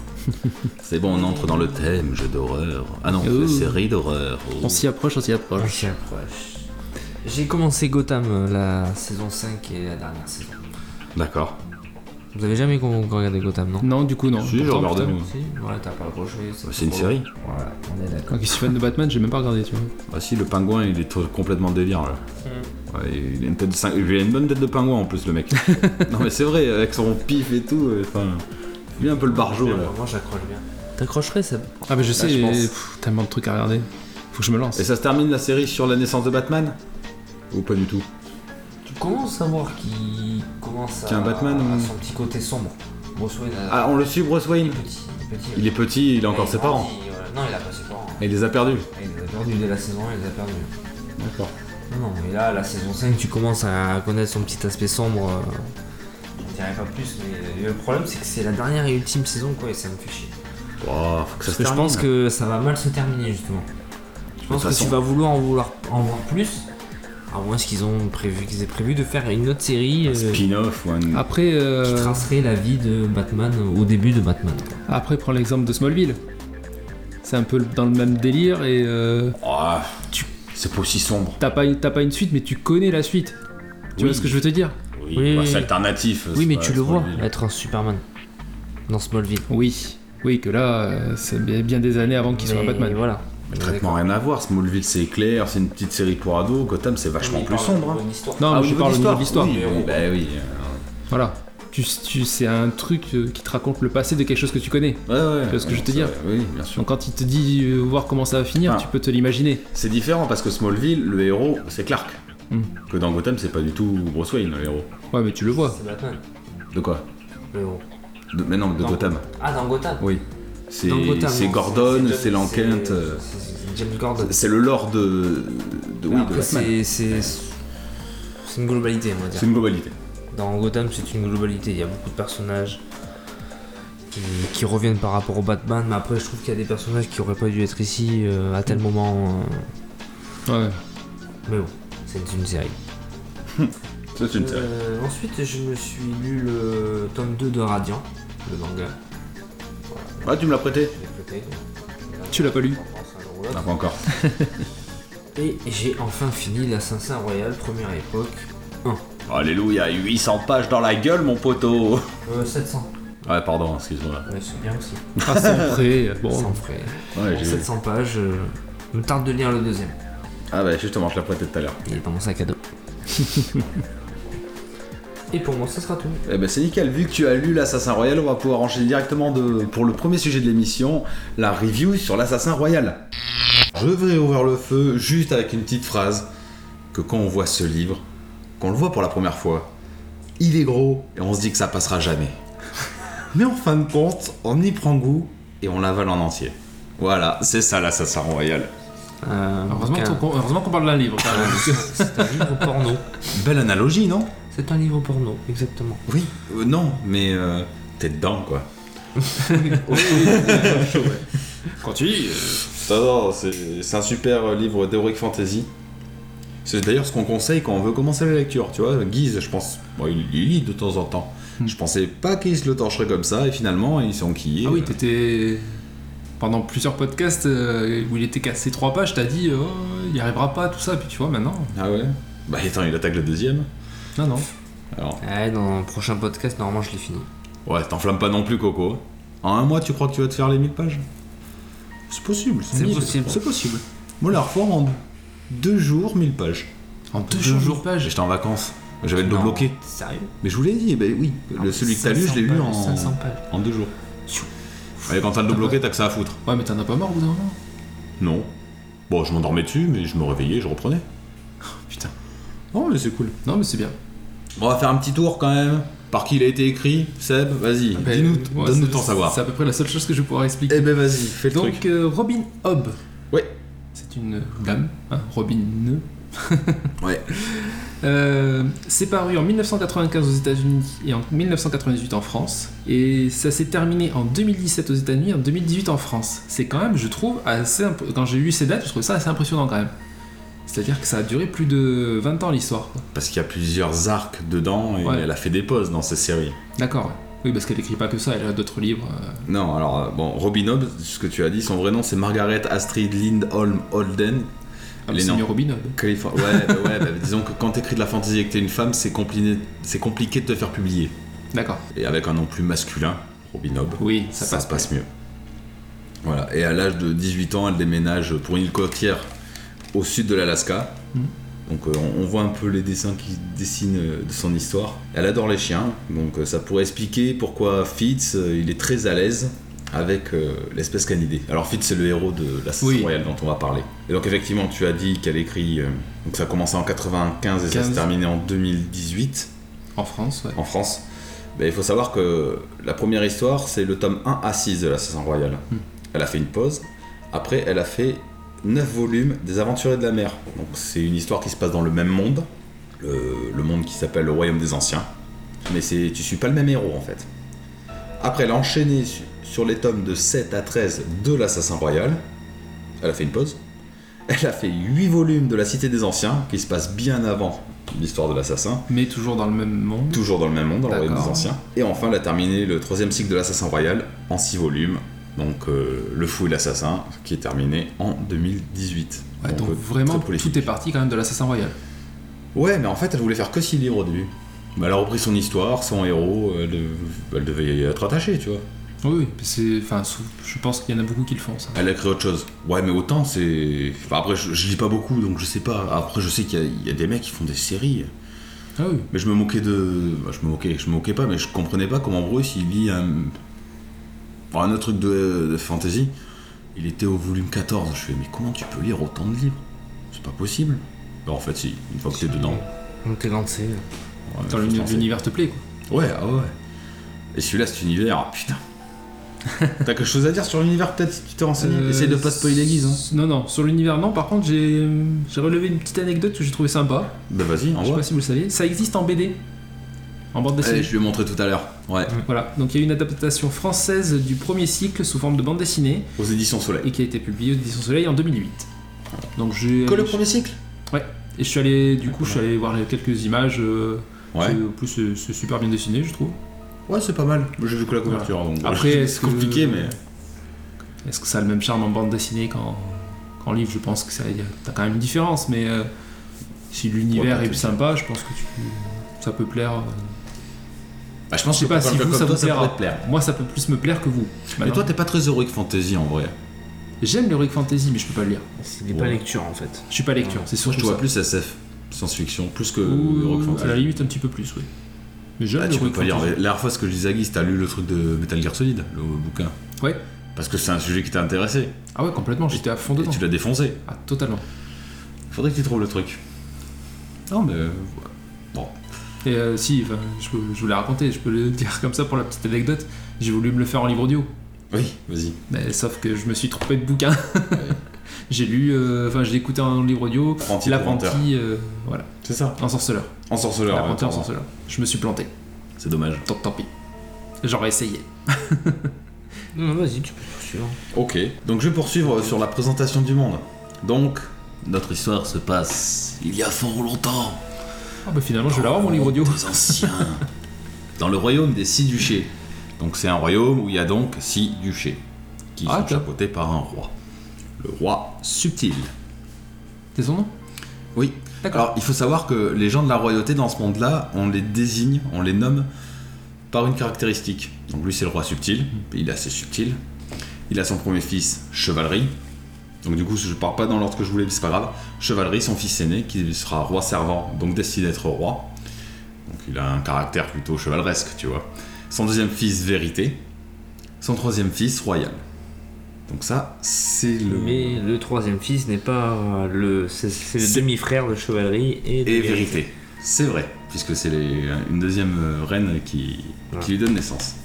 Speaker 2: c'est bon, on entre dans le thème, jeu d'horreur. Ah non,
Speaker 4: Ouh.
Speaker 2: on fait série d'horreur. Oh.
Speaker 4: On s'y approche, on s'y
Speaker 3: On
Speaker 4: approche.
Speaker 3: s'y approche. J'ai commencé Gotham euh, la saison 5 et la dernière saison.
Speaker 2: D'accord.
Speaker 3: Vous avez jamais con- regardé Gotham, non
Speaker 4: Non, du coup, non.
Speaker 2: Si, j'ai
Speaker 4: Pourtant,
Speaker 2: regardé.
Speaker 4: putain.
Speaker 2: moi.
Speaker 3: Si, ouais, t'as pas accroché.
Speaker 2: Bah, c'est une série.
Speaker 3: Voilà, on est d'accord.
Speaker 2: Ah,
Speaker 4: Quand je suis fan de Batman, j'ai même pas regardé, tu vois.
Speaker 2: Bah si, le pingouin, il est trop- complètement délire là. Ouais, il a une tête de cin- il a une bonne tête de pingouin en plus le mec. non mais c'est vrai, avec son pif et tout, euh, enfin, il est un peu le barjot là.
Speaker 3: Moi j'accroche bien.
Speaker 5: T'accrocherais ça
Speaker 4: Ah bah je sais,
Speaker 2: je pense.
Speaker 4: pff, tellement de trucs à regarder. Faut que je me lance.
Speaker 2: Et ça se termine la série sur la naissance de Batman Ou pas du tout
Speaker 3: Tu commences à voir qu'il commence à,
Speaker 2: Qu'il y a un Batman ou-
Speaker 3: à son petit côté sombre. Bruce Wayne a-
Speaker 2: Ah, on le suit Bruce Wayne
Speaker 3: il est petit, il est petit.
Speaker 2: Il est petit, il a encore
Speaker 3: Ouais,
Speaker 2: ses
Speaker 3: grandit,
Speaker 2: parents.
Speaker 3: voilà. Non, il a pas ses parents.
Speaker 2: Et il les a perdus.
Speaker 3: Il les a perdus dès la saison 1, il les a perdus.
Speaker 2: D'accord.
Speaker 3: Non, mais là, la saison 5, tu commences à connaître son petit aspect sombre. euh, J'en dirais pas plus, mais le problème, c'est que c'est la dernière et ultime saison, quoi, et ça me fait chier.
Speaker 2: faut que ça
Speaker 3: Parce
Speaker 2: se
Speaker 3: que je
Speaker 2: termine.
Speaker 3: pense que ça va mal se terminer, justement. Je pense que
Speaker 2: façon-
Speaker 3: tu vas vouloir en vouloir en voir plus, à moins qu'ils ont prévu, qu'ils aient prévu de faire une autre série euh,
Speaker 2: hein. Spin-off ou un.
Speaker 4: Après, euh,
Speaker 3: qui tracerait la vie de Batman euh, au début de Batman.
Speaker 4: après prends l'exemple de Smallville. C'est un peu dans le même délire et euh,
Speaker 2: Ah, tu- C'est pas aussi sombre.
Speaker 4: t'as pas, une- t'as pas une suite, mais tu connais la suite. Tu
Speaker 2: Oui.
Speaker 4: vois ce que je veux te dire
Speaker 2: Oui,
Speaker 3: Oui.
Speaker 2: bah, c'est alternatif.
Speaker 3: Oui,
Speaker 2: c'est
Speaker 3: mais
Speaker 2: pas-
Speaker 3: tu
Speaker 2: c'est
Speaker 3: le
Speaker 2: pas
Speaker 3: vois
Speaker 2: ville.
Speaker 3: être un Superman dans Smallville.
Speaker 4: Oui, oui, que là, euh, c'est bien bien des années avant qu'il soit
Speaker 3: Mais
Speaker 4: Batman.
Speaker 3: Voilà.
Speaker 2: Mais le traitement rien à voir. Smallville, c'est clair, c'est une petite série pour ados. Gotham, c'est vachement plus sombre. hein.
Speaker 4: Non,
Speaker 2: Ah,
Speaker 4: mais je parle au niveau de l'histoire.
Speaker 2: Oui, oui, bah oui.
Speaker 4: Voilà. Tu, tu- c'est un truc euh, qui te raconte le passé de quelque chose que tu connais.
Speaker 2: Ouais, euh, ouais.
Speaker 4: Tu vois ce que je veux te
Speaker 2: c'est
Speaker 4: dire
Speaker 2: vrai, Oui, bien sûr.
Speaker 4: Donc quand il te dit euh, voir comment ça va finir,
Speaker 2: Ah.
Speaker 4: tu peux te l'imaginer.
Speaker 2: C'est différent parce que Smallville, le héros, c'est Clark.
Speaker 4: Hmm.
Speaker 2: Que dans Gotham, c'est pas du tout Bruce Wayne, le héros.
Speaker 4: Ouais, mais tu le vois.
Speaker 3: C'est Batman,
Speaker 2: De quoi
Speaker 3: le héros.
Speaker 2: de, Mais non, de
Speaker 3: Non.
Speaker 2: Gotham.
Speaker 3: Ah, dans Gotham
Speaker 2: Oui. C'est
Speaker 3: Dans hein. Gotham,
Speaker 2: c'est
Speaker 3: non,
Speaker 2: Gordon,
Speaker 3: John-
Speaker 2: c'est l'enquête. euh,
Speaker 3: c'est- c'est James Gordon.
Speaker 2: C'est le lore de. de- oui, de
Speaker 3: Après,
Speaker 2: Batman.
Speaker 3: c'est- c'est c'est une globalité, on va dire.
Speaker 2: C'est une globalité.
Speaker 3: Dans Gotham, c'est une globalité. Il y a beaucoup de personnages qui, qui reviennent par rapport au Batman, mais après, je trouve qu'il y a des personnages qui auraient pas dû être ici euh, à tel
Speaker 4: Mm.
Speaker 3: moment. euh,
Speaker 4: Ouais.
Speaker 3: Mais bon, c'est une série.
Speaker 2: Ça, c'est une série.
Speaker 3: Euh, ensuite, je me suis lu le tome 2 de Radiant, le manga.
Speaker 2: Ah, tu me l'as prêté
Speaker 3: Je l'ai prêté, donc-
Speaker 4: Tu l'as pas lu
Speaker 3: On pense un jour ou l'autre.
Speaker 2: Non, Ah, pas encore.
Speaker 3: Et j'ai enfin fini l'Assassin Royal, première époque.
Speaker 2: Alléluia, 800 pages dans la gueule, mon poteau
Speaker 3: Euh, 700.
Speaker 2: Ouais, pardon, excuse-moi.
Speaker 3: Ouais, c'est bien aussi.
Speaker 4: Ah, sans prêt.
Speaker 3: Sans
Speaker 4: Bon,
Speaker 3: frais.
Speaker 2: Ouais,
Speaker 3: Pour
Speaker 2: Oh. Ah, j'ai-
Speaker 3: 700 pages, euh, je me tarde de lire le deuxième.
Speaker 2: Ah, bah justement, je l'ai prêté tout à l'heure.
Speaker 3: Il est dans mon sac à dos. Et pour moi, ça sera tout.
Speaker 2: Eh ben c'est nickel, vu que tu as lu l'Assassin Royal, on va pouvoir enchaîner directement de, pour le premier sujet de l'émission, la review sur l'Assassin Royal. Je vais ouvrir le feu juste avec une petite phrase, que quand on voit ce livre, quand on le voit pour la première fois, il est gros et on se dit que ça passera jamais. Mais en fin de compte, on y prend goût et on l'avale en entier. Voilà, c'est ça l'Assassin Royal.
Speaker 3: Euh,
Speaker 4: heureusement
Speaker 3: bouquin.
Speaker 4: qu'on heureusement qu'on parle d'un livre. quand
Speaker 2: Ah,
Speaker 4: même, parce que-
Speaker 3: C'est un livre porno.
Speaker 2: Belle analogie, non
Speaker 3: C'est un livre porno, exactement.
Speaker 2: Oui, euh, non, mais euh, t'es dedans quoi. Quand tu c'est c'est un super euh, livre d'Heroic Fantasy. C'est d'ailleurs ce qu'on conseille quand on veut commencer la lecture, tu vois. Guise, je pense, bon, il, il lit de temps en temps. Je pensais pas qu'il se le torcherait comme ça, et finalement, ils euh, s'est enquillé.
Speaker 4: Ah oui, t'étais. Pendant plusieurs podcasts euh, où il était cassé trois pages, t'as dit oh, il y arrivera pas, tout ça. Puis tu vois, maintenant.
Speaker 2: Ah ouais Bah attends, il attaque le deuxième.
Speaker 4: Non, non.
Speaker 2: Alors,
Speaker 3: Ouais, dans le prochain podcast, normalement, je l'ai fini.
Speaker 2: ouais, t'enflamme pas non plus, Coco. En un mois, tu crois que tu vas te faire les 1000 pages C'est possible,
Speaker 3: C'est
Speaker 2: mille,
Speaker 3: possible.
Speaker 2: C'est possible. Moi, la reforme, en deux jours, 1000 pages.
Speaker 4: En deux,
Speaker 2: jours.
Speaker 4: jours page.
Speaker 2: J'étais en vacances. J'avais le dos
Speaker 3: Non.
Speaker 2: bloqué.
Speaker 3: Sérieux
Speaker 2: Mais je vous l'ai dit, ben oui. Le, celui que t'as lu, je l'ai lu en,
Speaker 3: 500 pages.
Speaker 2: en deux jours. Allez, quand t'as le dos bloqué, t'as que ça à foutre.
Speaker 4: Ouais, mais t'en as pas mort au bout d'un moment.
Speaker 2: Non. Bon, je m'endormais dessus, mais je me réveillais, je reprenais. Oh,
Speaker 4: Putain.
Speaker 2: Non, mais c'est cool.
Speaker 4: Non, mais c'est bien.
Speaker 2: On va faire un petit tour quand même. Par qui il a été écrit Seb, vas-y. Dis-nous,
Speaker 4: Ouais,
Speaker 2: donne-nous
Speaker 4: c'est-
Speaker 2: ton savoir.
Speaker 4: C'est à peu près la seule chose que je vais pouvoir expliquer.
Speaker 2: Eh ben vas-y, fais le
Speaker 4: Donc, euh, Robin Hobb.
Speaker 2: Ouais.
Speaker 4: C'est une dame, hein, Robin.
Speaker 2: Ouais.
Speaker 4: Euh, c'est paru en 1995 aux États-Unis et en 1998 en France. Et ça s'est terminé en 2017 aux États-Unis et en 2018 en France. C'est quand même, je trouve, assez. imp- Quand j'ai lu ces dates, je trouve ça assez impressionnant quand même. C'est-à-dire que ça a duré plus de 20 ans l'histoire. quoi.
Speaker 2: Parce qu'il y a plusieurs arcs dedans et
Speaker 4: Ouais.
Speaker 2: elle a fait des pauses dans ces séries.
Speaker 4: D'accord, ouais. Oui, parce qu'elle écrit pas que ça, elle a d'autres livres. euh.
Speaker 2: Non, alors, euh, bon, Robin Hobb, ce que tu as dit, son vrai nom c'est Margaret Astrid Lindholm Holden.
Speaker 4: Ah,
Speaker 2: Les
Speaker 4: mais c'est
Speaker 2: noms.
Speaker 4: mieux Robin Hobb.
Speaker 2: Californ- Ouais, bah ouais, bah disons que quand t'écris de la fantasy et que t'es une femme, c'est compliqué, c'est compliqué de te faire publier.
Speaker 4: D'accord.
Speaker 2: Et avec un nom plus masculin, Robin Hobb,
Speaker 4: Oui, ça,
Speaker 2: ça,
Speaker 4: passe.
Speaker 2: se passe mieux. Voilà,
Speaker 4: Hmm.
Speaker 2: et à l'âge de 18 ans, elle déménage pour une île côtière au sud de l'Alaska. Donc euh, on, on voit un peu les dessins qui dessinent euh, de son histoire. Elle adore les chiens, donc euh, ça pourrait expliquer pourquoi Fitz, euh, il est très à l'aise avec euh, l'espèce canidée. Alors Fitz, c'est le héros de la saison
Speaker 4: Oui.
Speaker 2: royale dont on va parler. Et donc effectivement, tu as dit qu'elle écrit... euh, donc ça a commencé en 95 et ça se
Speaker 4: 15.
Speaker 2: terminait en 2018
Speaker 4: En France, ouais.
Speaker 2: en France. Ben, il faut savoir que la première histoire, c'est le tome 1 à 6 de la saison royale.
Speaker 4: Hmm.
Speaker 2: Elle a fait une pause. Après, elle a fait 9 volumes des Aventuriers de la mer. Donc, c'est une histoire qui se passe dans le même monde, le, le monde qui s'appelle le Royaume des Anciens. Mais c'est, tu suis pas le même héros en fait. Après, elle a enchaîné su- sur les tomes de 7 à 13 de l'Assassin Royal. Elle a fait une pause. Elle a fait 8 volumes de La Cité des Anciens, qui se passe bien avant l'histoire de l'assassin
Speaker 4: Mais toujours dans le même monde.
Speaker 2: toujours dans le même monde, dans le royaume des
Speaker 4: D'accord.
Speaker 2: anciens. Et enfin, elle a terminé le troisième cycle de l'Assassin Royal en 6 volumes. Donc, euh, Le Fou et l'Assassin, qui est terminé en 2018.
Speaker 4: Ouais, donc
Speaker 2: euh,
Speaker 4: vraiment,
Speaker 2: très polémique.
Speaker 4: tout est parti quand même de l'Assassin Royal.
Speaker 2: Ouais, mais en fait, elle voulait faire que 6 livres au début. Bah, elle a repris son histoire, son héros, elle, dev- elle devait y être attachée, tu vois.
Speaker 4: Ah Oui, oui, c'est, enfin, sou- je pense qu'il y en a beaucoup qui le font, ça.
Speaker 2: Elle a créé autre chose. Ouais, mais autant, c'est. Enfin, après, je, je lis pas beaucoup, donc je sais pas. Après, je sais qu'il y a- il y a des mecs qui font des séries.
Speaker 4: Ah oui.
Speaker 2: Mais je me moquais de. bah, je me moquais, je me moquais pas, mais je comprenais pas comment Bruce il lit un. enfin, un autre truc de, de fantasy. Il était au volume 14. Je fais, mais comment tu peux lire autant de livres C'est pas possible. Alors, en fait, si, une fois que t'es dedans.
Speaker 3: On t'est lancé.
Speaker 2: ouais,
Speaker 4: Dans
Speaker 2: faut se
Speaker 4: l'uni-
Speaker 2: lancer.
Speaker 4: l'univers te plaît, quoi.
Speaker 2: Ouais, ah ouais. Et celui-là, cet univers, ah, putain. T'as quelque chose à dire sur l'univers, peut-être, si tu t'es renseigné
Speaker 4: Euh,
Speaker 2: Essaye de pas spoiler l'église. Hein.
Speaker 4: Non, non, sur l'univers, non. Par contre, j'ai j'ai relevé une petite anecdote que j'ai trouvé sympa.
Speaker 2: Bah, vas-y,
Speaker 4: Je sais
Speaker 2: envoie.
Speaker 4: pas si vous le saviez. Ça existe en BD. En bande dessinée.
Speaker 2: Allez, je lui ai montré tout à l'heure. Ouais,
Speaker 4: Voilà, donc il y a eu une adaptation française du premier cycle sous forme de bande dessinée
Speaker 2: aux éditions Soleil.
Speaker 4: et qui a été publiée aux éditions Soleil en 2008. Donc j'ai.
Speaker 2: cycle
Speaker 4: Et je suis allé, du coup, je suis allé voir les quelques images. euh,
Speaker 2: Ouais.
Speaker 4: c'est- En plus, c'est- c'est super bien dessiné, je trouve.
Speaker 2: Ouais, c'est pas mal. J'ai vu que la couverture, donc. euh,
Speaker 4: Après,
Speaker 2: c'est
Speaker 4: est-ce que-
Speaker 2: compliqué, mais.
Speaker 4: Est-ce que ça a le même charme en bande dessinée qu'en qu'en livre Je pense que ça t'as quand même une différence, mais euh, si l'univers
Speaker 2: Ouais,
Speaker 4: est
Speaker 2: peut-être.
Speaker 4: sympa, je pense que tu- ça peut plaire. euh.
Speaker 2: Bah, je pense
Speaker 4: Je sais
Speaker 2: que
Speaker 4: pas
Speaker 2: pour
Speaker 4: si
Speaker 2: quelqu'un
Speaker 4: vous
Speaker 2: comme
Speaker 4: ça
Speaker 2: toi,
Speaker 4: vous plaira.
Speaker 2: pourrait te plaire.
Speaker 4: Moi, ça peut plus me plaire que vous.
Speaker 2: Mais
Speaker 4: Maintenant,
Speaker 2: toi, t'es pas très heroic fantasy en vrai.
Speaker 4: j'aime l'heroic fantasy, mais je peux pas le lire.
Speaker 3: Il n'est pas
Speaker 2: Ouais.
Speaker 3: lecture en fait.
Speaker 4: Je suis pas lecture. C'est
Speaker 2: Moi,
Speaker 4: surtout
Speaker 2: je te vois
Speaker 4: ça.
Speaker 2: plus SF, science-fiction, plus que
Speaker 4: Ou,
Speaker 2: heroic
Speaker 4: à la
Speaker 2: fantasy.
Speaker 4: limite un petit peu plus, oui. Mais j'aime
Speaker 2: Là, tu peux
Speaker 4: l'heroic
Speaker 2: pas lire.
Speaker 4: fantasy.
Speaker 2: La dernière fois, ce que je disais à Guy, t'as lu le truc de Metal Gear Solid, le bouquin.
Speaker 4: Ouais.
Speaker 2: Parce que c'est un sujet qui t'a intéressé.
Speaker 4: Ah ouais, complètement. J'étais à fond
Speaker 2: Et
Speaker 4: dedans.
Speaker 2: tu l'as défoncé.
Speaker 4: Ah totalement.
Speaker 2: Faudrait que tu trouves le truc. Non, mais. euh, Bon.
Speaker 4: Et euh, si, enfin, je, peux- je vous l'ai raconté. Je peux le dire comme ça pour la petite anecdote. J'ai voulu me le faire en livre audio.
Speaker 2: Oui, vas-y.
Speaker 4: Mais sauf que je me suis trompé de bouquin. j'ai lu, euh, enfin j'ai écouté un livre audio,
Speaker 2: Apprenti tourmenteur.
Speaker 4: l'apprenti, euh, voilà,
Speaker 2: C'est ça.
Speaker 4: ensorceleur,
Speaker 2: Ensorceleur. en
Speaker 4: l'apprenti
Speaker 2: même temps.
Speaker 4: ensorceleur. Je me suis planté,
Speaker 2: C'est dommage.
Speaker 4: tant, tant pis. J'aurais essayé.
Speaker 3: Non, vas-y, tu peux poursuivre.
Speaker 2: Ok, donc je vais poursuivre sur la présentation du monde. Donc, notre histoire se passe il y a fort longtemps.
Speaker 4: Ah bah finalement je vais l'avoir mon livre audio.
Speaker 2: Des anciens. dans le royaume des six duchés. Donc c'est un royaume où il y a donc six duchés qui
Speaker 4: Ah,
Speaker 2: sont
Speaker 4: tiens.
Speaker 2: chapeautés par un roi. Le roi subtil.
Speaker 4: C'est son nom
Speaker 2: Oui.
Speaker 4: D'accord.
Speaker 2: Alors il faut savoir que les gens de la royauté dans ce monde-là, on les désigne, on les nomme par une caractéristique. Donc lui c'est le roi subtil, il est assez subtil. Il a son premier fils, Chevalerie. Donc du coup je parle pas dans l'ordre que je voulais, mais c'est pas grave. Chevalerie, son fils aîné, qui sera roi servant, donc destiné à être roi. Donc il a un caractère plutôt chevaleresque, tu vois. Son deuxième fils, Vérité. Son troisième fils, Royal. Donc ça, c'est le...
Speaker 3: Mais le troisième fils n'est pas euh, le. C'est c'est le
Speaker 2: C'est-
Speaker 3: demi-frère de chevalerie et de
Speaker 2: Et vérité. C'est vrai, puisque c'est les- une deuxième euh, reine qui,
Speaker 3: Ouais.
Speaker 2: qui lui donne naissance.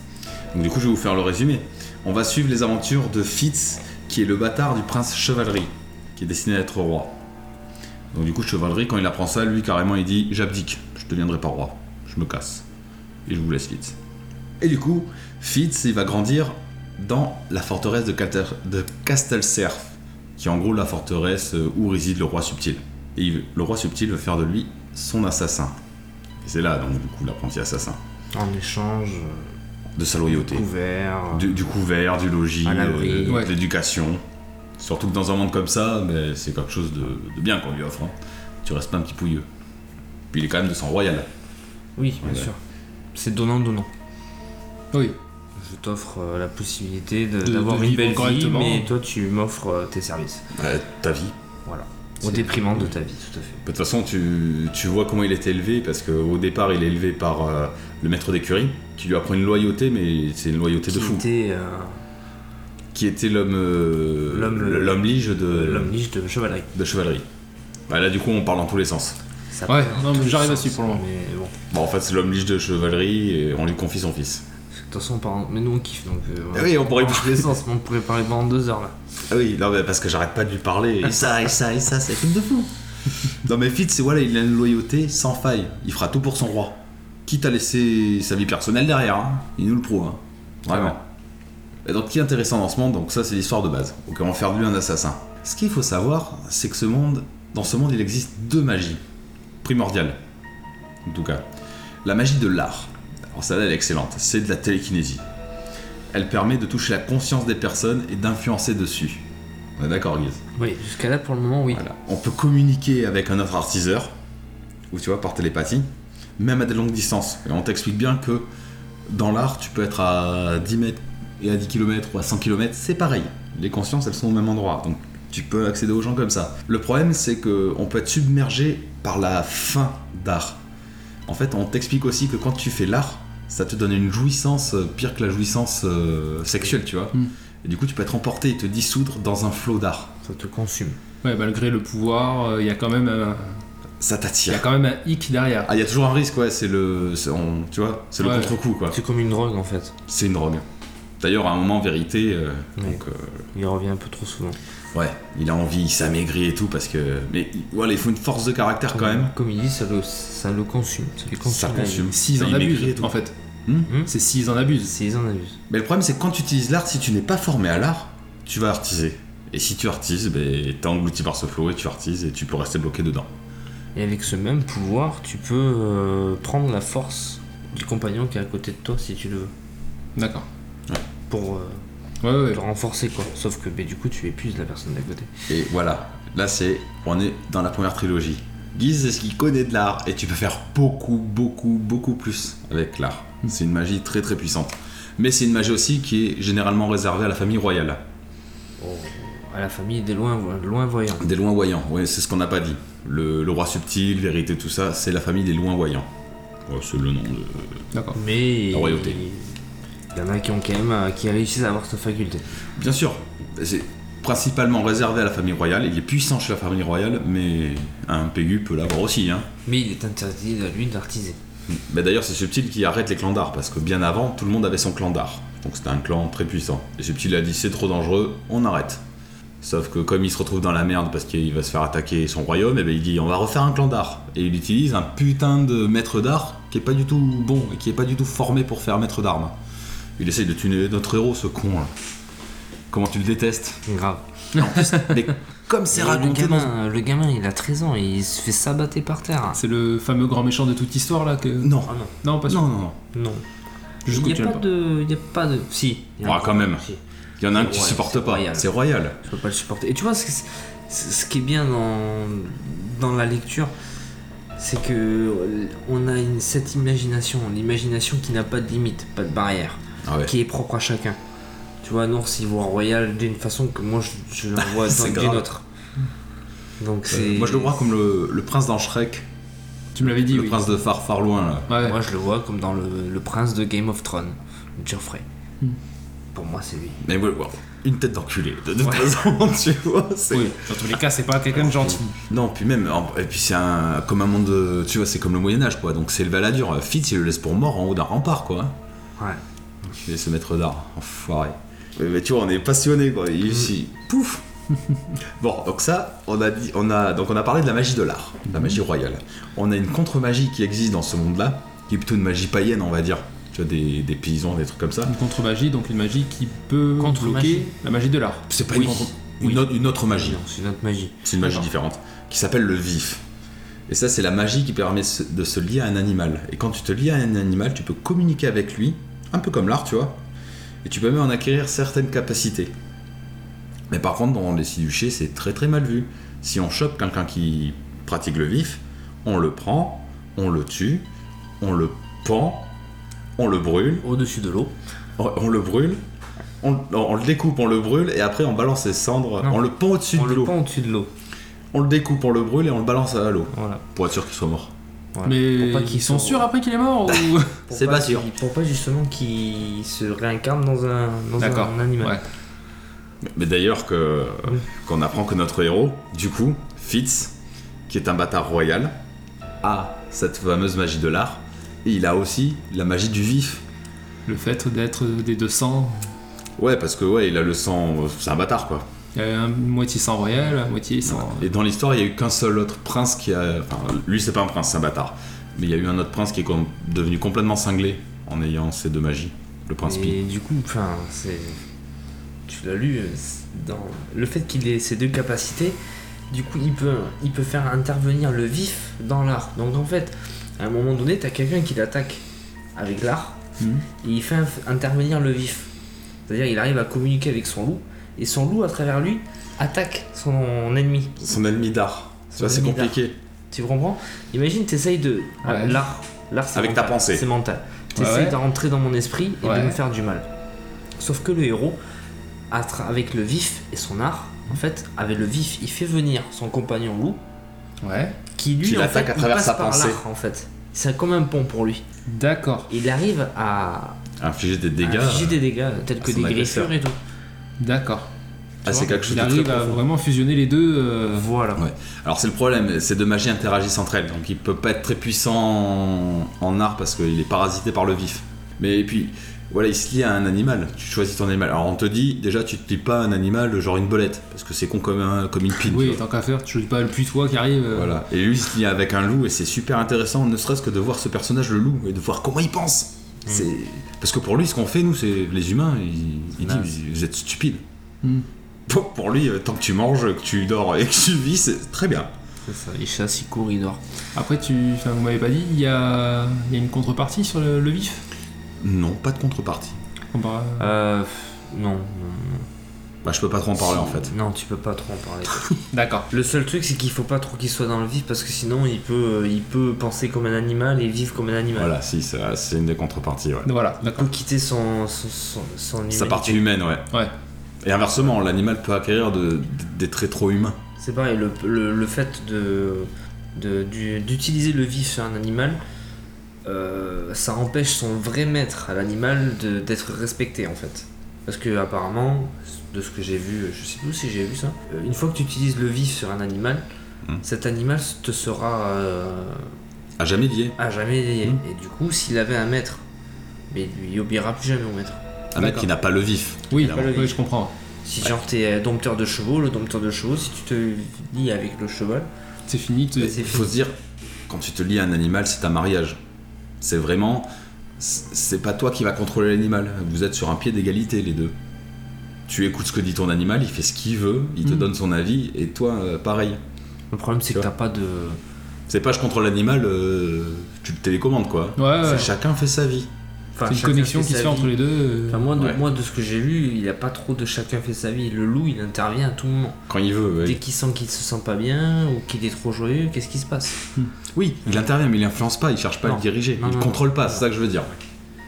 Speaker 2: Donc du coup, je vais vous faire le résumé. On va suivre les aventures de Fitz, qui est le bâtard du prince Chevalerie, qui est destiné à être roi. Donc du coup, Chevalerie, quand il apprend ça, lui carrément, il dit J'abdique, je deviendrai pas roi, je me casse. Et je vous laisse Fitz. Et du coup, Fitz, il va grandir dans la forteresse de, Cater- de Castelcerf, qui est en gros la forteresse euh, où réside le roi subtil. Et il- le roi subtil veut faire de lui son assassin. Et c'est là, donc, du coup, l'apprenti assassin.
Speaker 3: En échange, euh,
Speaker 2: De sa loyauté.
Speaker 4: euh.
Speaker 3: couvert.
Speaker 2: Du, du couvert, du logis,
Speaker 3: À l'abri.
Speaker 2: euh,
Speaker 4: Ouais.
Speaker 2: de l'éducation. Surtout que dans un monde comme ça, ben, c'est quelque chose de, de bien qu'on lui offre. hein. Tu restes pas un petit pouilleux. Puis il est quand même de sang royal.
Speaker 3: Oui, bien
Speaker 2: Ouais.
Speaker 3: sûr. C'est donnant-donnant.
Speaker 4: Oui.
Speaker 3: Je t'offre euh, la possibilité de-
Speaker 4: De-
Speaker 3: d'avoir
Speaker 4: de
Speaker 3: une
Speaker 4: vivre
Speaker 3: belle vie,
Speaker 4: correctement.
Speaker 3: mais toi tu m'offres euh, tes services.
Speaker 2: ta vie.
Speaker 3: Voilà. Au déprimant de ta vie, tout à fait.
Speaker 2: De toute façon, tu, tu vois comment il est élevé, parce qu'au départ, il est élevé par euh, le maître d'écurie, qui lui apprend une loyauté, mais c'est une loyauté de
Speaker 3: Qui
Speaker 2: fou.
Speaker 3: était, euh,
Speaker 2: Qui était l'homme. euh,
Speaker 3: L'homme-
Speaker 2: le- l'homme lige de,
Speaker 3: l'homme niche de chevalerie.
Speaker 2: de chevalerie. Bah, là, du coup, on parle dans tous les sens.
Speaker 3: Ça
Speaker 4: Ouais,
Speaker 3: perd
Speaker 4: non, mais
Speaker 3: tout
Speaker 4: j'arrive
Speaker 3: sens,
Speaker 4: là-dessus pour le moment.
Speaker 3: Mais bon,
Speaker 2: Bon, en fait, c'est l'homme lige de chevalerie, et on lui confie son fils.
Speaker 3: de toute façon, on parle- mais nous on kiffe donc. euh,
Speaker 2: Ah oui, on pourrait y
Speaker 3: parle
Speaker 2: parler.
Speaker 3: d'essence, mais on pourrait parler pendant deux heures là.
Speaker 2: Ah oui, non, mais parce que j'arrête pas de lui parler. Et Ah, ça, et ça, et ça, c'est un truc de fou. Non, mais Fitz, c'est voilà, il a une loyauté sans faille. Il fera tout pour son roi. Quitte à laisser sa vie personnelle derrière. hein. Il nous le prouve. hein. Vraiment. Et donc, qui est intéressant dans ce monde, donc ça, c'est l'histoire de base. Donc, on va faire de lui un assassin. Ce qu'il faut savoir, c'est que ce monde, dans ce monde, il existe deux magies. Primordiales. En tout cas. La magie de l'art. Alors, celle-là, elle est excellente. C'est de la télékinésie. Elle permet de toucher la conscience des personnes et d'influencer dessus. On est d'accord, Guise
Speaker 3: Oui, jusqu'à là pour le moment, oui.
Speaker 2: voilà. On peut communiquer avec un autre artiseur, ou tu vois, par télépathie, même à des longues distances. Et on t'explique bien que dans l'art, tu peux être à 10 mètres et à 10 km ou à 100 km, c'est pareil. Les consciences, elles sont au même endroit. Donc tu peux accéder aux gens comme ça. Le problème, c'est qu'on peut être submergé par la fin d'art. En fait, on t'explique aussi que quand tu fais l'art, ça te donne une jouissance euh, pire que la jouissance euh, sexuelle, tu vois.
Speaker 4: Mm.
Speaker 2: Et du coup, tu peux être emporté et te dissoudre dans un flot d'art.
Speaker 3: Ça te consume.
Speaker 4: Ouais, malgré le pouvoir, euh, il y a quand même un,
Speaker 2: Ça
Speaker 4: il y
Speaker 2: t'attire.
Speaker 4: a quand même un hic derrière.
Speaker 2: Ah, il y a toujours un risque, ouais, c'est le. c'est- on- tu vois, c'est le
Speaker 4: Ouais.
Speaker 2: contre-coup, quoi.
Speaker 3: C'est comme une drogue en fait.
Speaker 2: C'est une drogue. D'ailleurs, à un moment, en vérité, euh,
Speaker 3: Oui.
Speaker 2: donc, euh,
Speaker 3: Il revient un peu trop souvent.
Speaker 2: ouais, il a envie, il s'amaigrit et tout, parce que. Mais il- voilà, il faut une force de caractère Ah, quand même.
Speaker 3: Comme il dit, ça le, ça le consume. Ça lui consume.
Speaker 2: Ça
Speaker 3: la vie.
Speaker 2: consume.
Speaker 4: S'ils en
Speaker 2: Il maigrit et
Speaker 4: abusent,
Speaker 2: tout.
Speaker 4: en fait.
Speaker 2: Hmm
Speaker 3: Hmm
Speaker 4: C'est s'ils en abusent.
Speaker 3: C'est ils en abusent.
Speaker 2: Mais le problème, c'est que quand tu utilises l'art, si tu n'es pas formé à l'art, tu vas artiser. Et si tu artises, ben, t'es englouti par ce flot et tu artises et tu peux rester bloqué dedans.
Speaker 3: Et avec ce même pouvoir, tu peux euh, prendre la force du compagnon qui est à côté de toi si tu le veux.
Speaker 4: D'accord.
Speaker 3: Pour euh,
Speaker 4: Ouais, ouais, ouais.
Speaker 3: le renforcer quoi. Sauf que bah, du coup, tu épuises la personne d'à côté.
Speaker 2: Et voilà, là, c'est. On est dans la première trilogie. Guise, c'est ce qu'il connaît de l'art et tu peux faire beaucoup, beaucoup, beaucoup plus avec l'art. C'est une magie très, très puissante. Mais c'est une magie aussi qui est généralement réservée à la famille royale. Oh.
Speaker 3: À la famille des loin, loin voyants.
Speaker 2: Des loinvoyants, oui, c'est ce qu'on n'a pas dit. Le, le roi subtil, vérité, tout ça, c'est la famille des loinvoyants. Ouais, Oh, c'est le nom de.
Speaker 4: D'accord.
Speaker 3: Mais.
Speaker 2: La royauté.
Speaker 3: Il y en a qui ont quand même euh, qui réussissent à avoir cette faculté.
Speaker 2: Bien sûr, c'est principalement réservé à la famille royale. Il est puissant chez la famille royale, mais un PU peut l'avoir aussi. Hein.
Speaker 3: Mais il est interdit à lui d'artiser.
Speaker 2: Mais d'ailleurs, c'est Subtil qui arrête les clans d'art, parce que bien avant, tout le monde avait son clan d'art. Donc c'était un clan très puissant. Et Subtil a dit c'est trop dangereux, on arrête. Sauf que comme il se retrouve dans la merde parce qu'il va se faire attaquer son royaume, et ben il dit on va refaire un clan d'art. Et il utilise un putain de maître d'art qui est pas du tout bon et qui est pas du tout formé pour faire maître d'armes. Il essaye de tuer notre héros, ce con là. Comment tu le détestes
Speaker 3: Grave.
Speaker 2: Mais comme c'est
Speaker 3: Et le,
Speaker 2: raconté dans
Speaker 3: gamin, le gamin, il a 13 ans et il se fait sabater par terre.
Speaker 4: C'est le fameux grand méchant de toute histoire là que.
Speaker 2: Non,
Speaker 3: Ah non,
Speaker 4: Non, pas sûr.
Speaker 2: non, non, non.
Speaker 3: non.
Speaker 4: Juste
Speaker 3: il
Speaker 4: que tu
Speaker 3: n'y a, pas
Speaker 4: l'aimes pas.
Speaker 3: de. Il n'y a pas de. Si. il y en a
Speaker 2: Ah,
Speaker 3: qui-
Speaker 2: quand même.
Speaker 3: si.
Speaker 2: Il y en a un que tu
Speaker 3: Ouais,
Speaker 2: supportes
Speaker 3: c'est
Speaker 2: pas,
Speaker 3: royal.
Speaker 2: c'est royal.
Speaker 3: Je peux pas le supporter. Et tu vois, ce, qui- ce- ce qui est bien dans, dans la lecture, c'est que euh, on a une, cette imagination, l'imagination qui n'a pas de limite, pas de barrière,
Speaker 2: Ah ouais.
Speaker 3: qui est propre à chacun. Tu vois, Nours, il voit Royal d'une façon que moi, je, je le vois
Speaker 2: C'est
Speaker 3: d'une
Speaker 2: grave.
Speaker 3: autre. Donc
Speaker 2: Euh,
Speaker 3: c'est.
Speaker 2: Moi je le vois comme le, le prince dans Shrek,
Speaker 4: Tu me l'avais dit,
Speaker 2: le
Speaker 4: oui.
Speaker 2: prince de far far loin là.
Speaker 4: Ouais.
Speaker 3: Moi, je le vois comme dans le, le prince de Game of Thrones, Geoffrey.
Speaker 2: Hmm.
Speaker 3: Pour moi, c'est lui.
Speaker 2: Mais ouais, ouais, une tête d'enculé, de toute façon, tu vois. c'est-
Speaker 4: Oui. Dans tous les cas, c'est pas quelqu'un de gentil.
Speaker 2: Non, puis même, en- et puis c'est un, comme un monde, de- tu vois, c'est comme le Moyen-Âge quoi, donc c'est le Valadur. Euh, Fitz il le laisse pour mort en haut d'un rempart quoi.
Speaker 3: Ouais.
Speaker 2: Et ce maître d'art, enfoiré. Mais, mais tu vois, on est passionné quoi, il si- Pouf Bon, donc ça, on a, dit, on, a, donc on a parlé de la magie de l'art, de
Speaker 4: Mm.
Speaker 2: la magie royale. On a une contre-magie qui existe dans ce monde-là, qui est plutôt une magie païenne, on va dire. Tu vois, des, des paysans, des trucs comme ça.
Speaker 4: Une contre-magie, donc une magie qui peut
Speaker 3: Contre
Speaker 4: bloquer
Speaker 3: magie.
Speaker 4: la magie de l'art.
Speaker 2: C'est pas
Speaker 3: Oui.
Speaker 2: une, contre-
Speaker 3: Oui.
Speaker 2: une autre- une autre magie. hein.
Speaker 3: Non, c'est notre magie.
Speaker 2: C'est une magie différente qui s'appelle le vif. Et ça, c'est la magie qui permet se- de se lier à un animal. Et quand tu te lies à un animal, tu peux communiquer avec lui, un peu comme l'art, tu vois. Et tu peux même en acquérir certaines capacités. Mais par contre, dans les siduchés, c'est très très mal vu. Si on chope quelqu'un qui pratique le vif, on le prend, on le tue, on le pend, on le brûle,
Speaker 3: Au-dessus de l'eau.
Speaker 2: on, on le brûle, on, on le découpe, on le brûle, et après on balance ses cendres,
Speaker 3: Non.
Speaker 2: on le pend au-dessus
Speaker 3: On
Speaker 2: de
Speaker 3: le
Speaker 2: l'eau.
Speaker 3: pend au-dessus de l'eau.
Speaker 2: on le découpe, on le brûle et on le balance à l'eau.
Speaker 3: Voilà.
Speaker 2: Pour être sûr qu'il soit mort.
Speaker 3: voilà.
Speaker 4: Mais
Speaker 3: Pour pas
Speaker 4: ils
Speaker 3: qu'il
Speaker 4: sont
Speaker 3: se-
Speaker 4: sûrs après qu'il est mort ou...
Speaker 3: pour
Speaker 2: C'est pas
Speaker 3: qu'il-
Speaker 2: sûr.
Speaker 3: Pour pas justement qu'il se réincarne dans un, dans
Speaker 4: D'accord.
Speaker 3: un animal.
Speaker 4: Ouais.
Speaker 2: Mais d'ailleurs que
Speaker 3: Oui.
Speaker 2: qu'on apprend que notre héros, du coup, Fitz, qui est un bâtard royal, a cette fameuse magie de l'art. Et il a aussi la magie du vif.
Speaker 4: Le fait d'être des deux sangs,
Speaker 2: Ouais, parce que ouais, il a le sang, euh, c'est un bâtard quoi.
Speaker 4: il y a un moitié sang royal, un moitié sang.
Speaker 2: Et dans l'histoire, il y a eu qu'un seul autre prince qui a, enfin, lui c'est pas un prince, c'est un bâtard. Mais il y a eu un autre prince qui est com- devenu complètement cinglé en ayant ces deux magies. Le prince Pi.
Speaker 3: Et du coup, enfin, c'est. Tu l'as lu, euh, c'est dans le fait qu'il ait ces deux capacités, du coup, il peut, il peut faire intervenir le vif dans l'art. Donc en fait, à un moment donné, t'as quelqu'un qui l'attaque avec l'art,
Speaker 2: Hmm.
Speaker 4: Mhm.
Speaker 3: et il fait inf- intervenir le vif. C'est-à-dire, il arrive à communiquer avec son loup, et son loup, à travers lui, attaque son ennemi.
Speaker 2: Son ennemi d'art. Tu vois,
Speaker 3: Son
Speaker 2: c'est
Speaker 3: ennemi d'art.
Speaker 2: compliqué.
Speaker 3: Tu comprends Imagine, t'essayes de. euh,
Speaker 4: Ouais.
Speaker 3: L'art. L'art, c'est
Speaker 2: Avec
Speaker 3: mental,
Speaker 2: ta pensée.
Speaker 3: C'est mental.
Speaker 4: Ouais,
Speaker 3: T'essayes
Speaker 4: ouais.
Speaker 3: de rentrer dans mon esprit et
Speaker 4: Ouais.
Speaker 3: de me faire du mal. Sauf que le héros, à tra- avec le vif et son art, en fait, avec le vif, il fait venir son compagnon loup,
Speaker 4: Ouais.
Speaker 3: qui lui,
Speaker 2: Qui
Speaker 3: en
Speaker 2: l'attaque
Speaker 3: fait,
Speaker 2: à
Speaker 3: il
Speaker 2: travers
Speaker 3: passe
Speaker 2: sa
Speaker 3: par
Speaker 2: pensée.
Speaker 3: l'art, en fait. C'est comme un pont pour lui.
Speaker 4: D'accord,
Speaker 3: Il arrive à
Speaker 2: Infliger des dégâts.
Speaker 3: infliger des dégâts, tels que
Speaker 2: son
Speaker 3: des
Speaker 2: agresseur.
Speaker 3: griffures et tout.
Speaker 4: d'accord.
Speaker 2: Ah, c'est quelque chose
Speaker 4: Il
Speaker 2: de très
Speaker 4: arrive à
Speaker 2: profond.
Speaker 4: vraiment fusionner les deux. euh,
Speaker 3: Voilà.
Speaker 2: Ouais. Alors c'est le problème, ces deux magies interagissent entre elles, donc il peut pas être très puissant en, en art parce qu'il est parasité par le vif. Mais et puis, voilà, il se lie à un animal, tu choisis ton animal. Alors on te dit, déjà tu te lis pas à un animal genre une belette, parce que c'est con comme, un- comme une pine. tu
Speaker 4: Oui,
Speaker 2: vois.
Speaker 4: tant qu'à faire, tu dis pas le putois qui arrive. euh,
Speaker 2: Voilà. Et lui il se lie avec un loup et c'est super intéressant, ne serait-ce que de voir ce personnage le loup et de voir comment il pense. C'est Parce que pour lui, ce qu'on fait, nous, c'est les humains, il, il dit,
Speaker 3: Mince.
Speaker 2: vous êtes stupides. Mm.
Speaker 4: Hmm.
Speaker 2: Pour, pour lui, euh, tant que tu manges, que tu dors et que tu vis, c'est très bien.
Speaker 3: C'est ça. Il chasse, il court, il dort.
Speaker 4: Après, tu, enfin, vous m'avez pas dit, il y a... il y a une contrepartie sur le, le vif
Speaker 2: Non, pas de contrepartie.
Speaker 4: Comparé
Speaker 2: Ah.
Speaker 4: à-
Speaker 3: Euh. pff, Non, non, non.
Speaker 2: Bah, je peux pas trop en parler en fait.
Speaker 3: Non, tu peux pas trop en parler.
Speaker 4: D'accord.
Speaker 3: Le seul truc, c'est qu'il faut pas trop qu'il soit dans le vif parce que sinon il peut, euh, il peut penser comme un animal et vivre comme un animal.
Speaker 2: Voilà, si, ça- c'est une des contreparties, ouais.
Speaker 4: Voilà,
Speaker 3: Il peut
Speaker 4: d'accord.
Speaker 3: quitter son, son, son, son
Speaker 2: Sa
Speaker 3: humanité.
Speaker 2: partie humaine, ouais.
Speaker 4: Ouais.
Speaker 2: Et inversement, l'animal peut acquérir de- des traits trop humains.
Speaker 3: C'est pareil, le, le, le fait de de- du- d'utiliser le vif sur un animal, euh, ça empêche son vrai maître à l'animal de- d'être respecté en fait. Parce que apparemment, de ce que j'ai vu, euh, je sais plus si j'ai vu ça, euh, une fois que tu utilises le vif sur un animal,
Speaker 2: Mhm.
Speaker 3: cet animal te sera euh,
Speaker 2: À jamais lié.
Speaker 3: à jamais lié.
Speaker 2: Mm.
Speaker 3: Et du coup, s'il avait un maître, mais lui, il obéira plus jamais au maître.
Speaker 2: Un mec
Speaker 4: D'accord.
Speaker 2: qui n'a pas le vif.
Speaker 4: Oui,
Speaker 2: Évidemment.
Speaker 4: oui, je comprends.
Speaker 3: Si genre t'es euh, dompteur de chevaux, le dompteur de chevaux, si tu te lies avec le cheval,
Speaker 4: C'est fini. tu-
Speaker 3: bah, c'est
Speaker 2: Il faut
Speaker 3: fini.
Speaker 2: se dire, quand tu te lies à un animal, c'est un mariage. C'est vraiment. C'est pas toi qui va contrôler l'animal. Vous êtes sur un pied d'égalité, les deux. Tu écoutes ce que dit ton animal, il fait ce qu'il veut, il
Speaker 3: Mm.
Speaker 2: te
Speaker 4: Mhm.
Speaker 2: donne son avis, et toi, euh, pareil.
Speaker 3: Le problème c'est que
Speaker 2: Tu
Speaker 3: t'as pas de.
Speaker 2: C'est pas je contrôle l'animal, euh, tu le télécommandes, quoi.
Speaker 4: Ouais, ouais.
Speaker 2: C'est Chacun fait sa vie.
Speaker 3: Enfin,
Speaker 4: C'est une
Speaker 3: chacun
Speaker 4: connexion
Speaker 3: fait
Speaker 4: qui
Speaker 3: sa
Speaker 4: se fait
Speaker 3: vie.
Speaker 4: entre les deux. euh,
Speaker 3: Enfin, moi, de,
Speaker 2: Ouais.
Speaker 3: moi, de ce que j'ai vu, il n'y a pas trop de chacun fait sa vie. Le loup, il intervient à tout moment.
Speaker 2: Quand il veut, ouais.
Speaker 3: Dès qu'il sent qu'il se sent pas bien ou qu'il est trop joyeux, qu'est-ce qui se passe
Speaker 2: Oui, il intervient, mais il influence pas, il cherche pas à
Speaker 3: Non.
Speaker 2: le diriger,
Speaker 3: Non,
Speaker 2: il
Speaker 3: non,
Speaker 2: contrôle pas,
Speaker 3: non.
Speaker 2: c'est ça que je veux dire.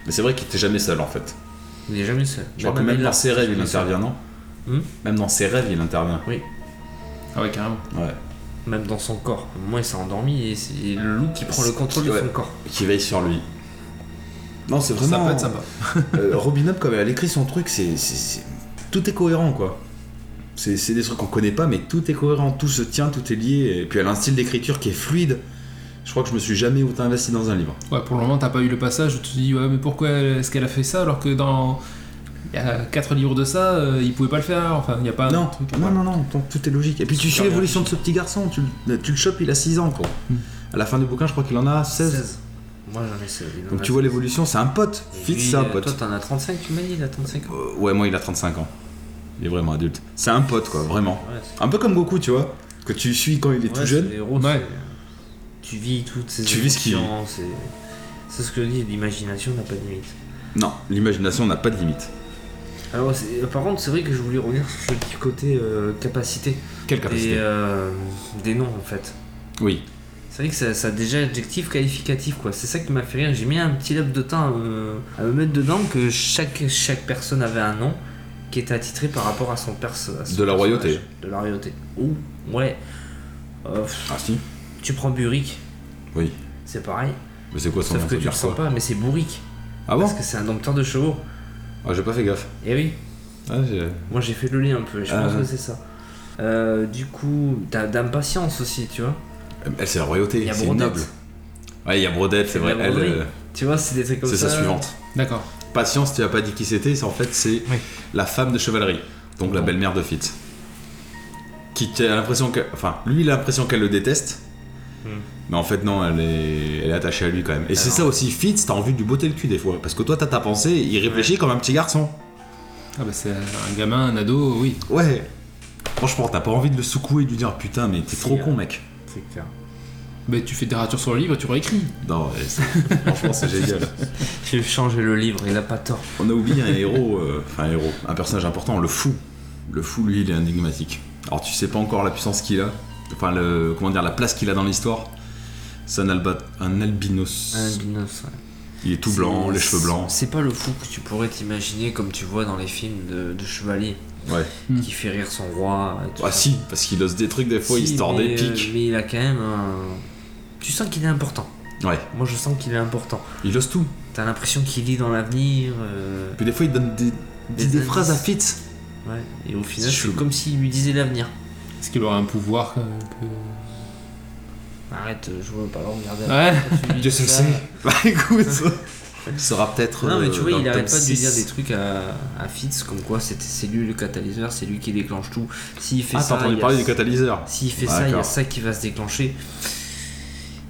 Speaker 2: Mais c'est vrai qu'il était jamais seul en fait.
Speaker 3: Il est jamais seul.
Speaker 2: Je crois que même
Speaker 3: là,
Speaker 2: dans ses rêves, il
Speaker 3: jamais seul.
Speaker 2: intervient, non
Speaker 3: Hum
Speaker 2: Même dans ses rêves, il intervient.
Speaker 4: Ah ouais, carrément.
Speaker 2: Ouais.
Speaker 3: Même dans son corps. Au moins, il s'est endormi et c'est le loup qui prend le contrôle de
Speaker 2: Ouais.
Speaker 3: son corps.
Speaker 2: Qui veille sur lui. Non, c'est
Speaker 4: Ça
Speaker 2: vraiment.
Speaker 4: peut être sympa.
Speaker 2: Euh, Robin Hood, comme elle écrit son truc, c'est. c'est- c'est- Tout est cohérent, quoi. C'est c'est des trucs qu'on connaît pas, mais tout est cohérent, tout se tient, tout est lié. Et puis elle a un style d'écriture qui est fluide. Je crois que je me suis jamais autant investi dans un livre.
Speaker 4: Ouais, pour le moment, t'as pas eu le passage où tu te dis, ouais, mais pourquoi est-ce qu'elle a fait ça alors que dans. Il y a 4 livres de ça, euh, il pouvait pas le faire. Enfin, il n'y a pas. un
Speaker 2: Non,
Speaker 4: truc,
Speaker 2: non,
Speaker 4: voilà.
Speaker 2: non, non, ton- tout est logique. Et puis tu
Speaker 4: Super
Speaker 2: suis l'évolution de ce petit garçon, tu, le- tu le chopes, il a 6 ans, quoi.
Speaker 4: Hmm.
Speaker 2: À la fin du bouquin, je crois qu'il en a 16.
Speaker 3: 16. Moi, j'en ai 16. il en
Speaker 2: Donc
Speaker 3: a
Speaker 2: tu vois
Speaker 3: 16.
Speaker 2: l'évolution, c'est un pote.
Speaker 3: Et
Speaker 2: Fitz,
Speaker 3: lui,
Speaker 2: c'est un
Speaker 3: euh, Toi,
Speaker 2: pote.
Speaker 3: t'en as 35, tu m'as dit, il a 35 ans.
Speaker 2: Euh, ouais, moi, il a 35 ans. Il est vraiment adulte. C'est un pote, quoi, vraiment.
Speaker 3: Ouais, c'est-
Speaker 2: Un peu comme Goku, tu vois, que tu suis quand il est
Speaker 3: ouais,
Speaker 2: tout
Speaker 3: c'est
Speaker 2: jeune.
Speaker 3: des héros,
Speaker 4: Ouais.
Speaker 3: c'est- Tu vis toutes ces
Speaker 2: Tu vis ce qu'il vit.
Speaker 3: émotions, C'est c'est ce que dit l'imagination n'a pas de limite.
Speaker 2: Non, l'imagination n'a pas de limite.
Speaker 3: Alors, c'est- euh, par contre, c'est vrai que je voulais revenir sur le petit côté euh, capacité,
Speaker 2: Quelle
Speaker 3: Des, euh, des noms en fait.
Speaker 2: Oui.
Speaker 3: C'est vrai que ça, ça a déjà adjectif qualificatif quoi. C'est ça qui m'a fait rire. J'ai mis un petit laps de temps à me, à me mettre dedans que chaque, chaque personne avait un nom qui était attitré par rapport à son perso. à son
Speaker 2: De la
Speaker 3: personnage.
Speaker 2: royauté.
Speaker 3: De la royauté. Ou ouais. Euh, pff,
Speaker 2: Ah si
Speaker 3: tu prends Buric,
Speaker 2: Oui.
Speaker 3: c'est pareil.
Speaker 2: Mais c'est quoi son nom,
Speaker 3: Sauf que
Speaker 2: ça
Speaker 3: tu
Speaker 2: veut dire
Speaker 3: ressens
Speaker 2: quoi
Speaker 3: pas, mais c'est bourrique.
Speaker 2: Ah bon
Speaker 3: Parce que c'est un dompteur de chevaux.
Speaker 2: Ah j'ai pas fait gaffe.
Speaker 3: Et oui,
Speaker 2: Ah j'ai...
Speaker 3: moi j'ai fait le lien un peu, je pense
Speaker 2: Ah.
Speaker 3: que c'est ça. Euh, du coup, t'as d'impatience aussi, tu vois.
Speaker 2: Elle c'est la
Speaker 3: Il y
Speaker 2: royauté,
Speaker 3: a
Speaker 2: c'est
Speaker 3: Brodette.
Speaker 2: noble. Ouais, il y a Brodette, c'est
Speaker 3: Il y a
Speaker 2: vrai. Elle,
Speaker 3: Broderie.
Speaker 2: euh,
Speaker 3: Tu vois, c'est des trucs comme
Speaker 2: c'est
Speaker 3: ça.
Speaker 2: sa suivante.
Speaker 4: D'accord.
Speaker 2: Patience, tu as pas dit qui c'était, c'est en fait c'est
Speaker 3: Oui.
Speaker 2: la femme de chevalerie, donc la belle-mère de Fitz. Qui a l'impression que. Enfin, lui il a l'impression qu'elle le déteste.
Speaker 3: Hmm.
Speaker 2: Mais en fait, non, elle est, elle est attachée à lui quand même. Et c'est
Speaker 3: non.
Speaker 2: ça aussi, Fitz, t'as envie de lui botter le cul des fois. Parce que toi, t'as ta pensée, il réfléchit comme un petit garçon.
Speaker 4: Ah bah c'est un gamin, un ado, oui.
Speaker 2: Ouais. Franchement, t'as pas envie de le secouer et de lui dire putain, mais t'es
Speaker 3: Si,
Speaker 2: trop
Speaker 3: hein.
Speaker 2: con, mec.
Speaker 3: C'est clair.
Speaker 4: Bah tu fais des ratures sur le livre et tu réécris.
Speaker 2: Non, ouais, c'est- franchement, c'est génial.
Speaker 3: J'ai changé le livre, il a pas tort.
Speaker 2: On a oublié un héros, euh, enfin un héros, un personnage important, le fou. Le fou, lui, il est énigmatique. Alors tu sais pas encore la puissance qu'il a, enfin le, comment dire, la place qu'il a dans l'histoire. C'est un, alba- un albinos.
Speaker 3: Un binos, ouais.
Speaker 2: Il est tout blanc,
Speaker 3: C'est-
Speaker 2: les cheveux blancs.
Speaker 3: C'est pas le fou que tu pourrais t'imaginer comme tu vois dans les films de, de chevalier
Speaker 2: Ouais.
Speaker 4: Hmm.
Speaker 3: qui fait rire son roi. et tout
Speaker 2: Ah
Speaker 3: ça.
Speaker 2: si, parce qu'il ose des trucs des fois, il
Speaker 3: Si,
Speaker 2: se tord
Speaker 3: mais,
Speaker 2: des
Speaker 3: euh,
Speaker 2: pics.
Speaker 3: mais il a quand même un. Tu sens qu'il est important.
Speaker 2: Ouais,
Speaker 3: Moi, je sens qu'il est important.
Speaker 2: il ose tout.
Speaker 3: T'as l'impression qu'il lit dans l'avenir. euh,
Speaker 2: Puis des fois, il donne des,
Speaker 3: Des
Speaker 2: des, des
Speaker 3: indices.
Speaker 2: phrases à Fitz.
Speaker 3: Ouais. Et au final,
Speaker 2: C'est
Speaker 3: c'est
Speaker 2: chelou.
Speaker 3: comme s'il lui disait l'avenir.
Speaker 4: Est-ce qu'il aura un pouvoir euh, un
Speaker 3: Arrête, euh, je veux pas le regarder.
Speaker 4: peu... Ouais.
Speaker 3: Quand tu lui
Speaker 2: Dieu
Speaker 3: dis
Speaker 2: seul
Speaker 3: ça-
Speaker 2: sait. Bah écoute, il sera peut-être.
Speaker 3: Non, mais tu
Speaker 2: euh,
Speaker 3: vois,
Speaker 2: dans
Speaker 3: il
Speaker 2: le
Speaker 3: arrête
Speaker 2: top
Speaker 3: pas de lui dire
Speaker 2: 6.
Speaker 3: des trucs à, à Fitz, comme quoi c'était- c'est lui le catalyseur, c'est lui qui déclenche tout. S'il fait
Speaker 2: Ah, t'as
Speaker 3: ça. il
Speaker 2: entendu
Speaker 3: y a
Speaker 2: parler du
Speaker 3: ça.
Speaker 2: catalyseur
Speaker 3: S'il fait
Speaker 2: Bah,
Speaker 3: ça, il y a
Speaker 2: d'accord.
Speaker 3: ça qui va se déclencher.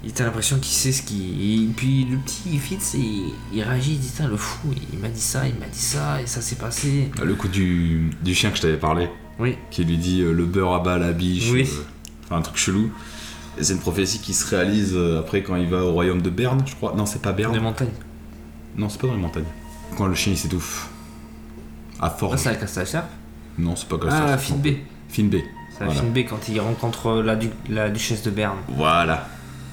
Speaker 3: Et t'as l'impression qu'il sait ce qui. Et puis le petit Fitz, il, il réagit, il dit Tain, le fou, il m'a dit ça, il m'a dit ça, et ça s'est passé.
Speaker 2: Le coup du, du chien que je t'avais parlé.
Speaker 3: Oui.
Speaker 2: qui lui dit euh, le beurre abat la biche,
Speaker 3: Oui.
Speaker 2: euh, enfin, un truc chelou. Et c'est une prophétie qui se réalise euh, après quand il va au royaume de Berne, je crois. Non, c'est pas Berne.
Speaker 3: Des montagnes.
Speaker 2: Non, c'est pas dans les montagnes. Quand le chien il s'étouffe. À Forge.
Speaker 3: Ah, c'est avec Astasharp
Speaker 2: Non, c'est pas Castor.
Speaker 3: Ah,
Speaker 2: c'est
Speaker 3: Finbe.
Speaker 2: Finbe.
Speaker 3: C'est à
Speaker 2: Voilà.
Speaker 3: Finbe quand il rencontre la, du- la duchesse de Berne.
Speaker 2: Voilà.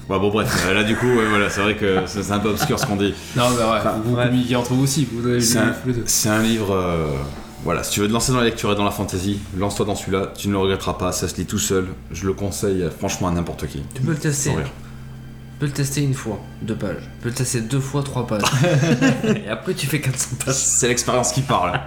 Speaker 2: Ouais, bon, bref, euh, là du coup, ouais, voilà, c'est vrai que c'est c'est un peu obscur ce qu'on dit.
Speaker 4: Non mais ouais,
Speaker 2: Enfin,
Speaker 4: vous
Speaker 3: ouais.
Speaker 4: communiquez entre vous aussi, vous avez
Speaker 2: C'est
Speaker 4: les,
Speaker 2: un,
Speaker 4: les deux.
Speaker 2: c'est un livre. euh, voilà, si tu veux te lancer dans la lecture et dans la fantasy, lance-toi dans celui-là, tu ne le regretteras pas, ça se lit tout seul. Je le conseille euh, franchement à n'importe qui.
Speaker 3: Tu peux le tester.
Speaker 2: Sans rire.
Speaker 3: Tu peux le tester une fois, deux pages. Tu peux le tester deux fois, trois pages. et après, tu fais 400 pages.
Speaker 2: C'est l'expérience qui parle.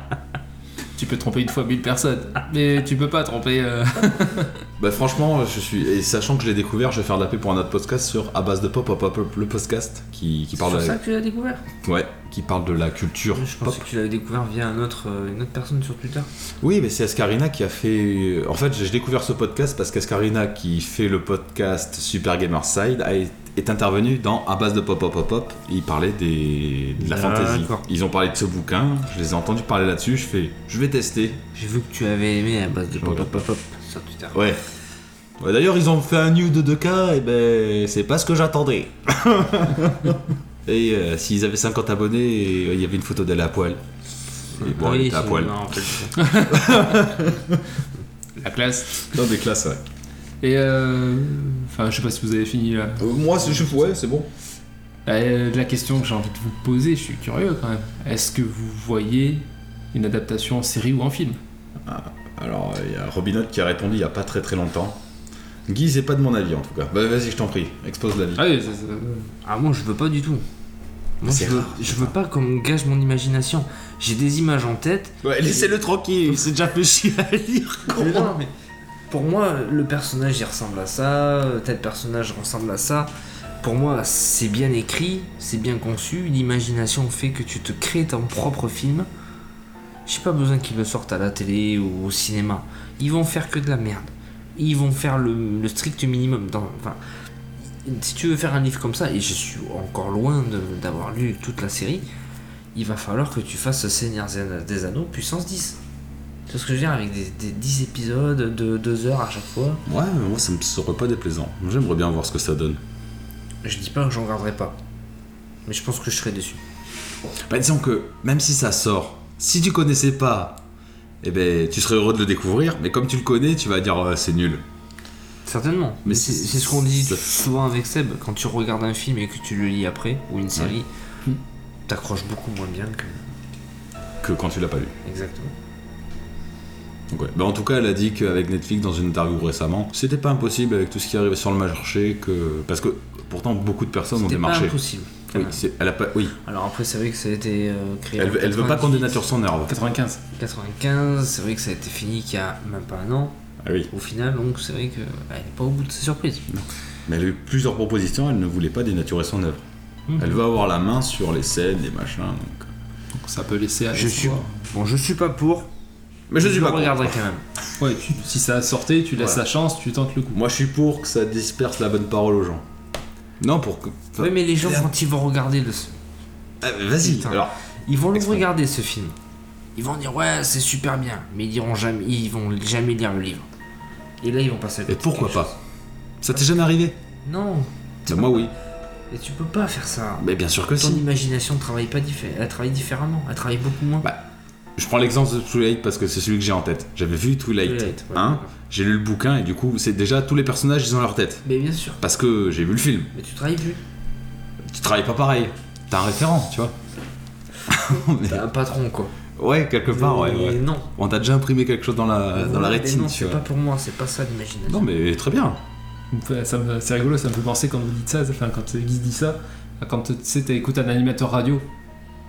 Speaker 4: Tu peux tromper une fois mille personnes, mais tu peux pas tromper... euh,
Speaker 2: Bah franchement, je suis et sachant que je l'ai découvert, je vais faire de la paix pour un autre podcast sur à base de pop pop pop le podcast qui, qui
Speaker 3: C'est
Speaker 2: parle
Speaker 3: sur ça
Speaker 2: de...
Speaker 3: que tu l'as découvert
Speaker 2: ouais, qui parle de la culture
Speaker 3: Je
Speaker 2: pop.
Speaker 3: pensais que tu l'avais découvert via un autre, euh, une autre personne sur Twitter.
Speaker 2: Oui, mais c'est Ascarina qui a fait en fait, j'ai découvert ce podcast parce qu'Ascarina qui fait le podcast Super Gamer Side a- est intervenue dans à base de pop pop pop pop, il parlait des de la fantasy.
Speaker 3: Ah, D'accord.
Speaker 2: Ils ont parlé de ce bouquin, je les ai entendus parler là-dessus, je fais je vais tester.
Speaker 3: J'ai vu que tu avais aimé à base de pop
Speaker 2: regarde
Speaker 3: pop pop pop sur Twitter.
Speaker 2: Ouais. Ouais, D'ailleurs, ils ont fait un new de 2K, et ben c'est pas ce que j'attendais. et euh, s'ils avaient 50 abonnés, et, euh, il y avait une photo d'elle à poil. Et bon, elle était à
Speaker 3: c'est-
Speaker 2: poil.
Speaker 3: non,
Speaker 2: Non,
Speaker 3: en fait,
Speaker 4: La classe.
Speaker 2: des classes, ouais.
Speaker 4: Et euh... Enfin, je sais pas si vous avez fini là.
Speaker 2: Euh, moi, c'est juste, ouais, c'est bon.
Speaker 4: Euh, la question que j'ai envie de vous poser, je suis curieux quand même. Est-ce que vous voyez une adaptation en série ou en film
Speaker 2: Alors, euh, il y a Robin Hood qui a répondu il y a pas très très longtemps. Guy, c'est pas de mon avis en tout cas. Bah, vas-y, je t'en prie, expose l'avis.
Speaker 4: Ah oui,
Speaker 3: Ah moi je veux pas du tout. Moi je
Speaker 2: C'est
Speaker 3: veux,
Speaker 2: rare,
Speaker 3: je veux pas qu'on me gâche mon imagination. J'ai des images en tête.
Speaker 2: Ah, Ouais, laissez-le tranquille, il s'est déjà fait chier à lire.
Speaker 3: Mais non, mais pour moi le personnage il ressemble à ça, euh, tel personnage ressemble à ça. Pour moi c'est bien écrit, c'est bien conçu. L'imagination fait que tu te crées ton propre film. J'ai pas besoin qu'ils le sortent à la télé ou au cinéma. Ils vont faire que de la merde. Ils vont faire le, le strict minimum. Dans, enfin, si tu veux faire un livre comme ça, et je suis encore loin de- d'avoir lu toute la série, il va falloir que tu fasses Seigneur des Anneaux puissance 10. Tu vois ce que je veux dire Avec des, des 10 épisodes de 2 heures à chaque fois.
Speaker 2: Ouais, mais moi, ça me serait pas déplaisant. J'aimerais bien voir ce que ça donne.
Speaker 3: Je dis pas que j'en garderai pas. Mais je pense que je serai déçu.
Speaker 2: Bah disons que même si ça sort, si tu connaissais pas, eh ben tu serais heureux de le découvrir, mais comme tu le connais, tu vas dire Ouais, c'est nul.
Speaker 3: Certainement.
Speaker 2: Mais
Speaker 3: Mais c'est
Speaker 2: c'est-
Speaker 3: c'est ce qu'on dit
Speaker 2: ça-
Speaker 3: souvent avec Seb. Quand tu regardes un film et que tu le lis après, ou une série,
Speaker 4: Hmm.
Speaker 3: t'accroches beaucoup moins bien que.
Speaker 2: Que quand tu l'as pas lu.
Speaker 3: Exactement.
Speaker 2: Donc, ouais. Bah, en tout cas, elle a dit qu'avec Netflix, dans une interview récemment, c'était pas impossible avec tout ce qui arrivait sur le marché que. Parce que pourtant, beaucoup de personnes ont
Speaker 3: C'était pas
Speaker 2: démarché.
Speaker 3: impossible. quand
Speaker 2: Oui,
Speaker 3: même.
Speaker 2: c'est- elle a pas. Oui.
Speaker 3: Alors après, c'est vrai que ça a été euh, créé.
Speaker 2: Elle,
Speaker 3: en
Speaker 2: veut- elle veut pas qu'on
Speaker 3: 98,
Speaker 2: dénature son nerf.
Speaker 4: 95.
Speaker 3: 95, c'est vrai que ça a été fini qu'il y a même pas un an.
Speaker 2: Ah oui.
Speaker 3: Au final, donc c'est vrai qu'elle n'est pas au bout de ses surprises.
Speaker 2: Mais elle a eu plusieurs propositions, elle ne voulait pas dénaturer son œuvre.
Speaker 4: Mhm.
Speaker 2: Elle veut avoir la main sur les scènes, les machins. donc.
Speaker 4: Donc ça peut laisser à
Speaker 3: Je suis bon, je suis pas pour.
Speaker 2: Mais je suis pas.
Speaker 3: regarderai quand même.
Speaker 4: Ouais, tu- si ça a sorti, tu laisses
Speaker 3: Voilà.
Speaker 4: la chance, tu tentes le coup.
Speaker 2: Moi, je suis pour que ça disperse la bonne parole aux gens. Non, pour que. enfin,
Speaker 3: Oui, mais les gens
Speaker 2: Merde.
Speaker 3: quand ils vont regarder le,
Speaker 2: ah, Vas-y.
Speaker 3: Putain.
Speaker 2: Alors,
Speaker 3: ils vont le
Speaker 2: Exprime.
Speaker 3: regarder ce film. Ils vont dire ouais, c'est super bien, mais ils diront jamais, ils vont jamais lire le livre. Et là, ils vont passer. à
Speaker 2: et
Speaker 3: côté de
Speaker 2: pourquoi
Speaker 3: quelque
Speaker 2: pas Ça t'est jamais arrivé
Speaker 3: chose. Non.
Speaker 2: Bah, Moi, oui.
Speaker 3: Et tu peux pas faire ça.
Speaker 2: Mais bien sûr que
Speaker 3: Ton
Speaker 2: si.
Speaker 3: imagination travaille pas diffé- elle travaille différemment, elle travaille beaucoup moins.
Speaker 2: Bah, Je prends l'exemple de Twilight parce que c'est celui que j'ai en tête. J'avais vu Twilight,
Speaker 3: Twilight, ouais.
Speaker 2: 1, j'ai lu le bouquin et du coup, c'est déjà tous les personnages, ils ont leur tête.
Speaker 3: Mais bien sûr,
Speaker 2: Parce que j'ai vu le film.
Speaker 3: mais tu travailles plus.
Speaker 2: Tu travailles pas pareil. T'as un référent, tu vois. Mais-
Speaker 3: T'as un patron quoi.
Speaker 2: ouais, quelque part, ouais.
Speaker 3: Mais
Speaker 2: ouais.
Speaker 3: Non.
Speaker 2: On t'a déjà imprimé quelque chose dans la, dans la
Speaker 3: Ouais, mais
Speaker 2: rétine,
Speaker 3: non,
Speaker 2: tu
Speaker 3: c'est
Speaker 2: vois.
Speaker 3: pas pour moi, c'est pas ça l'imagination.
Speaker 2: Non, mais très bien.
Speaker 4: Ouais, ça me- C'est rigolo, ça me fait penser quand vous dites ça, enfin, quand Guy dit ça, à quand tu sais, t'écoutes un animateur radio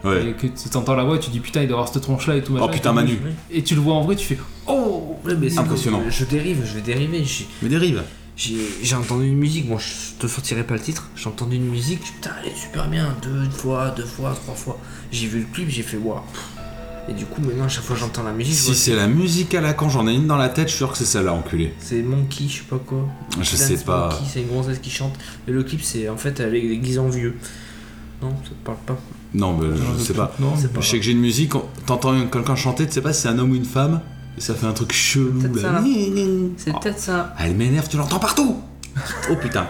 Speaker 2: Ouais.
Speaker 4: et que tu t'entends la voix et tu dis putain, il doit avoir cette tronche là et tout machin.
Speaker 2: Oh putain, Manu.
Speaker 4: Et tu le vois en vrai, tu fais oh
Speaker 3: Ouais, mais c'est
Speaker 2: Impressionnant.
Speaker 3: que Je, je dérive, je vais dériver. J'ai-
Speaker 2: Mais dérive.
Speaker 3: J'ai j'ai entendu une musique, bon, je te sortirai pas le titre. J'ai entendu une musique, putain, elle est super bien. Deux fois, deux fois, trois fois. J'ai vu le clip, j'ai fait waouh. Et du coup, maintenant, à chaque fois que j'entends la musique, je
Speaker 2: Si
Speaker 3: vois-
Speaker 2: c'est la musique à la con, j'en ai une dans la tête, je suis sûr que c'est celle-là, enculé.
Speaker 3: c'est Monkey, je sais pas quoi.
Speaker 2: Je
Speaker 3: Dance
Speaker 2: sais pas.
Speaker 3: Monkey, c'est une gonzesse qui chante. Et le clip, c'est en fait avec des guisants vieux. Non, ça te parle pas.
Speaker 2: Non, mais je sais pas.
Speaker 4: Non,
Speaker 3: C'est pas
Speaker 2: Je sais que j'ai une musique, on- t'entends quelqu'un chanter, tu sais pas si c'est un homme ou une femme, et ça fait un truc chelou
Speaker 3: Peut-être ça,
Speaker 2: là.
Speaker 3: là.
Speaker 2: Gni, gni, gni.
Speaker 3: C'est
Speaker 2: Oh,
Speaker 3: peut-être ça.
Speaker 2: Elle m'énerve, tu l'entends partout Oh putain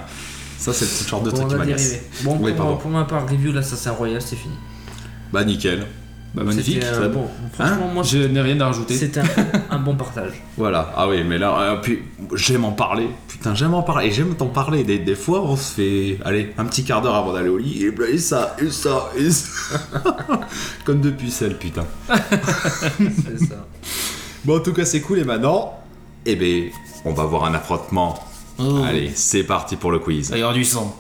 Speaker 2: Ça, c'est le genre de
Speaker 3: Bon,
Speaker 2: truc
Speaker 3: on
Speaker 2: qui
Speaker 3: a
Speaker 2: m'agace.
Speaker 3: dérivé. Bon,
Speaker 2: Oui,
Speaker 3: pour,
Speaker 2: pardon.
Speaker 3: moi- pour ma part, review l'Assassin Royal, c'est fini.
Speaker 2: Bah nickel. Bah magnifique,
Speaker 3: C'était euh, un
Speaker 2: très Hein bon.
Speaker 3: bon. Franchement, moi,
Speaker 4: Je n'ai rien à rajouter.
Speaker 3: c'était un, un bon partage.
Speaker 2: Voilà, ah oui, mais là, euh, puis j'aime en parler. Putain, j'aime en parler, et j'aime t'en parler. Des, des fois, on se fait, allez, un petit quart d'heure avant d'aller au lit, et, ben, et ça, et ça, et ça. Comme de pucelles, putain.
Speaker 3: C'est ça.
Speaker 2: Bon, en tout cas, c'est cool, et maintenant, eh ben, on va voir un affrontement. Allez, c'est parti pour le quiz.
Speaker 4: Oh. Ça y aura du sang.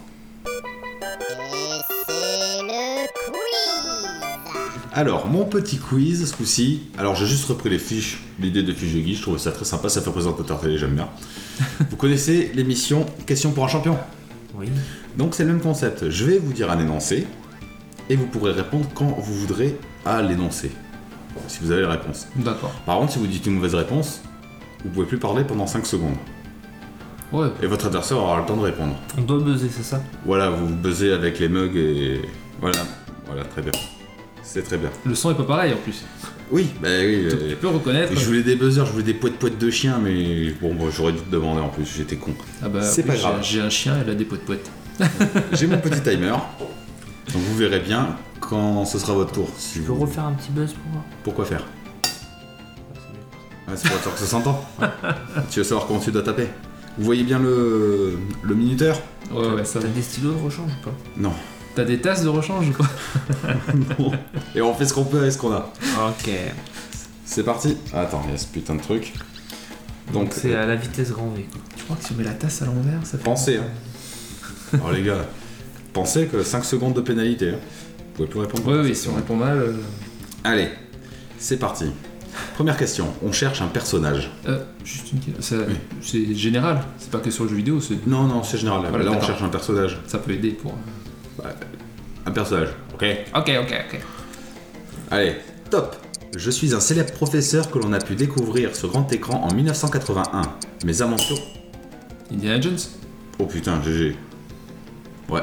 Speaker 7: Et c'est le quiz
Speaker 2: Alors, mon petit quiz ce coup-ci. Alors, j'ai juste repris les fiches, l'idée des fiches de Guy, je trouve ça très sympa, ça fait présentateur télé, j'aime bien. vous connaissez l'émission Question pour un champion
Speaker 3: Oui.
Speaker 2: Donc, c'est le même concept. Je vais vous dire un énoncé et vous pourrez répondre quand vous voudrez à l'énoncé. Si vous avez la réponse.
Speaker 4: D'accord.
Speaker 2: Par contre, si vous dites une mauvaise réponse, vous pouvez plus parler pendant 5 secondes.
Speaker 4: Ouais.
Speaker 2: Et votre adversaire aura le temps de répondre.
Speaker 3: On doit buzzer, c'est ça
Speaker 2: Voilà, vous buzzez avec les mugs et. Voilà. Voilà, très bien. C'est très bien.
Speaker 4: Le son est pas pareil en plus.
Speaker 2: Oui, bah oui.
Speaker 4: Tu-
Speaker 2: euh,
Speaker 4: Tu peux reconnaître.
Speaker 2: Je voulais des buzzers, je voulais des poètes poètes de chien, mais bon, moi, j'aurais dû te demander en plus, j'étais con.
Speaker 4: Ah bah,
Speaker 2: C'est
Speaker 4: oui,
Speaker 2: pas
Speaker 4: j'ai-
Speaker 2: grave.
Speaker 4: J'ai un chien, elle a des potes poètes.
Speaker 2: J'ai mon petit timer, donc vous verrez bien quand ce sera votre tour. Si
Speaker 3: Je peux
Speaker 2: vous-
Speaker 3: refaire un petit buzz pour moi
Speaker 2: Pourquoi faire Ah, C'est pour être sûr que ça s'entend. tu veux savoir comment tu dois taper Vous voyez bien le, le minuteur
Speaker 4: Ouais, ouais, ça
Speaker 3: T'as
Speaker 4: va.
Speaker 3: des stylos de rechange ou pas
Speaker 2: Non.
Speaker 4: T'as des tasses de rechange ou quoi
Speaker 2: Et on fait ce qu'on peut avec ce qu'on a.
Speaker 3: Ok.
Speaker 2: C'est parti Attends, il y a ce putain de truc. Donc,
Speaker 3: C'est à la vitesse grand V. quoi.
Speaker 4: Je crois que si on met la tasse à l'envers, ça fait.
Speaker 2: Pensez, hein. Alors les gars, pensez que 5 secondes de pénalité. hein. Vous pouvez plus répondre.
Speaker 4: Ouais, oui, si on répond mal. euh,
Speaker 2: Allez, c'est parti. Première question, on cherche un personnage.
Speaker 4: euh, juste une question. ça-
Speaker 2: Oui.
Speaker 4: C'est général, c'est pas que sur le jeu vidéo, c'est-
Speaker 2: Non, non, c'est général.
Speaker 4: Voilà,
Speaker 2: Là, on
Speaker 4: d'accord.
Speaker 2: cherche un personnage.
Speaker 4: ça peut aider pour. euh, Ok,
Speaker 2: Un personnage, ok
Speaker 4: ok, ok.
Speaker 2: Allez, top Je suis un célèbre professeur que l'on a pu découvrir sur grand écran en 1981. Mes aventures...
Speaker 4: Indiana Jones
Speaker 2: Oh putain, GG. Ouais,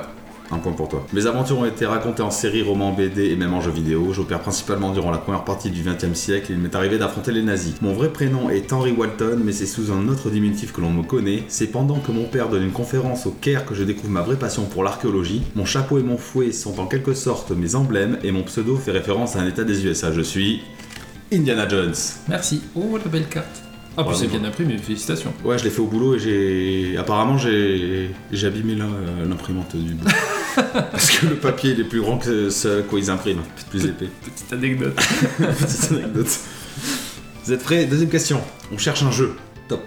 Speaker 2: un point pour toi. Mes aventures ont été racontées en série, romans, BD et même en jeux vidéo. J'opère principalement durant la première partie du XXe siècle et il m'est arrivé d'affronter les nazis. Mon vrai prénom est Henry Walton, mais c'est sous un autre diminutif que l'on me connaît. C'est pendant que mon père donne une conférence au Caire que je découvre ma vraie passion pour l'archéologie. Mon chapeau et mon fouet sont en quelque sorte mes emblèmes et mon pseudo fait référence à un état des USA. Je suis Indiana Jones.
Speaker 4: Merci. Oh, la belle carte. Ah,
Speaker 2: Ouais,
Speaker 4: puis c'est
Speaker 2: bon.
Speaker 4: bien imprimé, félicitations.
Speaker 2: Ouais, je l'ai fait au boulot et j'ai. Apparemment, j'ai j'ai abîmé l'im- euh, l'imprimante du bout. Parce que le papier, il est plus grand que ce à quoi ils impriment, plus épais.
Speaker 4: Petite anecdote.
Speaker 2: Petite anecdote. Vous êtes prêts Deuxième question. On cherche un jeu. Top.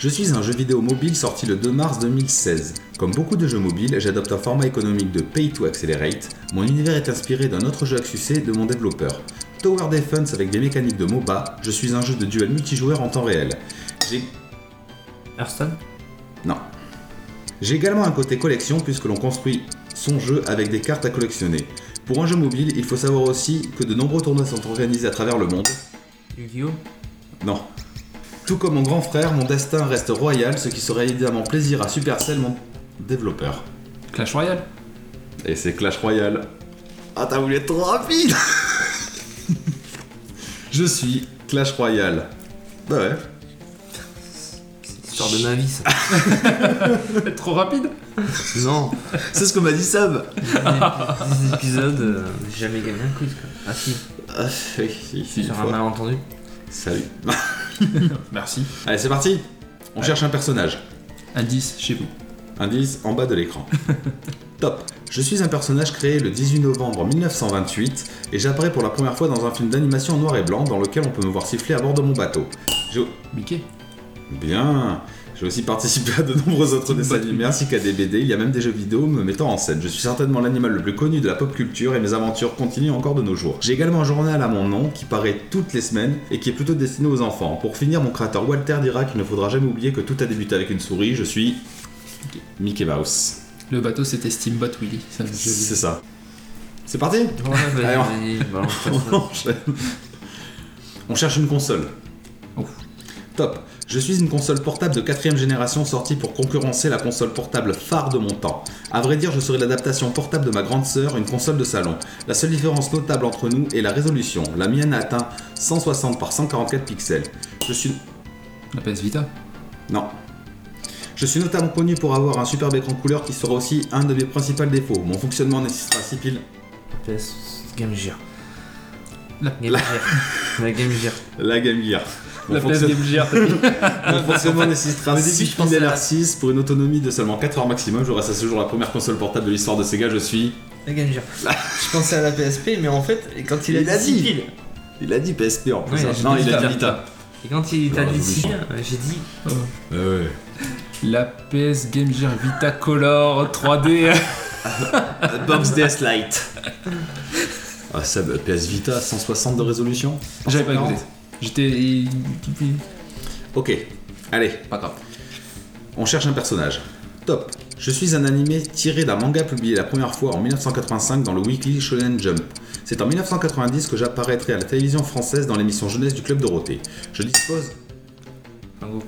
Speaker 2: Je suis un jeu vidéo mobile sorti le 2 mars 2016. Comme beaucoup de jeux mobiles, j'adopte un format économique de Pay to Accelerate. Mon univers est inspiré d'un autre jeu à succès de mon développeur. Tower Defense avec des mécaniques de MOBA, je suis un jeu de duel multijoueur en temps réel. J'ai
Speaker 5: Hearthstone
Speaker 2: non. J'ai également un côté collection puisque l'on construit son jeu avec des cartes à collectionner. Pour un jeu mobile, il faut savoir aussi que de nombreux tournois sont organisés à travers le monde.
Speaker 5: Yu-Gi-Oh
Speaker 2: Non. Tout comme mon grand frère, mon destin reste royal, ce qui serait évidemment plaisir à Supercell, mon développeur.
Speaker 4: Clash Royale
Speaker 2: Et c'est Clash Royale. Ah, t'as voulu être trop rapide Je suis Clash Royale. Bah ouais.
Speaker 3: Histoire de ma vie, ça.
Speaker 4: Trop rapide
Speaker 3: non,
Speaker 2: C'est ce que m'a dit Sab.
Speaker 3: ces épisodes, euh, j'ai jamais gagné un quiz quoi. Ah si,
Speaker 2: Ah, oui, si, si, une
Speaker 3: sur un
Speaker 2: fois.
Speaker 3: malentendu.
Speaker 2: Salut.
Speaker 4: Merci.
Speaker 2: Allez, c'est parti. On cherche un personnage.
Speaker 4: Indice chez vous.
Speaker 2: Indice en bas de l'écran. Top. Je suis un personnage créé le 18 novembre 1928 et j'apparais pour la première fois dans un film d'animation en noir et blanc dans lequel on peut me voir siffler à bord de mon bateau. J'ai-
Speaker 4: Mickey
Speaker 2: Bien. J'ai aussi participé à de nombreux autres dessins animés ainsi qu'à des BD. Il y a même des jeux vidéo me mettant en scène. Je suis certainement l'animal le plus connu de la pop culture et mes aventures continuent encore de nos jours. J'ai également un journal à mon nom qui paraît toutes les semaines et qui est plutôt destiné aux enfants. Pour finir, mon créateur Walter dira qu'il ne faudra jamais oublier que tout a débuté avec une souris. Je suis Mickey Mouse.
Speaker 4: Le bateau c'était Steamboat Willie. Ça, je l'ai.
Speaker 2: C'est ça. C'est parti
Speaker 3: Ouais, vas-y,
Speaker 2: Allez, on-
Speaker 3: vas-y, balance pas
Speaker 2: On
Speaker 3: ça.
Speaker 2: enchaîne. On cherche une console.
Speaker 4: Ouf.
Speaker 2: Top. Je suis une console portable de quatrième génération sortie pour concurrencer la console portable phare de mon temps. À vrai dire, je serai l'adaptation portable de ma grande sœur, une console de salon. La seule différence notable entre nous est la résolution. La mienne a atteint 160 par 144 pixels. Je suis
Speaker 4: La PS Vita.
Speaker 2: non. Je suis notamment connu pour avoir un superbe écran couleur qui sera aussi un de mes principaux défauts. Mon fonctionnement nécessitera 6 piles.
Speaker 3: PS Game Gear.
Speaker 4: La-
Speaker 3: Game Gear. La Game Gear.
Speaker 2: La Game Gear. Mon
Speaker 4: La
Speaker 2: fonctionnement-
Speaker 4: PS Game Gear. t'as dit.
Speaker 2: Mon fonctionnement nécessitera
Speaker 3: Au début,
Speaker 2: 6
Speaker 3: je pensais à la-
Speaker 2: LR6 pour une autonomie de seulement 4 heures maximum. Je reste à ce jour la première console portable de l'histoire de Sega. Je suis.
Speaker 3: La Game Gear. Je pensais à la PSP, mais en fait, quand il a
Speaker 2: Il a
Speaker 3: dit six
Speaker 2: dit.
Speaker 3: piles,
Speaker 2: Il a dit PSP en
Speaker 3: Ouais,
Speaker 2: hein.
Speaker 3: j'ai
Speaker 2: Non,
Speaker 3: dit
Speaker 2: il a
Speaker 3: Vita.
Speaker 2: dit Vita.
Speaker 3: et quand il t'a
Speaker 2: Alors,
Speaker 3: dit
Speaker 2: j'oublie
Speaker 3: 6
Speaker 2: pas.
Speaker 3: piles, euh, j'ai dit
Speaker 2: Ah Ouais.
Speaker 4: La PS Game Gear Vita Color 3D.
Speaker 2: Euh, Box DS Lite. Ah, ça, bah, PS Vita, 160 de résolution
Speaker 4: J'avais pas écouté. J'étais.
Speaker 2: Ok, allez,
Speaker 4: Pas grave.
Speaker 2: On cherche un personnage. Top. Je suis un animé tiré d'un manga publié la première fois en 1985 dans le Weekly Shonen Jump. C'est en 1990 que j'apparaîtrai à la télévision française dans l'émission jeunesse du Club Dorothée. Je dispose
Speaker 3: un Goku.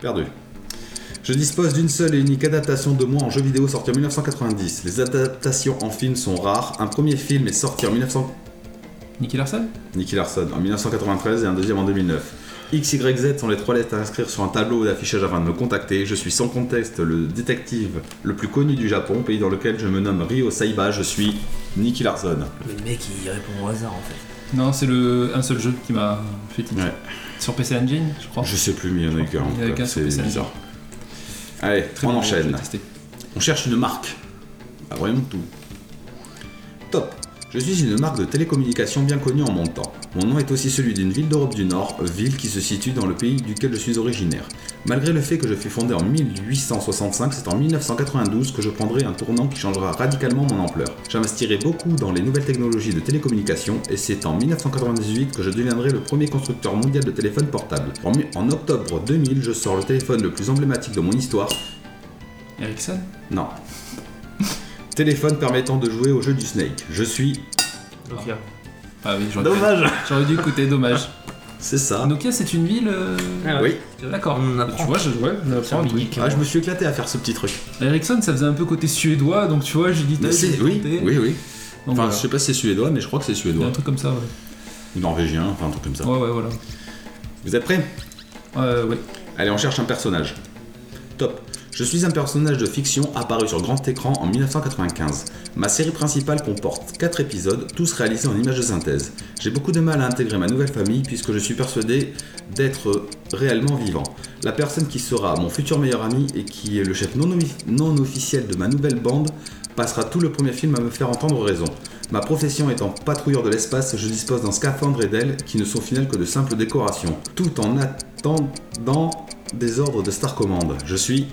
Speaker 2: Perdu. Je dispose d'une seule et unique adaptation de moi en jeu vidéo sorti en 1990. Les adaptations en film sont rares. Un premier film est sorti en 1900
Speaker 4: Nicky Larson
Speaker 2: Nicky Larson en 1993 et un deuxième en 2009. XYZ sont les trois lettres à inscrire sur un tableau d'affichage afin de me contacter. Je suis sans conteste le détective le plus connu du Japon, pays dans lequel je me nomme Ryo Saiba. Je suis Nicky Larson.
Speaker 3: Le mec, il répond au hasard, en fait.
Speaker 4: Non, c'est le un seul jeu qui m'a fait titre.
Speaker 2: Ouais.
Speaker 4: Sur PC Engine, je crois.
Speaker 2: Je sais plus, mais il y en a eu qu'un.
Speaker 4: Oh. Il y en a eu qu'un,
Speaker 2: C'est
Speaker 4: c'est
Speaker 2: bizarre. Allez, on
Speaker 4: bon, je
Speaker 2: enchaîne.
Speaker 4: vais tester.
Speaker 2: On cherche une marque. Ah, voyons tout. Top. Je suis une marque de télécommunications bien connue en mon temps. Mon nom est aussi celui d'une ville d'Europe du Nord, ville qui se situe dans le pays duquel je suis originaire. Malgré le fait que je fus fondée en 1865, c'est en 1992 que je prendrai un tournant qui changera radicalement mon ampleur. J'investirai beaucoup dans les nouvelles technologies de télécommunications et c'est en 1998 que je deviendrai le premier constructeur mondial de téléphone portable. En, mi- en octobre 2000, je sors le téléphone le plus emblématique de mon histoire,
Speaker 4: Ericsson
Speaker 2: non. Téléphone permettant de jouer au jeu du Snake. Je suis.
Speaker 3: Nokia.
Speaker 4: Ah oui, j'aurais j'aurais dû écouter, dommage.
Speaker 2: C'est ça.
Speaker 4: Nokia, c'est une ville. euh,
Speaker 3: Ah ouais.
Speaker 2: Oui.
Speaker 4: D'accord.
Speaker 3: On en
Speaker 4: Tu
Speaker 3: apprend.
Speaker 4: vois, je, ouais, on apprend un truc.
Speaker 2: Ah, je me suis éclaté à faire ce petit truc.
Speaker 4: Ericsson, ça faisait un peu côté suédois, donc tu vois, j'ai dit.
Speaker 2: Mais c'est-
Speaker 4: j'ai
Speaker 2: Oui,
Speaker 4: tenté.
Speaker 2: oui, oui.
Speaker 4: Donc,
Speaker 2: Enfin,
Speaker 4: voilà.
Speaker 2: je sais pas si c'est suédois, mais je crois que c'est
Speaker 4: Il y a un
Speaker 2: suédois.
Speaker 4: truc comme ça, ouais.
Speaker 2: Ou norvégien, enfin un truc comme ça.
Speaker 4: Ouais, ouais, voilà.
Speaker 2: Vous êtes prêts
Speaker 4: Euh, ouais.
Speaker 2: Allez, on cherche un personnage. Top. Je suis un personnage de fiction apparu sur grand écran en 1995. Ma série principale comporte 4 épisodes, tous réalisés en images de synthèse. J'ai beaucoup de mal à intégrer ma nouvelle famille puisque je suis persuadé d'être réellement vivant. La personne qui sera mon futur meilleur ami et qui est le chef non, nomi- non officiel de ma nouvelle bande passera tout le premier film à me faire entendre raison. Ma profession étant patrouilleur de l'espace, je dispose d'un scaphandre et d'ailes qui ne sont au final que de simples décorations, tout en attendant des ordres de Star Command. Je suis.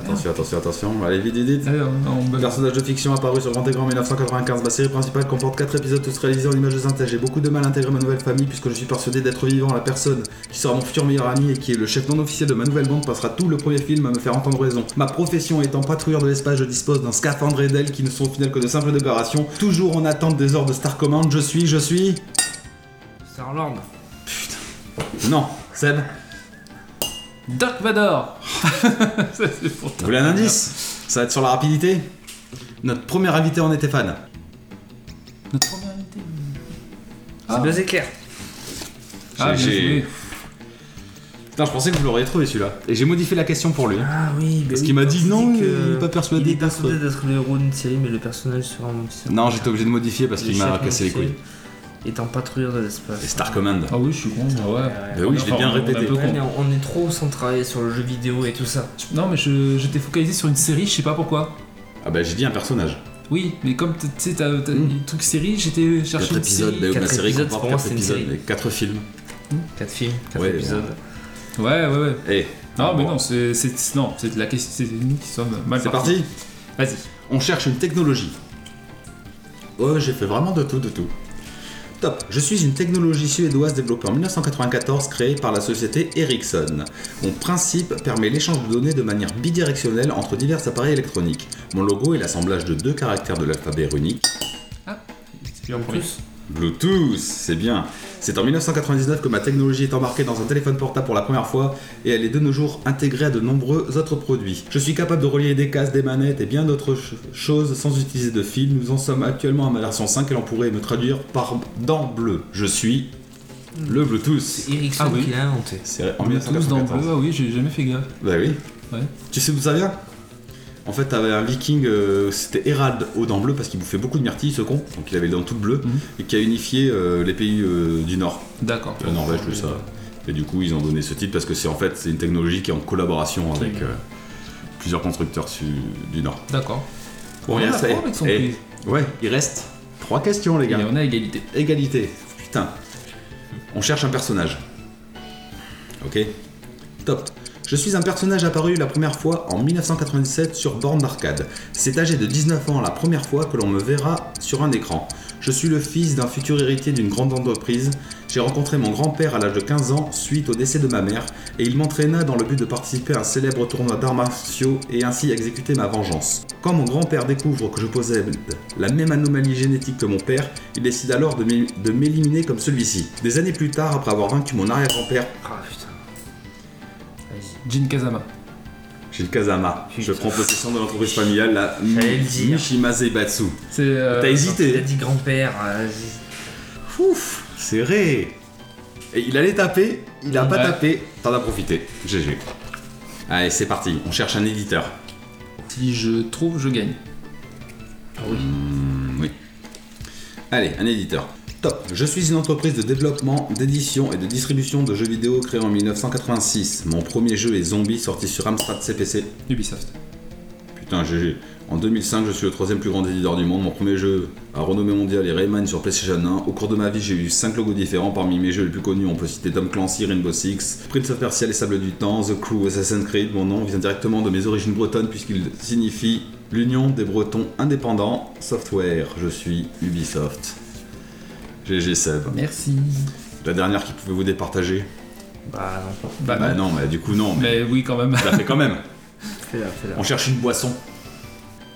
Speaker 2: Attention, attention, attention, allez vite, vite, vite.
Speaker 4: Alors, on
Speaker 2: Le personnage de fiction apparu sur Grand Écran 1995. Ma série principale comporte 4 épisodes tous réalisés en images de synthèse. J'ai beaucoup de mal à intégrer ma nouvelle famille puisque je suis persuadé d'être vivant. La personne qui sera mon futur meilleur ami et qui est le chef non officiel de ma nouvelle bande passera tout le premier film à me faire entendre raison. Ma profession étant patrouilleur de l'espace, je dispose d'un scaphandre et d'ailes qui ne sont au final que de simples décorations. Toujours en attente des ordres de Star Command, je suis, je suis.
Speaker 5: Starland.
Speaker 2: Non, Seb,
Speaker 4: Dark Vador Ça, c'est pour
Speaker 2: vous voulez un indice Ça va être sur la rapidité Notre premier invité en était fan.
Speaker 4: Notre premier invité.
Speaker 5: C'est Buzz Éclair.
Speaker 4: Ah, bien
Speaker 2: J'ai- j'ai-
Speaker 4: joué.
Speaker 2: Putain, je pensais que vous l'auriez trouvé celui-là. Et j'ai modifié la question pour lui.
Speaker 5: Ah oui,
Speaker 2: Parce qu'il m'a dit non, il est pas persuadé
Speaker 5: Il est
Speaker 2: d'être-
Speaker 5: persuadé d'être le héros d'une série, mais le personnage sera un
Speaker 2: Non, j'étais obligé de modifier parce qu'il m'a cassé les couilles.
Speaker 5: Étant patrouilleur de
Speaker 2: Et
Speaker 5: l'espace.
Speaker 2: Star Command.
Speaker 4: Ah oui, je suis con, bah ouais.
Speaker 2: Bah oui, je l'ai bien
Speaker 4: Enfin, on est un
Speaker 2: répété.
Speaker 4: peu
Speaker 5: Ouais,
Speaker 4: con.
Speaker 5: mais on on est trop centré sur le jeu vidéo et tout ça.
Speaker 4: Non, mais je- j'étais focalisé sur une série, je sais pas pourquoi.
Speaker 2: Ah bah j'ai dit un personnage.
Speaker 4: Oui, mais comme tu sais, t'as t'as
Speaker 2: Mm.
Speaker 4: le truc série, j'étais cherché.
Speaker 2: 4
Speaker 4: une
Speaker 2: épisodes, bah,
Speaker 4: série.
Speaker 2: oui,
Speaker 5: quatre
Speaker 2: ma série
Speaker 5: épisodes,
Speaker 2: comporte
Speaker 5: pour moi,
Speaker 2: 4
Speaker 5: c'est une
Speaker 2: épisodes,
Speaker 5: série.
Speaker 2: et 4 films.
Speaker 5: 4 films, 4
Speaker 2: Ouais,
Speaker 5: épisodes.
Speaker 4: Ouais, ouais, ouais.
Speaker 2: Et
Speaker 4: Non, mais non, c'est c'est- non, c'est de la question, c'est nous qui sommes mal
Speaker 2: c'est parti
Speaker 4: partis. Vas-y.
Speaker 2: On cherche une technologie. Ouais, Oh, j'ai fait vraiment de tout, de tout. Top, je suis une technologie suédoise développée en 1994, créée par la société Ericsson. Mon principe permet l'échange de données de manière bidirectionnelle entre divers appareils électroniques. Mon logo est l'assemblage de deux caractères de l'alphabet runique.
Speaker 4: C'est lui en premier.
Speaker 2: Bluetooth, c'est bien. C'est en 1999 que ma technologie est embarquée dans un téléphone portable pour la première fois et elle est de nos jours intégrée à de nombreux autres produits. Je suis capable de relier des cases, des manettes et bien d'autres ch- choses sans utiliser de fil. Nous en sommes actuellement à ma version 5 et l'on pourrait me traduire par dent bleu. Je suis le Bluetooth.
Speaker 5: Ericsson
Speaker 4: Ah oui.
Speaker 5: qui l'a inventé.
Speaker 2: C'est en
Speaker 4: 12 dans le
Speaker 2: 1994.
Speaker 4: bleu, ah oui, j'ai jamais fait gaffe.
Speaker 2: Bah oui.
Speaker 4: Ouais.
Speaker 2: Tu sais d'où ça vient En fait, t'avais un viking, euh, c'était Hérald aux dents bleues parce qu'il bouffait beaucoup de myrtilles, ce con. Donc il avait les dents toutes bleues
Speaker 4: Mhm.
Speaker 2: et qui a unifié euh, les pays euh, du Nord.
Speaker 4: D'accord.
Speaker 2: La Norvège, tout ça. Et du coup, ils ont donné ce titre parce que c'est en fait c'est une technologie qui est en collaboration avec euh, plusieurs constructeurs su- du Nord.
Speaker 4: D'accord.
Speaker 2: Bon,
Speaker 4: On
Speaker 2: rien,
Speaker 4: en a
Speaker 2: ça y est.
Speaker 4: trois avec son
Speaker 2: Eh,
Speaker 4: quiz.
Speaker 2: Ouais, il reste trois questions, les
Speaker 4: Et
Speaker 2: gars.
Speaker 4: on a égalité.
Speaker 2: Égalité. Putain. On cherche un personnage. Ok. Top. Je suis un personnage apparu la première fois en 1997 sur borne d'arcade. C'est âgé de 19 ans la première fois que l'on me verra sur un écran. Je suis le fils d'un futur héritier d'une grande entreprise. J'ai rencontré mon grand-père à l'âge de 15 ans suite au décès de ma mère et il m'entraîna dans le but de participer à un célèbre tournoi d'arts martiaux et ainsi exécuter ma vengeance. Quand mon grand-père découvre que je possède la même anomalie génétique que mon père, il décide alors de m'é- de m'éliminer comme celui-ci. Des années plus tard, après avoir vaincu mon arrière-grand-père,
Speaker 5: Ah putain. Vas-y.
Speaker 4: Jin Kazama.
Speaker 2: Gilles Kazama, je
Speaker 5: Putain.
Speaker 2: prends possession de l'entreprise familiale, la
Speaker 5: Fallait le dire.
Speaker 2: Mishimaze Batsu.
Speaker 4: C'est. euh,
Speaker 2: T'as
Speaker 5: Il a
Speaker 2: hésité
Speaker 5: dit grand-père. euh, vas-y.
Speaker 2: Ouf, serré Et il allait taper, il a pas
Speaker 4: Ouais.
Speaker 2: tapé, t'en as profité. GG. Allez, c'est parti, on cherche un éditeur.
Speaker 4: Si je trouve, je gagne.
Speaker 2: Hmm, oui. Allez, un éditeur. Top. Je suis une entreprise de développement, d'édition et de distribution de jeux vidéo créée en 1986. Mon premier jeu est Zombie, sorti sur Amstrad CPC.
Speaker 4: Ubisoft.
Speaker 2: Putain, GG. En 2005, je suis le troisième plus grand éditeur du monde. Mon premier jeu à renommée mondiale est Rayman sur PlayStation 1. Au cours de ma vie, j'ai eu 5 logos différents. Parmi mes jeux les plus connus, on peut citer Tom Clancy, Rainbow Six, Prince of Persia, Les Sables du Temps, The Crew, Assassin's Creed. Mon nom vient directement de mes origines bretonnes puisqu'il signifie l'Union des Bretons indépendants software. Je suis Ubisoft. GG Seb.
Speaker 4: Merci.
Speaker 2: La dernière qui pouvait vous départager
Speaker 5: Bah non,
Speaker 4: Bah,
Speaker 2: Bah
Speaker 4: non.
Speaker 2: non, mais du coup non, mais
Speaker 4: Mais oui, quand même.
Speaker 2: je la fais quand même.
Speaker 5: fais-la, fais-la.
Speaker 2: On cherche une boisson.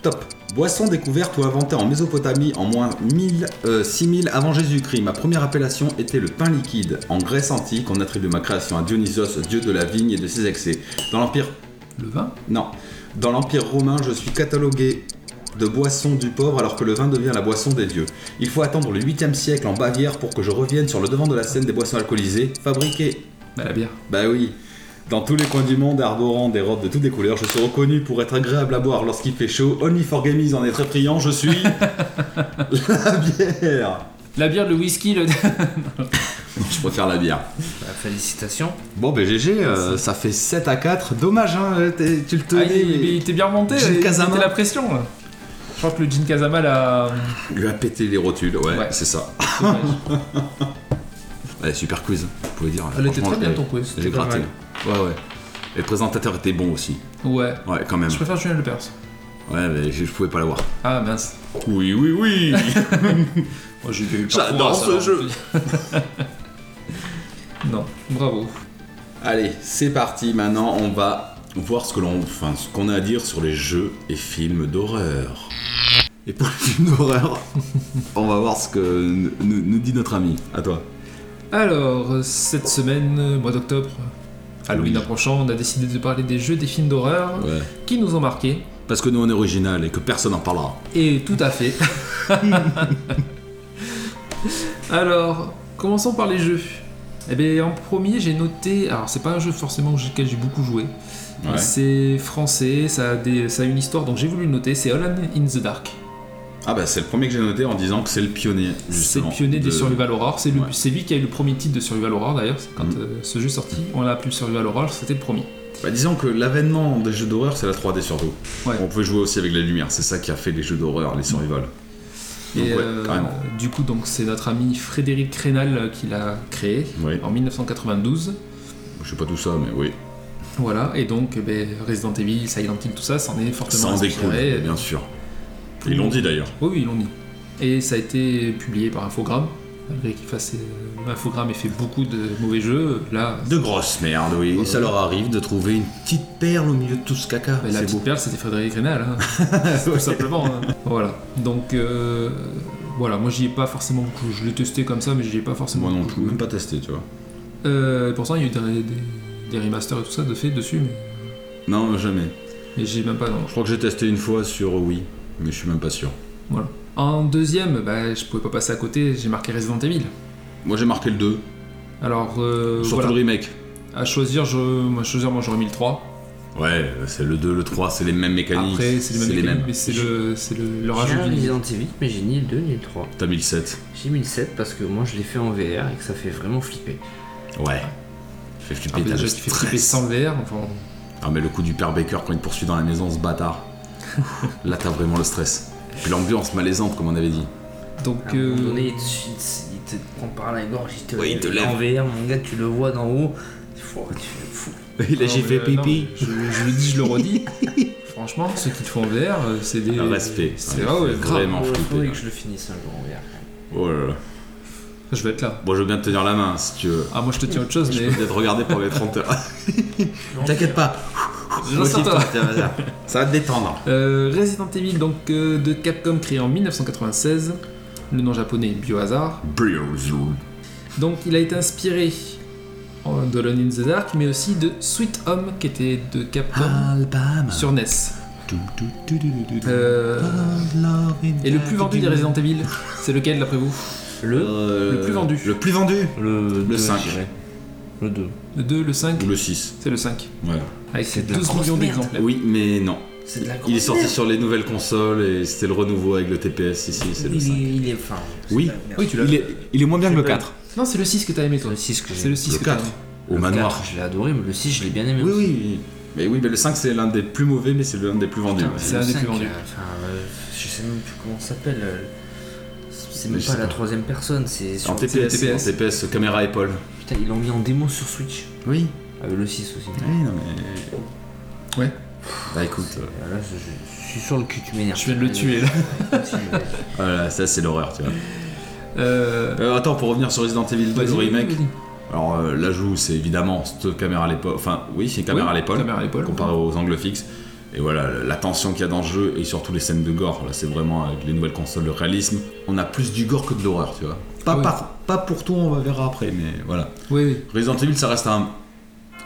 Speaker 2: Top. Boisson découverte ou inventée en Mésopotamie en moins 1000, euh, 6000 avant Jésus-Christ. Ma première appellation était le pain liquide. En Grèce antique, on attribue ma création à Dionysos, dieu de la vigne et de ses excès. Dans l'Empire
Speaker 4: Le vin
Speaker 2: non. Dans l'Empire romain, je suis catalogué de boisson du pauvre alors que le vin devient la boisson des dieux. Il faut attendre le 8e siècle en Bavière pour que je revienne sur le devant de la scène des boissons alcoolisées, fabriquées
Speaker 4: Bah, la bière.
Speaker 2: bah oui. Dans tous les coins du monde, arborant des robes de toutes les couleurs, je suis reconnu pour être agréable à boire lorsqu'il fait chaud. Only for Gamies en est très friand, je suis. la bière
Speaker 4: La bière, le whisky, le.
Speaker 2: Je préfère la bière.
Speaker 5: Bah, félicitations.
Speaker 2: Bon, bah GG, euh, ça fait 7 à 4. Dommage, hein, t'es- tu le
Speaker 4: Ah,
Speaker 2: tenais.
Speaker 4: il,
Speaker 2: mais-
Speaker 4: il était bien remonté.
Speaker 2: Jin
Speaker 4: il
Speaker 2: Kazama.
Speaker 4: était la pression. là. Je crois que le Jin Kazama l'a.
Speaker 2: Lui a pété les rotules, ouais,
Speaker 4: Ouais.
Speaker 2: c'est ça.
Speaker 4: dommage.
Speaker 2: Ouais, super quiz, vous pouvez dire.
Speaker 4: Elle était
Speaker 2: Franchement,
Speaker 4: très bien
Speaker 2: je-
Speaker 4: ton quiz.
Speaker 2: J'ai
Speaker 4: C'était pas
Speaker 2: gratté.
Speaker 4: mal.
Speaker 2: Ouais, ouais. Et le présentateur était bon aussi.
Speaker 4: Ouais.
Speaker 2: Ouais, quand même.
Speaker 4: Je préfère Julien Lepers.
Speaker 2: Ouais, mais je, je pouvais pas l'avoir.
Speaker 4: Ah mince.
Speaker 2: Oui, oui, oui
Speaker 4: Moi j'ai eu le
Speaker 2: J'adore
Speaker 4: parcours,
Speaker 2: ce
Speaker 4: hein, ça,
Speaker 2: jeu.
Speaker 4: on peut dire. Non, bravo.
Speaker 2: Allez, c'est parti. Maintenant, on va voir ce que l'on, enfin, ce qu'on a à dire sur les jeux et films d'horreur. Et pour les films d'horreur, on va voir ce que nous, nous dit notre ami. À toi.
Speaker 4: Alors, euh, cette semaine, euh, mois d'octobre, Halloween
Speaker 2: Oui.
Speaker 4: approchant, on a décidé de parler des jeux, des films d'horreur
Speaker 2: Ouais.
Speaker 4: qui nous ont marqués.
Speaker 2: Parce que nous, on est original et que personne n'en parlera.
Speaker 4: Et tout à fait. alors, commençons par les jeux. Eh bien, en premier, j'ai noté. Alors, c'est pas un jeu forcément auquel j'ai beaucoup joué.
Speaker 2: Ouais.
Speaker 4: C'est français, ça a, des- ça a une histoire, donc j'ai voulu le noter. C'est Holland in the Dark.
Speaker 2: Ah bah c'est le premier que j'ai noté en disant que c'est le pionnier.
Speaker 4: C'est le
Speaker 2: justement,
Speaker 4: pionnier des
Speaker 2: de-
Speaker 4: Survival Horror. C'est le-
Speaker 2: Ouais.
Speaker 4: c'est lui qui a eu le premier titre de Survival Horror d'ailleurs. Quand
Speaker 2: Mhm.
Speaker 4: euh, ce jeu est sorti, on l'a appelé Survival Horror, c'était le premier.
Speaker 2: Bah, disons que l'avènement des jeux d'horreur c'est la 3D surtout.
Speaker 4: Ouais.
Speaker 2: On pouvait jouer aussi avec la lumière, c'est ça qui a fait les jeux d'horreur, les survival.
Speaker 4: Et
Speaker 2: Donc, ouais,
Speaker 4: euh,
Speaker 2: carrément.
Speaker 4: du coup, donc c'est notre ami Frédéric Crénal euh, qui l'a créé
Speaker 2: Oui,
Speaker 4: en 1992.
Speaker 2: je sais pas tout ça mais oui.
Speaker 4: Voilà, et donc eh ben, Resident Evil, Silent Hill, tout ça, s'en est
Speaker 2: Ça
Speaker 4: fortement
Speaker 2: en découle,
Speaker 4: inspiré.
Speaker 2: bien sûr.
Speaker 4: Pour-
Speaker 2: Ils l'ont dit d'ailleurs.
Speaker 4: Oui, oui, ils l'ont dit. Et ça a été publié par Infogrames, malgré qu'il fasse. euh, Infogrames ait fait beaucoup de mauvais jeux. Là,
Speaker 2: De grosses merdes, oui. Et ça leur arrive de trouver une petite perle au milieu de tout ce caca.
Speaker 4: Mais ben, la
Speaker 2: c'est
Speaker 4: petite
Speaker 2: beau.
Speaker 4: perle, c'était Frédéric Rénal, hein. tout simplement. hein. Voilà. Donc, euh, voilà, moi j'y ai pas forcément beaucoup. Je l'ai testé comme ça, mais j'y ai pas forcément
Speaker 2: Moi non
Speaker 4: beaucoup
Speaker 2: plus,
Speaker 4: joué.
Speaker 2: même pas testé, tu vois.
Speaker 4: Euh, pourtant, il y a eu des, des- des remasters et tout ça de fait dessus, mais,
Speaker 2: Non, jamais.
Speaker 4: mais j'ai même pas. Non.
Speaker 2: Je crois que j'ai testé une fois sur euh, Wii, mais je suis même pas sûr.
Speaker 4: En deuxième, bah, je pouvais pas passer à côté, j'ai marqué Resident Evil.
Speaker 2: Moi j'ai marqué le 2,
Speaker 4: Alors, euh,
Speaker 2: surtout
Speaker 4: voilà.
Speaker 2: le remake.
Speaker 4: À choisir, je, moi, à choisir, moi j'aurais mis le 3.
Speaker 2: Ouais, c'est le 2, le 3, c'est les mêmes mécaniques.
Speaker 4: Après, c'est les mêmes, mécaniques, mais c'est le, c'est le, leur
Speaker 3: J'ai
Speaker 4: ajout
Speaker 3: un
Speaker 4: d'une-
Speaker 3: Resident Evil, mais j'ai ni le 2 ni le 3.
Speaker 2: T'as mis le 7.
Speaker 3: J'ai mis le 7 parce que moi je l'ai fait en VR et que ça fait vraiment flipper.
Speaker 2: Ouais. Fait flipper,
Speaker 4: Ah,
Speaker 2: t'as
Speaker 4: déjà,
Speaker 2: le
Speaker 4: qui fait
Speaker 2: stress.
Speaker 4: flipper sans le verre. Enfin,
Speaker 2: Ah, mais le coup du père Baker quand il te poursuit dans la maison, ce bâtard. Là, t'as vraiment le stress. Puis l'ambiance malaisante, comme on avait dit.
Speaker 4: donc,
Speaker 3: À un moment
Speaker 4: euh,
Speaker 3: donné, il te, il te- il te prend par la gorge, il te,
Speaker 2: Ouais, il te
Speaker 3: en VR, mon gars, tu le vois d'en haut. Il faut- tu fais fou.
Speaker 2: Il
Speaker 4: Non, mais, euh, non, je, je le dis, je le redis. Franchement, ceux qui le font en VR, euh, c'est des.
Speaker 2: Un respect.
Speaker 4: C'est
Speaker 2: Un
Speaker 4: ah ouais,
Speaker 2: respect,
Speaker 4: grave.
Speaker 2: vraiment. m'en
Speaker 3: Faut-
Speaker 2: flipper, hein.
Speaker 3: faut
Speaker 2: là.
Speaker 3: que je le finisse un jour en VR.
Speaker 2: Oh là là.
Speaker 4: Je vais être là.
Speaker 2: Bon, je veux bien te tenir la main si tu veux.
Speaker 4: Ah, moi je te tiens autre chose, mais.
Speaker 2: Je vais te regarder pour les 30 heures. T'inquiète pas.
Speaker 4: Non, c'est
Speaker 2: Motive-toi,
Speaker 4: toi.
Speaker 2: tiens, vas-y. Ça va te détendre.
Speaker 4: Euh, Resident Evil, donc euh, de Capcom, créé en 1996. Le nom japonais est Biohazard. Donc il a été inspiré euh, de Lone in the Dark, mais aussi de Sweet Home, qui était de Capcom
Speaker 2: Alabama.
Speaker 4: sur NES. Euh, et le plus vendu des Resident Evil, c'est lequel d'après vous
Speaker 2: Euh,
Speaker 4: le plus vendu.
Speaker 2: Le plus vendu
Speaker 3: Le,
Speaker 2: deux, 5. je
Speaker 3: Le 2.
Speaker 4: Le 2, le 5
Speaker 2: Ou le 6.
Speaker 4: C'est le 5.
Speaker 2: Ouais.
Speaker 4: Avec
Speaker 3: C'est de la
Speaker 4: 12
Speaker 3: grosse
Speaker 4: millions
Speaker 3: merde.
Speaker 4: d'exemplaires.
Speaker 2: Oui, mais non.
Speaker 3: C'est de la grosse
Speaker 2: Il est sorti
Speaker 3: merde.
Speaker 2: sur les nouvelles consoles et c'était le renouveau avec le TPS ici, c'est le
Speaker 3: il,
Speaker 2: 5.
Speaker 3: est, il est fin.
Speaker 2: Oui.
Speaker 4: Oui, tu l'as.
Speaker 2: il est moins bien que le
Speaker 3: pas-
Speaker 4: Non, c'est le 6 que t'as aimé
Speaker 3: C'est
Speaker 4: toi.
Speaker 3: le 6 que
Speaker 4: C'est
Speaker 3: j'ai.
Speaker 4: le 6
Speaker 2: Le
Speaker 4: que t'as
Speaker 2: 4.
Speaker 4: aimé.
Speaker 2: Au manoir.
Speaker 3: 4, Je l'ai adoré, mais le 6, je l'ai bien aimé.
Speaker 2: Oui,
Speaker 3: aussi.
Speaker 2: oui. Mais oui, mais le 5 c'est l'un des plus mauvais, mais c'est l'un des plus vendus.
Speaker 3: Putain,
Speaker 2: ouais.
Speaker 4: c'est
Speaker 3: le
Speaker 4: un des plus
Speaker 3: 5,
Speaker 4: vendus.
Speaker 3: euh, Enfin, euh, je sais même plus comment ça s'appelle. euh, C'est c'est
Speaker 2: Mais
Speaker 3: même
Speaker 2: je
Speaker 3: pas
Speaker 2: sais
Speaker 3: la
Speaker 2: pas.
Speaker 3: troisième personne, c'est sur.
Speaker 2: En TPS,
Speaker 4: TPS.
Speaker 2: en TPS, caméra épaule.
Speaker 3: Putain, ils l'ont mis en démo sur Switch.
Speaker 2: Oui.
Speaker 3: Ah, le 6 aussi.
Speaker 2: Oui, non mais.
Speaker 4: Ouais.
Speaker 2: Bah écoute, euh,
Speaker 3: Ah, Là, je, je- je suis sur le cul, tu m'énerves. Ah,
Speaker 4: Je viens de le tuer, là.
Speaker 3: Continue, vas-y.
Speaker 2: voilà, ça c'est l'horreur, tu vois.
Speaker 4: Euh,
Speaker 2: Euh, attends, pour revenir sur Resident Evil 2, le
Speaker 4: vas-y,
Speaker 2: remake.
Speaker 4: vas-y.
Speaker 2: Alors euh, l'ajout, c'est évidemment cette caméra à l'épaule. Enfin, oui, c'est une caméra
Speaker 4: Oui,
Speaker 2: à l'épaule.
Speaker 4: caméra à l'épaule.
Speaker 2: Comparé aux angles fixes. Et voilà, la tension qu'il y a dans le jeu et surtout les scènes de gore. Là, c'est vraiment avec les nouvelles consoles, le réalisme. On a plus du gore que de l'horreur, tu vois. Pas,
Speaker 4: Ouais.
Speaker 2: par- pas pour tout, on va verra après, mais voilà.
Speaker 4: Oui, oui.
Speaker 2: Resident Evil, ça reste un.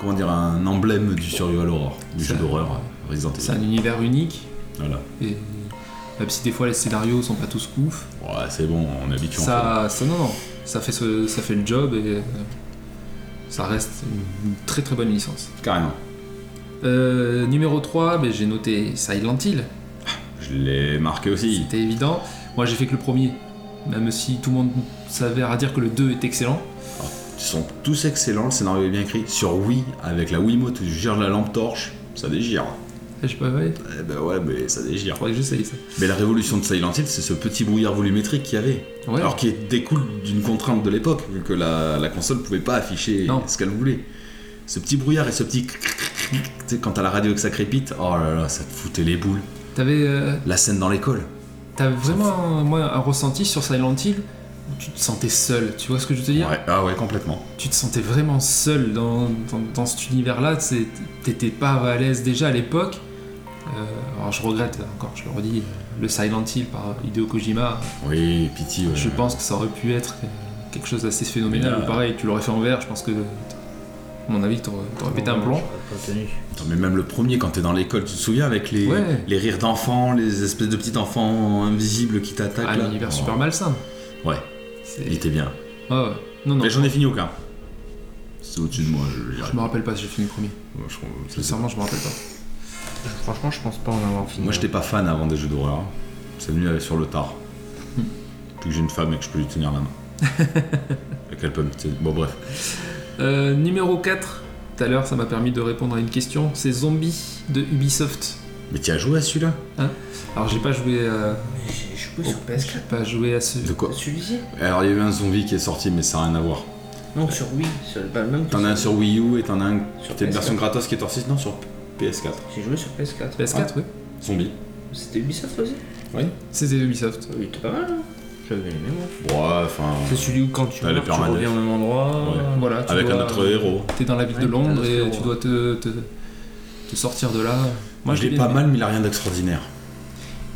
Speaker 2: Comment dire Un emblème du survival horror. Du
Speaker 4: C'est
Speaker 2: jeu
Speaker 4: un-
Speaker 2: d'horreur, euh, Resident
Speaker 4: C'est
Speaker 2: Evil.
Speaker 4: un univers unique.
Speaker 2: Voilà.
Speaker 4: Et euh, même si des fois les scénarios sont pas tous ouf,
Speaker 2: Ouais, c'est bon, on est habitué. en
Speaker 4: ça, ça, non, non, ça fait, ce- ça fait le job et euh, ça reste une très très bonne licence.
Speaker 2: fait. Carrément.
Speaker 4: Euh, numéro 3, mais j'ai noté Silent Hill,
Speaker 2: Je l'ai marqué aussi.
Speaker 4: c'était évident. Moi j'ai fait que le premier, même si tout le monde s'avère à dire que le 2 est excellent.
Speaker 2: Ils sont tous excellents, le scénario est bien écrit. Sur Wii, avec la Wiimote, tu gères la lampe torche, ça dégire.
Speaker 4: Ah, J'ai pas fait.
Speaker 2: Eh ben ouais, mais ça dégire.
Speaker 4: Faudrait que j'essaye ça.
Speaker 2: Mais la révolution de Silent Hill, c'est ce petit brouillard volumétrique qu'il y avait.
Speaker 4: Ouais.
Speaker 2: Alors qui est- découle d'une contrainte de l'époque, vu que la, la console pouvait pas afficher
Speaker 4: Non.
Speaker 2: ce qu'elle voulait. Ce petit brouillard et ce petit... cric, cric, cric, cric, Tu sais, quand t'as la radio et que ça crépite, oh là là, ça te foutait les boules.
Speaker 4: T'avais euh,
Speaker 2: La scène dans l'école.
Speaker 4: t'avais vraiment un, moi, un ressenti sur Silent Hill où tu te sentais seul. Tu vois ce que je veux te dire
Speaker 2: Ouais, ah ouais, complètement.
Speaker 4: Tu te sentais vraiment seul dans, dans, dans cet univers-là. c'est- T'étais pas à l'aise déjà à l'époque. Euh, alors je regrette encore, je le redis, le Silent Hill par Hideo Kojima.
Speaker 2: Oui, pitié. ouais.
Speaker 4: Je pense que ça aurait pu être quelque chose d'assez phénoménal.
Speaker 2: Mais là-
Speaker 4: Pareil, tu l'aurais fait en vert, je pense que, à mon avis, t'aurais t'aurais pété un plomb.
Speaker 3: Pas tenu.
Speaker 2: Attends, mais même le premier, quand t'es dans l'école, tu te souviens avec les,
Speaker 4: Ouais.
Speaker 2: les rires d'enfants, les espèces de petits enfants invisibles qui t'attaquent
Speaker 4: Un
Speaker 2: là.
Speaker 4: univers
Speaker 2: Oh,
Speaker 4: super malsain.
Speaker 2: Ouais,
Speaker 4: C'est-
Speaker 2: il était bien.
Speaker 4: Ouais, ouais. Non, non.
Speaker 2: Mais j'en ai fini aucun. C'est au-dessus de moi, je
Speaker 4: Je me rappelle pas si j'ai fini le premier. Sincèrement, je me rappelle pas.
Speaker 3: Franchement, je pense pas en avoir fini.
Speaker 2: Moi, j'étais pas fan avant des jeux d'horreur. C'est venu euh, sur le tard. Depuis que j'ai une femme et que je peux lui tenir la main. et qu'elle peut me. tenir- Bon, bref.
Speaker 4: Euh, numéro 4. Tout à l'heure, ça m'a permis de répondre à une question. C'est Zombie de Ubisoft.
Speaker 2: Mais t'y as joué à celui-là
Speaker 4: Alors, j'ai pas joué à...
Speaker 3: Mais j'ai- je peux
Speaker 4: au-
Speaker 3: sur PS4.
Speaker 4: Oh. j'ai pas joué à ce...
Speaker 2: De quoi
Speaker 3: Celui-ci
Speaker 2: Alors, il y a eu un zombie qui est sorti, mais ça n'a rien à voir.
Speaker 3: Non, sur Wii. Sur, bah, même que
Speaker 2: T'en as un sur Wii U et t'en as un.
Speaker 3: Sur
Speaker 2: T'as une
Speaker 3: PS4.
Speaker 2: version gratos qui est sortie, non Sur PS4.
Speaker 3: J'ai joué sur PS4.
Speaker 4: PS4, oui.
Speaker 2: Zombie.
Speaker 3: Ah, C'était Ubisoft aussi
Speaker 4: C'était Ubisoft.
Speaker 3: Oui, était pas mal. hein. J'avais aimé, moi.
Speaker 2: Ouais, enfin.
Speaker 3: C'est celui où quand tu
Speaker 2: Ah, le
Speaker 3: meurs, tu
Speaker 2: permanent.
Speaker 3: reviens au même endroit.
Speaker 2: Ouais.
Speaker 4: Voilà, tu
Speaker 2: Avec
Speaker 4: dois-
Speaker 2: un autre héros.
Speaker 4: T'es dans la ville de
Speaker 3: Ouais,
Speaker 4: Londres
Speaker 3: t'as un
Speaker 4: et
Speaker 3: autre
Speaker 4: tu
Speaker 3: héros.
Speaker 4: dois te, te, te sortir de là.
Speaker 2: Moi, je
Speaker 4: j'ai
Speaker 2: l'ai Mm.
Speaker 4: bien
Speaker 2: pas
Speaker 4: aimé.
Speaker 2: mal, mais il a rien d'extraordinaire.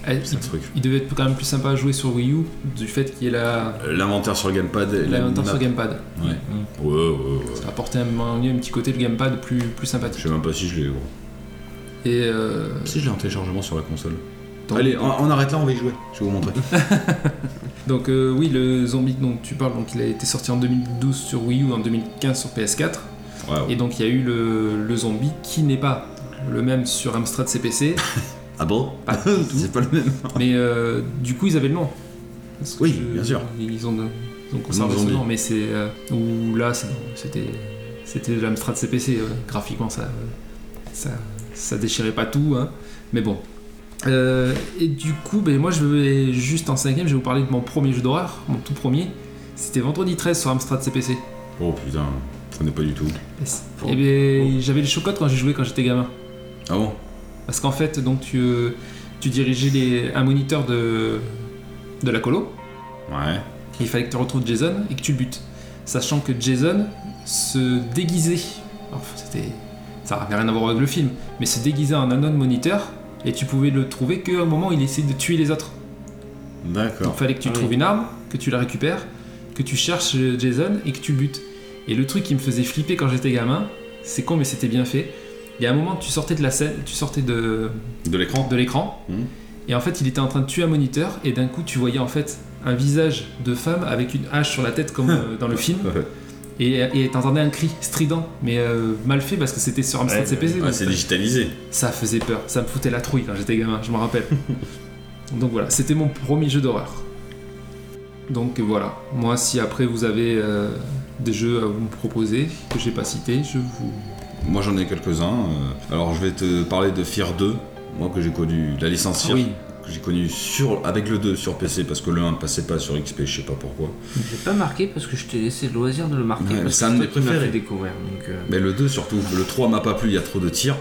Speaker 4: Eh,
Speaker 2: C'est le truc.
Speaker 4: Il devait être quand même plus sympa à jouer sur Wii U du fait qu'il y ait la,
Speaker 2: Euh, L'inventaire sur Mm. le gamepad. et
Speaker 4: la
Speaker 2: l'anima-
Speaker 4: sur Gamepad.
Speaker 2: Ouais. Ouais, ouais, ouais.
Speaker 4: Ça apportait un, un, un petit côté le Gamepad plus,
Speaker 2: Je
Speaker 4: plus sympathique.
Speaker 2: sais même pas si je l'ai, gros.
Speaker 4: Et euh,
Speaker 2: Euh, Si je l'ai en téléchargement sur la console.
Speaker 4: donc,
Speaker 2: Allez, on, on arrête là, on va y jouer. Je vais vous montrer.
Speaker 4: donc, euh, oui, le zombie dont tu parles, donc il a été sorti en 2012 sur Wii U, en 2015 sur PS4.
Speaker 2: Waouh.
Speaker 4: Et donc il y a eu le, le zombie qui n'est pas le même sur Amstrad CPC,
Speaker 2: Ah bon
Speaker 4: Pas du tout.
Speaker 2: C'est pas le même.
Speaker 4: mais euh, du coup ils avaient le nom. Parce que
Speaker 2: Oui, bien sûr.
Speaker 4: Ils ont, ils ont conservé
Speaker 2: Le nom
Speaker 4: ce
Speaker 2: zombie.
Speaker 4: nom, mais c'est euh, ou là c'est- c'était c'était de l'Amstrad CPC. euh, graphiquement ça, ça ça déchirait pas tout, hein. mais bon. Euh, et du coup, ben, moi je vais juste en cinquième, je vais vous parler de mon premier jeu d'horreur, mon tout premier. C'était vendredi 13 sur Amstrad CPC.
Speaker 2: Oh putain, je connais pas du tout.
Speaker 4: Et ben, j'avais les chocottes quand j'ai joué quand j'étais gamin.
Speaker 2: Ah bon
Speaker 4: Parce qu'en fait, donc tu, euh, tu dirigeais les- un moniteur de, de la colo,
Speaker 2: Ouais.
Speaker 4: et il fallait que tu retrouves Jason et que tu le butes. Sachant que Jason se déguisait, enfin, c'était, ça n'avait rien à voir avec le film, mais se déguisait en un autre moniteur, et tu pouvais le trouver qu'au moment où il essayait de tuer les autres. Donc
Speaker 2: D'accord.
Speaker 4: il fallait que tu
Speaker 3: Ah oui.
Speaker 4: trouves une arme, que tu la récupères, que tu cherches euh, Jason et que tu le butes. Et le truc qui me faisait flipper quand j'étais gamin, c'est con mais c'était bien fait. Il y a un moment, tu sortais de la scène, tu sortais de,
Speaker 2: De l'écran
Speaker 4: de l'écran.
Speaker 2: Mhm.
Speaker 4: Et en fait, il était en train de tuer un moniteur, et d'un coup, tu voyais en fait un visage de femme avec une hache sur la tête, comme euh, dans le film, et et t'entendais un cri strident, mais euh, mal fait parce que c'était sur Amstrad
Speaker 3: Ouais,
Speaker 4: CPC.
Speaker 2: Ouais,
Speaker 4: donc
Speaker 2: c'est
Speaker 4: ça-
Speaker 2: digitalisé.
Speaker 4: ça faisait peur, ça me foutait la trouille quand j'étais gamin, je m'en rappelle. Donc voilà, c'était mon premier jeu d'horreur. Donc voilà, moi si après vous avez euh, des jeux à vous me proposer que j'ai pas cités, je vous.
Speaker 2: Moi j'en ai quelques-uns. euh, Alors je vais te parler de Fear 2. Moi que j'ai connu la licence Fear. Que j'ai connu sur, avec le 2 sur PC parce que le 1 ne passait pas sur XP, je sais pas pourquoi.
Speaker 3: J'ai pas marqué parce que je t'ai laissé le loisir de le marquer.
Speaker 2: Ouais,
Speaker 3: parce que
Speaker 2: c'est un de
Speaker 3: toi
Speaker 2: mes
Speaker 3: qui me l'as
Speaker 2: préférés.
Speaker 3: fait découvrir. Donc, euh,
Speaker 2: Mais le 2 surtout. Le 3 m'a pas plu, il y a trop de tirs.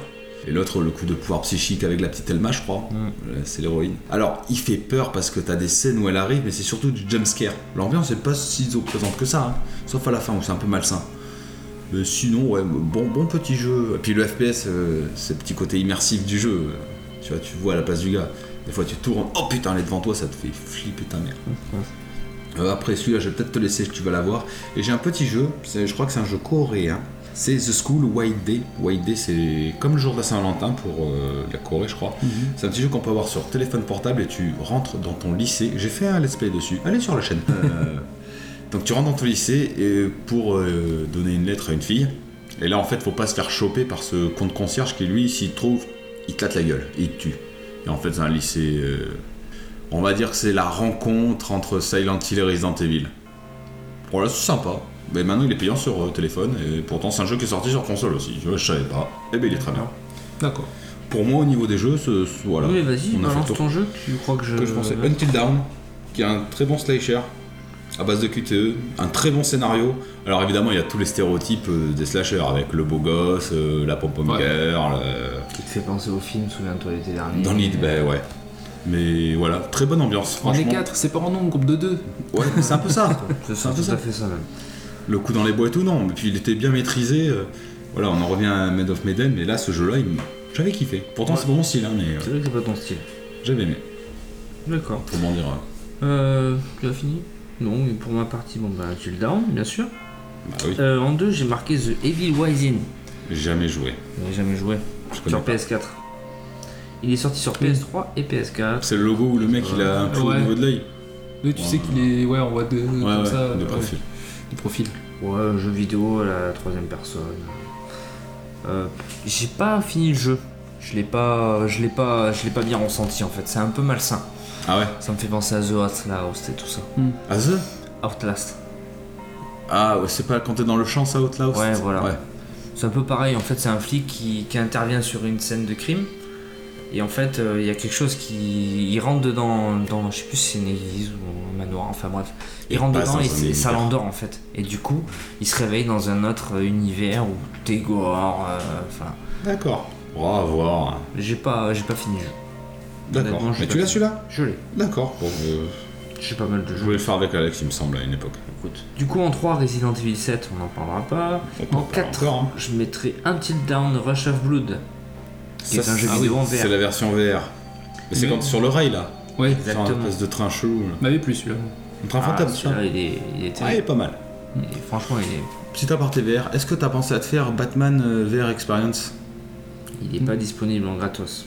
Speaker 2: Et l'autre, le coup de pouvoir psychique avec la petite Elma, je crois. Euh, C'est l'héroïne. Alors, il fait peur parce que t'as des scènes où elle arrive, mais c'est surtout du jumpscare. L'ambiance est pas si présente que ça, hein. sauf à la fin où c'est un peu malsain. Mais sinon, ouais, bon, bon petit jeu. Et puis le FPS, euh, c'est le petit côté immersif du jeu. Euh, Tu vois, tu vois à la place du gars. Des fois, tu tournes, oh putain, elle est devant toi, ça te fait flipper ta mère. Euh, après celui-là, je vais peut-être te laisser, tu vas l'avoir. Et j'ai un petit jeu, c'est- je crois que c'est un jeu coréen. C'est The School White Day. White Day, c'est comme le jour de la Saint-Valentin pour euh, la Corée, je crois. C'est un petit jeu qu'on peut avoir sur téléphone portable et tu rentres dans ton lycée. J'ai fait un let's play dessus. Allez sur la chaîne. Euh, donc tu rentres dans ton lycée et pour euh, donner une lettre à une fille. Et là, en fait, faut pas se faire choper par ce compte concierge qui, lui, s'il te trouve, il te latte la gueule et il te tue. Et en fait, c'est un lycée. euh, on va dire que c'est la rencontre entre Silent Hill et Resident Evil. Voilà, c'est sympa. Mais maintenant, il est payant sur euh, téléphone et pourtant, c'est un jeu qui est sorti sur console aussi. Tu vois, Je savais pas. Eh ben, il est très bien.
Speaker 4: D'accord.
Speaker 2: pour moi, au niveau des jeux, ce, ce- voilà.
Speaker 8: Oui, vas-y,
Speaker 2: on a fait le
Speaker 8: balance
Speaker 2: tour.
Speaker 8: ton jeu, tu crois que je.
Speaker 2: que je pensais. Until Down, qui est un très bon slasher à base de QTE, un très bon scénario. Alors évidemment, il y a tous les stéréotypes euh, des slashers avec le beau gosse, euh, la pom-pom
Speaker 4: Ouais.
Speaker 2: girl,
Speaker 3: Qui te fait penser au film, souviens-toi l'été
Speaker 2: euh,
Speaker 3: dernier.
Speaker 2: dans l'île, ben ouais. Mais voilà, très bonne ambiance.
Speaker 4: On est
Speaker 2: franchement.
Speaker 4: 4, c'est pas en nombre, groupe de 2.
Speaker 2: Ouais, c'est un peu ça.
Speaker 3: Ah, C'est
Speaker 2: un peu
Speaker 3: tout
Speaker 2: ça.
Speaker 3: à fait ça même.
Speaker 2: le coup dans les bois et tout, non. Et puis il était bien maîtrisé. euh, Voilà, on en revient à Made of Maiden, mais là, ce jeu-là, il m- j'avais kiffé. Pourtant, c'est pas mon style, hein, mais
Speaker 3: C'est
Speaker 2: euh,
Speaker 3: vrai que c'est pas ton style.
Speaker 2: j'avais aimé.
Speaker 3: D'accord.
Speaker 2: Comment dire euh,
Speaker 3: Euh, tu as fini Non, mais pour ma partie, bon bah tu le down, bien sûr.
Speaker 2: Bah oui,
Speaker 3: Euh, en deux, j'ai marqué The Evil Within.
Speaker 2: j'ai jamais joué.
Speaker 3: J'avais jamais joué.
Speaker 2: Je connais
Speaker 3: Sur
Speaker 2: pas.
Speaker 3: PS4. Il est sorti sur PS3 et PS4.
Speaker 2: C'est le logo où le mec, il a un clou
Speaker 4: Ouais.
Speaker 2: au niveau de l'œil.
Speaker 4: Mais tu sais qu'il est. Ouais, on voit deux
Speaker 2: Ouais,
Speaker 4: comme
Speaker 2: ouais,
Speaker 4: ça. euh,
Speaker 2: de
Speaker 4: ouais,
Speaker 2: profil.
Speaker 4: de profil.
Speaker 3: Ouais, un jeu vidéo à la troisième personne. Euh, j'ai pas fini le jeu. Je l'ai pas, je l'ai pas, je l'ai pas bien ressenti en fait. C'est un peu malsain.
Speaker 2: Ah ouais
Speaker 3: Ça me fait penser à The Outlast et tout ça.
Speaker 2: Ah, The
Speaker 3: Outlast.
Speaker 2: Ah, ouais, c'est pas quand t'es dans le champ, ça, Outlast
Speaker 3: Ouais, voilà. C'est un peu pareil, en fait, c'est un flic qui, qui intervient sur une scène de crime. Et en fait, euh, il y a quelque chose qui. Il rentre dedans, dans, je sais plus si c'est une église ou un manoir, enfin bref. Il,
Speaker 2: Il
Speaker 3: rentre
Speaker 2: passe
Speaker 3: dedans
Speaker 2: dans
Speaker 3: et,
Speaker 2: un
Speaker 3: c'est- ça
Speaker 2: univers.
Speaker 3: l'endort en fait. Et du coup, il se réveille dans un autre euh, univers où t'es gore. euh, Enfin,
Speaker 2: D'accord. On va voir.
Speaker 3: j'ai pas, j'ai pas fini le jeu.
Speaker 2: D'accord.
Speaker 3: Honnêtement, j'ai
Speaker 2: Mais
Speaker 3: pas
Speaker 2: tu l'as
Speaker 3: fini.
Speaker 2: celui-là
Speaker 3: Je l'ai.
Speaker 2: D'accord. Bon, euh,
Speaker 3: J'ai pas mal de
Speaker 2: je
Speaker 3: jeux.
Speaker 2: voulais le faire avec Alex, il me semble, à une époque.
Speaker 3: Écoute. Du coup, en 3, Resident Evil 7, on n'en parlera pas.
Speaker 2: On peut
Speaker 3: En
Speaker 2: en parler
Speaker 3: 4,
Speaker 2: encore, hein.
Speaker 3: je mettrai Until Down Rush of Blood. Qui est
Speaker 2: Ça,
Speaker 3: un jeu
Speaker 2: c'est-
Speaker 3: vidéo en
Speaker 2: Ah C'est
Speaker 3: VR.
Speaker 2: la version VR. Mais c'est quand sur le rail, là.
Speaker 4: Ouais,
Speaker 2: Sur un
Speaker 3: Exactement.
Speaker 2: espèce de train chelou. là.
Speaker 4: m'avait plus celui-là.
Speaker 2: Un train
Speaker 3: Ah,
Speaker 2: fantôme, ça.
Speaker 3: celui-là, il est, il est
Speaker 2: Ah, il est
Speaker 3: terrible.
Speaker 2: pas mal.
Speaker 3: Il est- franchement, il est.
Speaker 2: Petit aparté VR, est-ce que t'as pensé à te faire Batman euh, VR Experience
Speaker 3: Il n'est
Speaker 2: Hmm.
Speaker 3: pas disponible en gratos.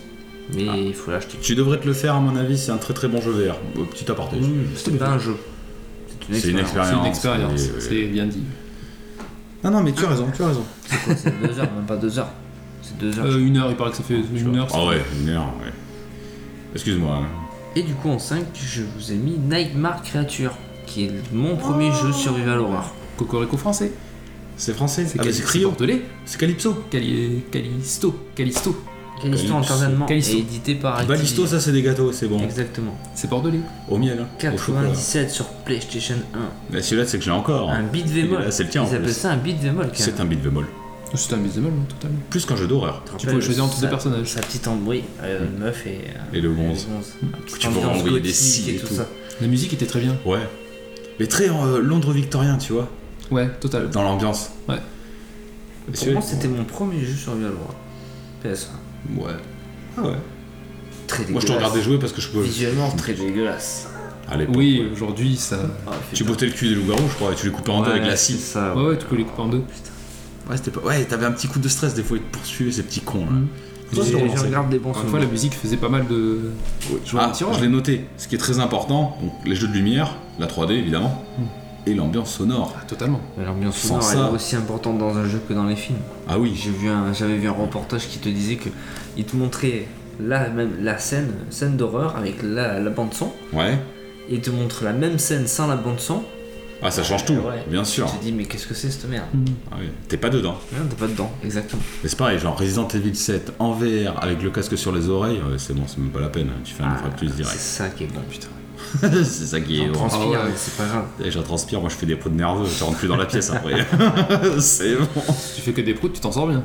Speaker 3: Mais
Speaker 2: Ah.
Speaker 3: il faut l'acheter.
Speaker 2: Tu devrais te le faire, à mon avis, c'est un très très bon jeu VR. Euh, Petit aparté.
Speaker 3: C'est pas un jeu.
Speaker 2: C'est une expérience.
Speaker 4: C'est une expérience,
Speaker 2: oui, oui, oui.
Speaker 4: c'est bien dit.
Speaker 2: Non, non, mais tu as raison, tu as raison.
Speaker 3: C'est quoi C'est deux heures, même pas deux heures. C'est deux heures.
Speaker 4: Euh, une heure, il paraît que ça fait une heure.
Speaker 2: Ah ouais, une heure, ouais. Excuse-moi. hein.
Speaker 3: Et du coup, en 5, je vous ai mis Nightmare Creature, qui est mon premier
Speaker 2: Oh.
Speaker 3: jeu survival horror.
Speaker 4: Cocorico français.
Speaker 2: C'est français Ah,
Speaker 4: C'est
Speaker 2: mais
Speaker 4: Cali-
Speaker 2: c'est
Speaker 4: c'est
Speaker 2: Cryo.
Speaker 4: bordelais.
Speaker 2: C'est Calypso.
Speaker 4: Cali- Calisto. Calisto.
Speaker 3: Calisto en
Speaker 2: Calypso.
Speaker 3: tardement et
Speaker 4: Calypso.
Speaker 3: édité par Activision.
Speaker 2: Balisto, ça c'est des gâteaux, c'est bon.
Speaker 3: Exactement.
Speaker 4: C'est bordelais.
Speaker 2: Au miel, hein. au chocolat.
Speaker 3: 97 sur PlayStation 1.
Speaker 2: Mais Bah, celui-là, c'est que j'ai encore.
Speaker 3: Un
Speaker 2: hein.
Speaker 3: beat
Speaker 2: Et
Speaker 3: bémol.
Speaker 2: là, c'est le tien, en
Speaker 3: Ils appellent
Speaker 2: plus.
Speaker 3: ça un beat bémol. quand
Speaker 2: C'est
Speaker 3: même.
Speaker 2: un beat bémol.
Speaker 4: Oh, C'est un hein, bézémol, totalement.
Speaker 2: Plus qu'un jeu d'horreur.
Speaker 3: Te
Speaker 4: Tu
Speaker 3: rappelles
Speaker 4: pouvais choisir entre
Speaker 3: sa-
Speaker 4: deux personnages.
Speaker 3: Sa petite embrouille, euh, une meuf et. euh,
Speaker 2: Mm. Et le bronze.
Speaker 3: Tu
Speaker 2: peux renvoyer des scies et tout.
Speaker 3: ça.
Speaker 4: La musique était très bien.
Speaker 2: Ouais. Mais très euh, Londres victorien, tu vois,
Speaker 4: Ouais, total.
Speaker 2: dans l'ambiance.
Speaker 4: Ouais.
Speaker 2: Et
Speaker 3: Pour
Speaker 2: celui-là,
Speaker 3: moi, c'était mon premier jeu sur Vialois. PS1.
Speaker 2: Ouais. Ah ouais.
Speaker 3: Très dégueulasse.
Speaker 2: Moi, je te regardais jouer parce que je pouvais.
Speaker 3: Visuellement, très dégueulasse.
Speaker 2: À l'époque.
Speaker 4: Oui,
Speaker 2: ouais.
Speaker 4: aujourd'hui ça.
Speaker 3: Ah,
Speaker 2: Tu
Speaker 3: putain.
Speaker 2: bottais le cul des loups-garous, je crois, et tu les coupais en deux
Speaker 3: Ouais,
Speaker 2: avec la
Speaker 3: c'est
Speaker 2: scie.
Speaker 3: ça,
Speaker 4: Ouais, ouais, tu peux les couper en deux.
Speaker 2: Ouais, c'était pas. Ouais, t'avais un petit coup de stress des fois, ils te poursuivaient ces petits cons là.
Speaker 4: Mm.
Speaker 2: Toi,
Speaker 3: J'ai-
Speaker 2: tu
Speaker 3: Je
Speaker 2: relançais.
Speaker 3: regarde des bons
Speaker 4: Encore une fois, la
Speaker 3: souvenirs.
Speaker 4: musique faisait pas mal de. jouer
Speaker 2: Ah,
Speaker 4: un tirage.
Speaker 2: je l'ai noté. Ce qui est très important, donc les jeux de lumière, la 3D évidemment, et l'ambiance sonore.
Speaker 4: Ah, totalement.
Speaker 3: Mais L'ambiance
Speaker 2: Sans
Speaker 3: sonore elle
Speaker 2: ça.
Speaker 3: est aussi importante dans un jeu que dans les films.
Speaker 2: Ah oui.
Speaker 3: J'ai vu un- J'avais vu un reportage qui te disait que il te montrait la, même, la scène, scène d'horreur avec la, la bande son.
Speaker 2: Ouais.
Speaker 3: Et il te montre la même scène sans la bande son.
Speaker 2: Ah, ça change tout,
Speaker 3: Ouais.
Speaker 2: bien sûr.
Speaker 3: Tu te dis mais qu'est-ce que c'est cette merde
Speaker 2: Ah oui. T'es pas dedans.
Speaker 3: Non, T'es pas dedans, exactement.
Speaker 2: Mais c'est pareil, genre Resident Evil 7 en VR avec le casque sur les oreilles, ouais, c'est bon, c'est même pas la peine. hein. Tu fais
Speaker 3: Ah.
Speaker 2: un infarctus
Speaker 3: C'est
Speaker 2: direct.
Speaker 3: ça qui est bon.
Speaker 2: Putain. c'est ça qui est.
Speaker 3: On transpire,
Speaker 4: Ah ouais.
Speaker 3: mais c'est pas grave.
Speaker 2: Et je transpire, moi je fais des pots de nerveux, je rentre plus dans la pièce après. c'est bon. Ah,
Speaker 4: Si tu fais que des proutes, tu t'en sors bien.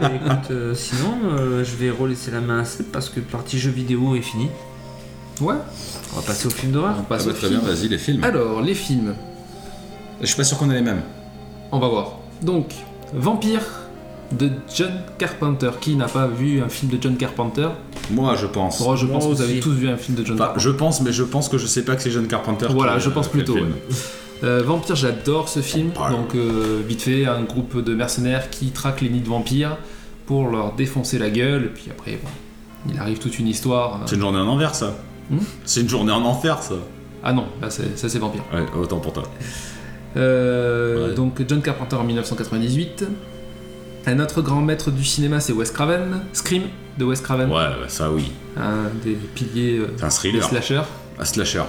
Speaker 3: Mais écoute, euh, sinon, euh, je vais relaisser la main à Seb parce que partie jeux vidéo est finie.
Speaker 4: Ouais.
Speaker 3: On va passer au film d'horreur.
Speaker 4: On passe
Speaker 2: Ah bah,
Speaker 4: au
Speaker 2: très bien,
Speaker 4: film.
Speaker 2: vas-y, les films.
Speaker 4: Alors, les films.
Speaker 2: Je suis pas sûr qu'on ait les mêmes.
Speaker 4: On va voir. Donc, Vampire de John Carpenter. Qui n'a pas vu un film de John Carpenter
Speaker 2: Moi, je pense.
Speaker 4: Oh, je
Speaker 3: Moi
Speaker 4: pense que vous avez
Speaker 3: aussi.
Speaker 4: tous vu un film de John
Speaker 2: Enfin,
Speaker 4: Carpenter.
Speaker 2: je pense, mais je pense que je sais pas que c'est John Carpenter. qui
Speaker 4: Voilà,
Speaker 2: a
Speaker 4: je pense
Speaker 2: fait le
Speaker 4: plutôt,
Speaker 2: film.
Speaker 4: Euh, Vampire, j'adore ce film.
Speaker 2: Vampire.
Speaker 4: Donc, euh, vite fait, un groupe de mercenaires qui traquent les nids de vampires pour leur défoncer la gueule. Et puis après, bon, il arrive toute une histoire. euh.
Speaker 2: C'est une journée en envers, ça.
Speaker 4: Hmm
Speaker 2: c'est une journée en enfer, ça.
Speaker 4: Ah non, là, c'est- ça c'est Vampire.
Speaker 2: Ouais, autant pour toi.
Speaker 4: Euh,
Speaker 2: Ouais.
Speaker 4: Donc, John Carpenter en 1998. Un autre grand maître du cinéma, c'est Wes Craven. Scream de Wes
Speaker 2: Ouais,
Speaker 4: Craven.
Speaker 2: ouais, ça oui.
Speaker 4: Un des piliers euh,
Speaker 2: C'est un
Speaker 4: des
Speaker 2: thriller,
Speaker 4: slashers.
Speaker 2: un slasher,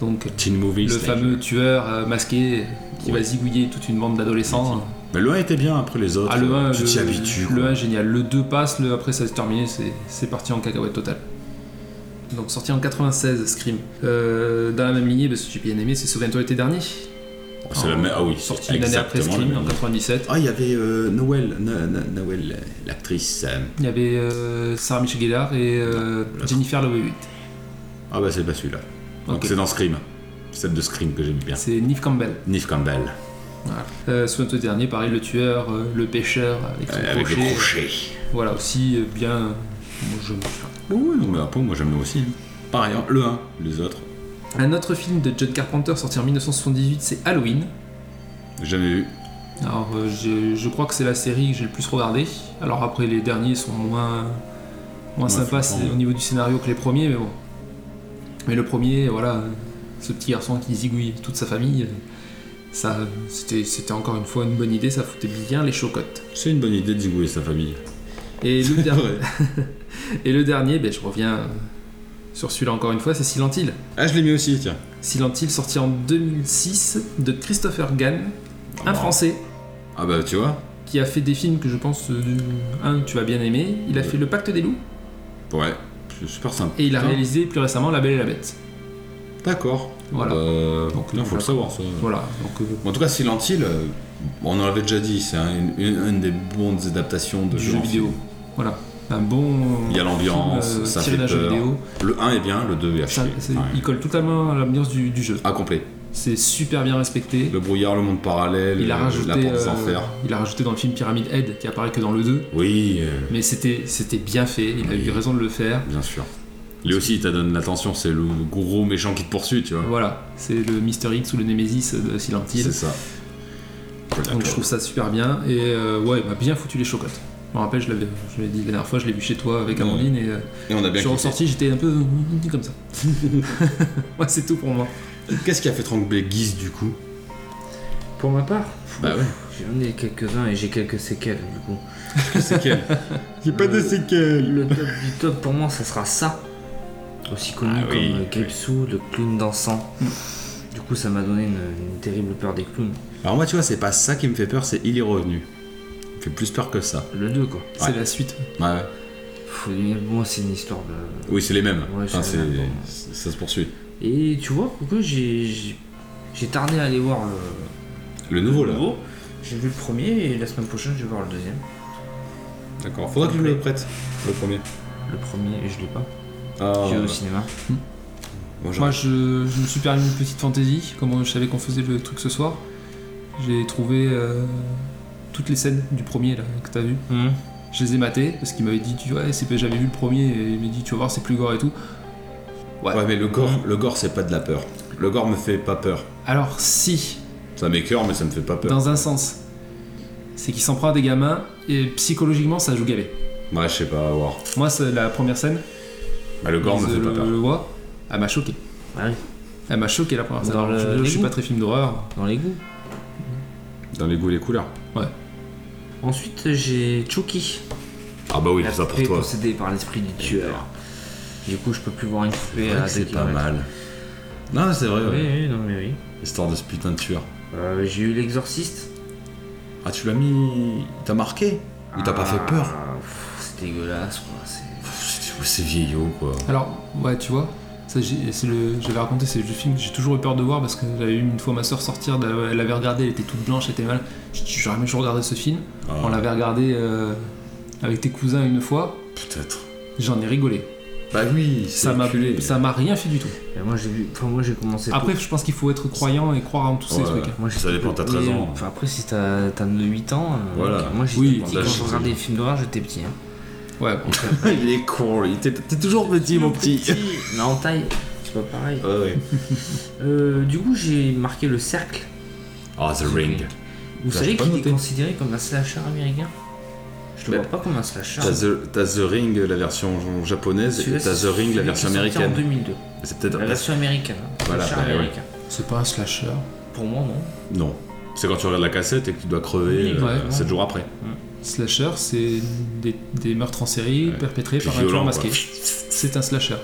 Speaker 4: Donc,
Speaker 2: teen movie.
Speaker 4: le
Speaker 2: slasher.
Speaker 4: fameux tueur euh, masqué qui
Speaker 2: Ouais.
Speaker 4: va zigouiller toute une bande d'adolescents.
Speaker 2: Mais le 1 était bien après les autres.
Speaker 4: Ah, le 1,
Speaker 2: tu t'y habitues.
Speaker 4: Le
Speaker 2: quoi.
Speaker 4: 1, génial. Le 2 passe, le après, ça s'est terminé, c'est c'est parti en cacahuète totale. Donc, sorti en 96, Scream. Euh, dans la même lignée, parce que j'ai bien aimé, c'est Sauve-toi l'été dernier.
Speaker 2: Ah, c'est la même- Ah oui,
Speaker 4: Sorti une année après
Speaker 2: exactement la
Speaker 4: Scream, en
Speaker 2: même.
Speaker 4: 97.
Speaker 2: Ah, il y avait euh, Noël, Na- Na- Noël, euh, l'actrice. euh,
Speaker 4: Il y avait euh, Sarah Michel Gellar et euh,
Speaker 2: l'autre.
Speaker 4: Jennifer Love Hewitt.
Speaker 2: Ah bah c'est pas celui-là. Donc
Speaker 4: Ok.
Speaker 2: c'est dans Scream. Celle de Scream que j'aime bien.
Speaker 4: C'est Neve Campbell.
Speaker 2: Nif Campbell.
Speaker 4: Voilà. Euh, Sauve-toi l'été dernier, pareil, le tueur, euh, le pêcheur, avec son
Speaker 2: euh, avec le
Speaker 4: crochet.
Speaker 2: crochet.
Speaker 4: Voilà, aussi euh, bien. Moi, je-
Speaker 2: Oui, oui, Bah non, mais après, moi j'aime le aussi. hein. Pareil, hein, le 1, les autres.
Speaker 4: Un autre film de John Carpenter sorti en 1978, c'est Halloween.
Speaker 2: Jamais vu.
Speaker 4: Alors, euh, je, je crois que c'est la série que j'ai le plus regardée. Alors, après, les derniers sont moins, moins
Speaker 2: Ouais, faut
Speaker 4: sympas c'est
Speaker 2: prendre.
Speaker 4: au niveau du scénario que les premiers, mais bon. Mais le premier, voilà, euh, ce petit garçon qui zigouille toute sa famille, euh, ça, euh, c'était c'était encore une fois une bonne idée, ça foutait bien les chocottes.
Speaker 2: C'est une bonne idée de zigouiller sa famille.
Speaker 4: Et le, der-
Speaker 2: vrai.
Speaker 4: Et le dernier, ben, je reviens euh, sur celui-là encore une fois, c'est Silent Hill.
Speaker 2: Ah, je l'ai mis aussi, tiens.
Speaker 4: Silent Hill sorti en 2006 de Christopher Gann, un
Speaker 2: bah.
Speaker 4: Français.
Speaker 2: Ah bah tu vois.
Speaker 4: qui a fait des films que je pense, euh, un, tu vas bien aimer. Il a fait Le Pacte des Loups
Speaker 2: Ouais, c'est super simple.
Speaker 4: et il a
Speaker 2: Tiens.
Speaker 4: réalisé plus récemment La Belle et la Bête.
Speaker 2: D'accord.
Speaker 4: Voilà.
Speaker 2: Euh,
Speaker 4: Donc,
Speaker 2: non, faut le
Speaker 4: voilà.
Speaker 2: savoir ça.
Speaker 4: Voilà, donc euh,
Speaker 2: Bon, en tout cas, Silent Hill, euh, on en avait déjà dit, c'est un- une, une des bonnes adaptations de
Speaker 4: du
Speaker 2: jeux
Speaker 4: jeu
Speaker 2: en
Speaker 4: vidéo.
Speaker 2: film.
Speaker 4: Voilà, un bon.
Speaker 2: Il y a l'ambiance,
Speaker 4: film, euh,
Speaker 2: ça
Speaker 4: tiré
Speaker 2: fait
Speaker 4: d'un jeu
Speaker 2: peur.
Speaker 4: vidéo.
Speaker 2: Le 1 est bien, le 2 est à
Speaker 4: Ça,
Speaker 2: chier.
Speaker 4: c'est-
Speaker 2: Ouais.
Speaker 4: Il colle totalement à l'ambiance du, du jeu.
Speaker 2: À complet.
Speaker 4: C'est super bien respecté.
Speaker 2: Le brouillard, le monde parallèle,
Speaker 4: Il a
Speaker 2: euh,
Speaker 4: rajouté,
Speaker 2: la porte des
Speaker 4: euh,
Speaker 2: enfers.
Speaker 4: il a rajouté dans le film Pyramid Head qui apparaît que dans le 2,
Speaker 2: Oui, euh,
Speaker 4: mais c'était c'était bien fait. Il a
Speaker 2: Oui.
Speaker 4: eu raison de le faire.
Speaker 2: bien sûr. Lui aussi, il te donne l'attention, c'est le gros méchant qui te poursuit, tu vois.
Speaker 4: Voilà, c'est le Mister X ou le Nemesis de Silent Hill.
Speaker 2: C'est ça.
Speaker 4: Donc je trouve ça super bien et euh, ouais, il m'a bien foutu les chocottes. Je me rappelle, je l'avais je l'avais dit la dernière fois, je l'ai vu chez toi avec
Speaker 2: Ouais.
Speaker 4: Amandine et euh,
Speaker 2: Et on a
Speaker 4: je
Speaker 2: bien
Speaker 4: suis
Speaker 2: kiffé.
Speaker 4: ressorti, j'étais un peu comme ça. ouais, c'est tout pour moi.
Speaker 2: Qu'est-ce qui a fait trembler Guise du coup
Speaker 3: Ah, Pour ma part,
Speaker 2: Bah ouais.
Speaker 3: j'en ai quelques-uns et j'ai quelques séquelles du coup.
Speaker 2: Séquelles. J'ai
Speaker 3: pas de
Speaker 2: séquelles.
Speaker 3: Le top du top pour moi, ça sera ça. Aussi connu
Speaker 2: Ah oui,
Speaker 3: comme euh, Kepsu, le clown dansant. Du coup, ça m'a donné une, une terrible peur des clowns.
Speaker 2: Alors moi, tu vois, c'est pas ça qui me fait peur, c'est il est revenu. Il me fait plus peur que ça.
Speaker 3: Le 2,
Speaker 2: Ouais.
Speaker 3: quoi.
Speaker 4: C'est la suite.
Speaker 2: Ouais.
Speaker 3: Pff, moi, c'est une histoire de.
Speaker 2: Oui, c'est les mêmes.
Speaker 3: Ouais,
Speaker 2: Enfin,
Speaker 3: c'est
Speaker 2: c'est
Speaker 3: les mêmes, bon.
Speaker 2: c'est- ça se poursuit.
Speaker 3: Et tu vois, pourquoi j'ai- j'ai j'ai tardé à aller voir le
Speaker 2: Le nouveau
Speaker 3: le
Speaker 2: là.
Speaker 3: nouveau. J'ai vu le premier et la semaine prochaine, je vais voir le deuxième.
Speaker 2: D'accord. Faudra que je me le prête. Le premier.
Speaker 3: Le premier, je l'ai pas.
Speaker 2: Ah.
Speaker 3: J'ai au cinéma.
Speaker 2: Moi, j'en-
Speaker 4: Moi, je, je me suis permis une petite fantaisie, comme je savais qu'on faisait le truc ce soir. J'ai trouvé euh, toutes les scènes du premier là, que t'as vu. Je les ai matées parce qu'il m'avait dit, tu vois, eh, c'est- j'avais vu le premier et il m'a dit, tu vas voir, c'est plus gore et tout.
Speaker 2: ouais. mais le gore, le gore, c'est pas de la peur. Le gore me fait pas peur.
Speaker 4: Alors, si,
Speaker 2: Ça m'écœure, mais ça me fait pas peur.
Speaker 4: dans un sens, c'est qu'il s'en prend à des gamins et psychologiquement, ça joue gavé.
Speaker 2: Ouais, je sais pas, à voir.
Speaker 4: Moi, c'est la première scène,
Speaker 2: Bah, le gore me
Speaker 4: je
Speaker 2: fait pas
Speaker 4: le,
Speaker 2: peur.
Speaker 4: le vois, elle m'a choqué.
Speaker 3: Ah oui.
Speaker 4: Elle m'a choqué la première scène.
Speaker 3: Dans
Speaker 4: Alors, je,
Speaker 3: le-
Speaker 4: je
Speaker 3: les
Speaker 4: suis
Speaker 3: goûts.
Speaker 4: pas très film d'horreur.
Speaker 3: Dans l'égout.
Speaker 2: Dans les goûts et les couleurs.
Speaker 3: Ensuite, j'ai Chucky.
Speaker 2: Ah bah oui,
Speaker 3: La
Speaker 2: ça pour
Speaker 3: poupée
Speaker 2: toi.
Speaker 3: possédée par l'esprit du tueur. Du coup, je peux plus voir une poupée
Speaker 2: Ouais,
Speaker 3: à deux
Speaker 2: C'est pas
Speaker 3: kilomètres.
Speaker 2: mal. Non, c'est vrai.
Speaker 3: Oui,
Speaker 2: ouais.
Speaker 3: oui, non, mais oui.
Speaker 2: Histoire de ce putain de tueur.
Speaker 3: Euh, j'ai eu l'exorciste.
Speaker 2: Ah, tu l'as mis. T'as marqué Il t'a pas fait peur
Speaker 3: Ah, pff, C'est dégueulasse, quoi. c'est-
Speaker 2: Pff, C'est vieillot, quoi.
Speaker 4: Alors, ouais, tu vois, ça, j'ai- c'est le, j'avais raconté, c'est le film que j'ai toujours eu peur de voir parce que j'avais eu une fois ma soeur sortir, de la- elle l'avait regardé, elle était toute blanche, elle était mal. Je dis, J'aurais jamais dû regarder ce film.
Speaker 2: Ah,
Speaker 4: On l'avait regardé euh, avec tes cousins une fois,
Speaker 2: Peut-être.
Speaker 4: j'en ai rigolé.
Speaker 2: Bah oui,
Speaker 4: Ça m'a,
Speaker 2: culé.
Speaker 4: ça m'a rien fait du tout.
Speaker 3: Et Moi, j'ai vu. Enfin, moi, j'ai commencé.
Speaker 4: Après,
Speaker 3: tôt.
Speaker 4: je pense qu'il faut être croyant et croire en tous
Speaker 2: Ouais.
Speaker 4: ces trucs. hein.
Speaker 3: moi, j'ai-
Speaker 2: ça dépend, t'as 13 ans.
Speaker 3: Enfin, après, si t'as t'as 8 ans. euh,
Speaker 2: Voilà.
Speaker 3: Moi, j'étais
Speaker 2: Oui,
Speaker 3: petit.
Speaker 2: là,
Speaker 3: Quand
Speaker 2: je-
Speaker 3: je regardais les films d'horreur, j'étais petit. hein.
Speaker 4: Ouais, bon.
Speaker 2: Il est con, lui. T'es t'es toujours petit, mon petit.
Speaker 3: Mais en taille, c'est pas pareil.
Speaker 2: Ouais, ouais.
Speaker 3: Euh, du coup, j'ai marqué le cercle.
Speaker 2: Ah, The Ring.
Speaker 3: Vous
Speaker 2: Ça, Bah, j'ai
Speaker 3: savez
Speaker 2: pas
Speaker 3: qu'il est
Speaker 2: noté.
Speaker 3: considéré comme un slasher américain Je le
Speaker 2: Bah,
Speaker 3: vois pas comme un slasher.
Speaker 2: T'as The, t'as The Ring, la version japonaise, et
Speaker 3: Celui-là,
Speaker 2: t'as
Speaker 3: c'est
Speaker 2: The Ring, la
Speaker 3: celui
Speaker 2: version
Speaker 3: qui est sorti En
Speaker 2: américaine.
Speaker 3: 2002.
Speaker 2: C'est peut-être.
Speaker 3: La version américaine. hein.
Speaker 2: Voilà,
Speaker 3: Slasher
Speaker 2: bah, ouais.
Speaker 3: américain.
Speaker 4: c'est pas un slasher.
Speaker 3: Pour moi, non.
Speaker 2: Non. C'est quand tu regardes la cassette et que tu dois crever
Speaker 4: Ouais,
Speaker 2: euh,
Speaker 4: ouais.
Speaker 2: 7 jours après.
Speaker 4: Slasher, c'est des, des meurtres en série
Speaker 2: Ouais.
Speaker 4: perpétrés
Speaker 2: Puis
Speaker 4: par un tueur
Speaker 2: violent,
Speaker 4: masqué.
Speaker 2: quoi.
Speaker 4: C'est un slasher.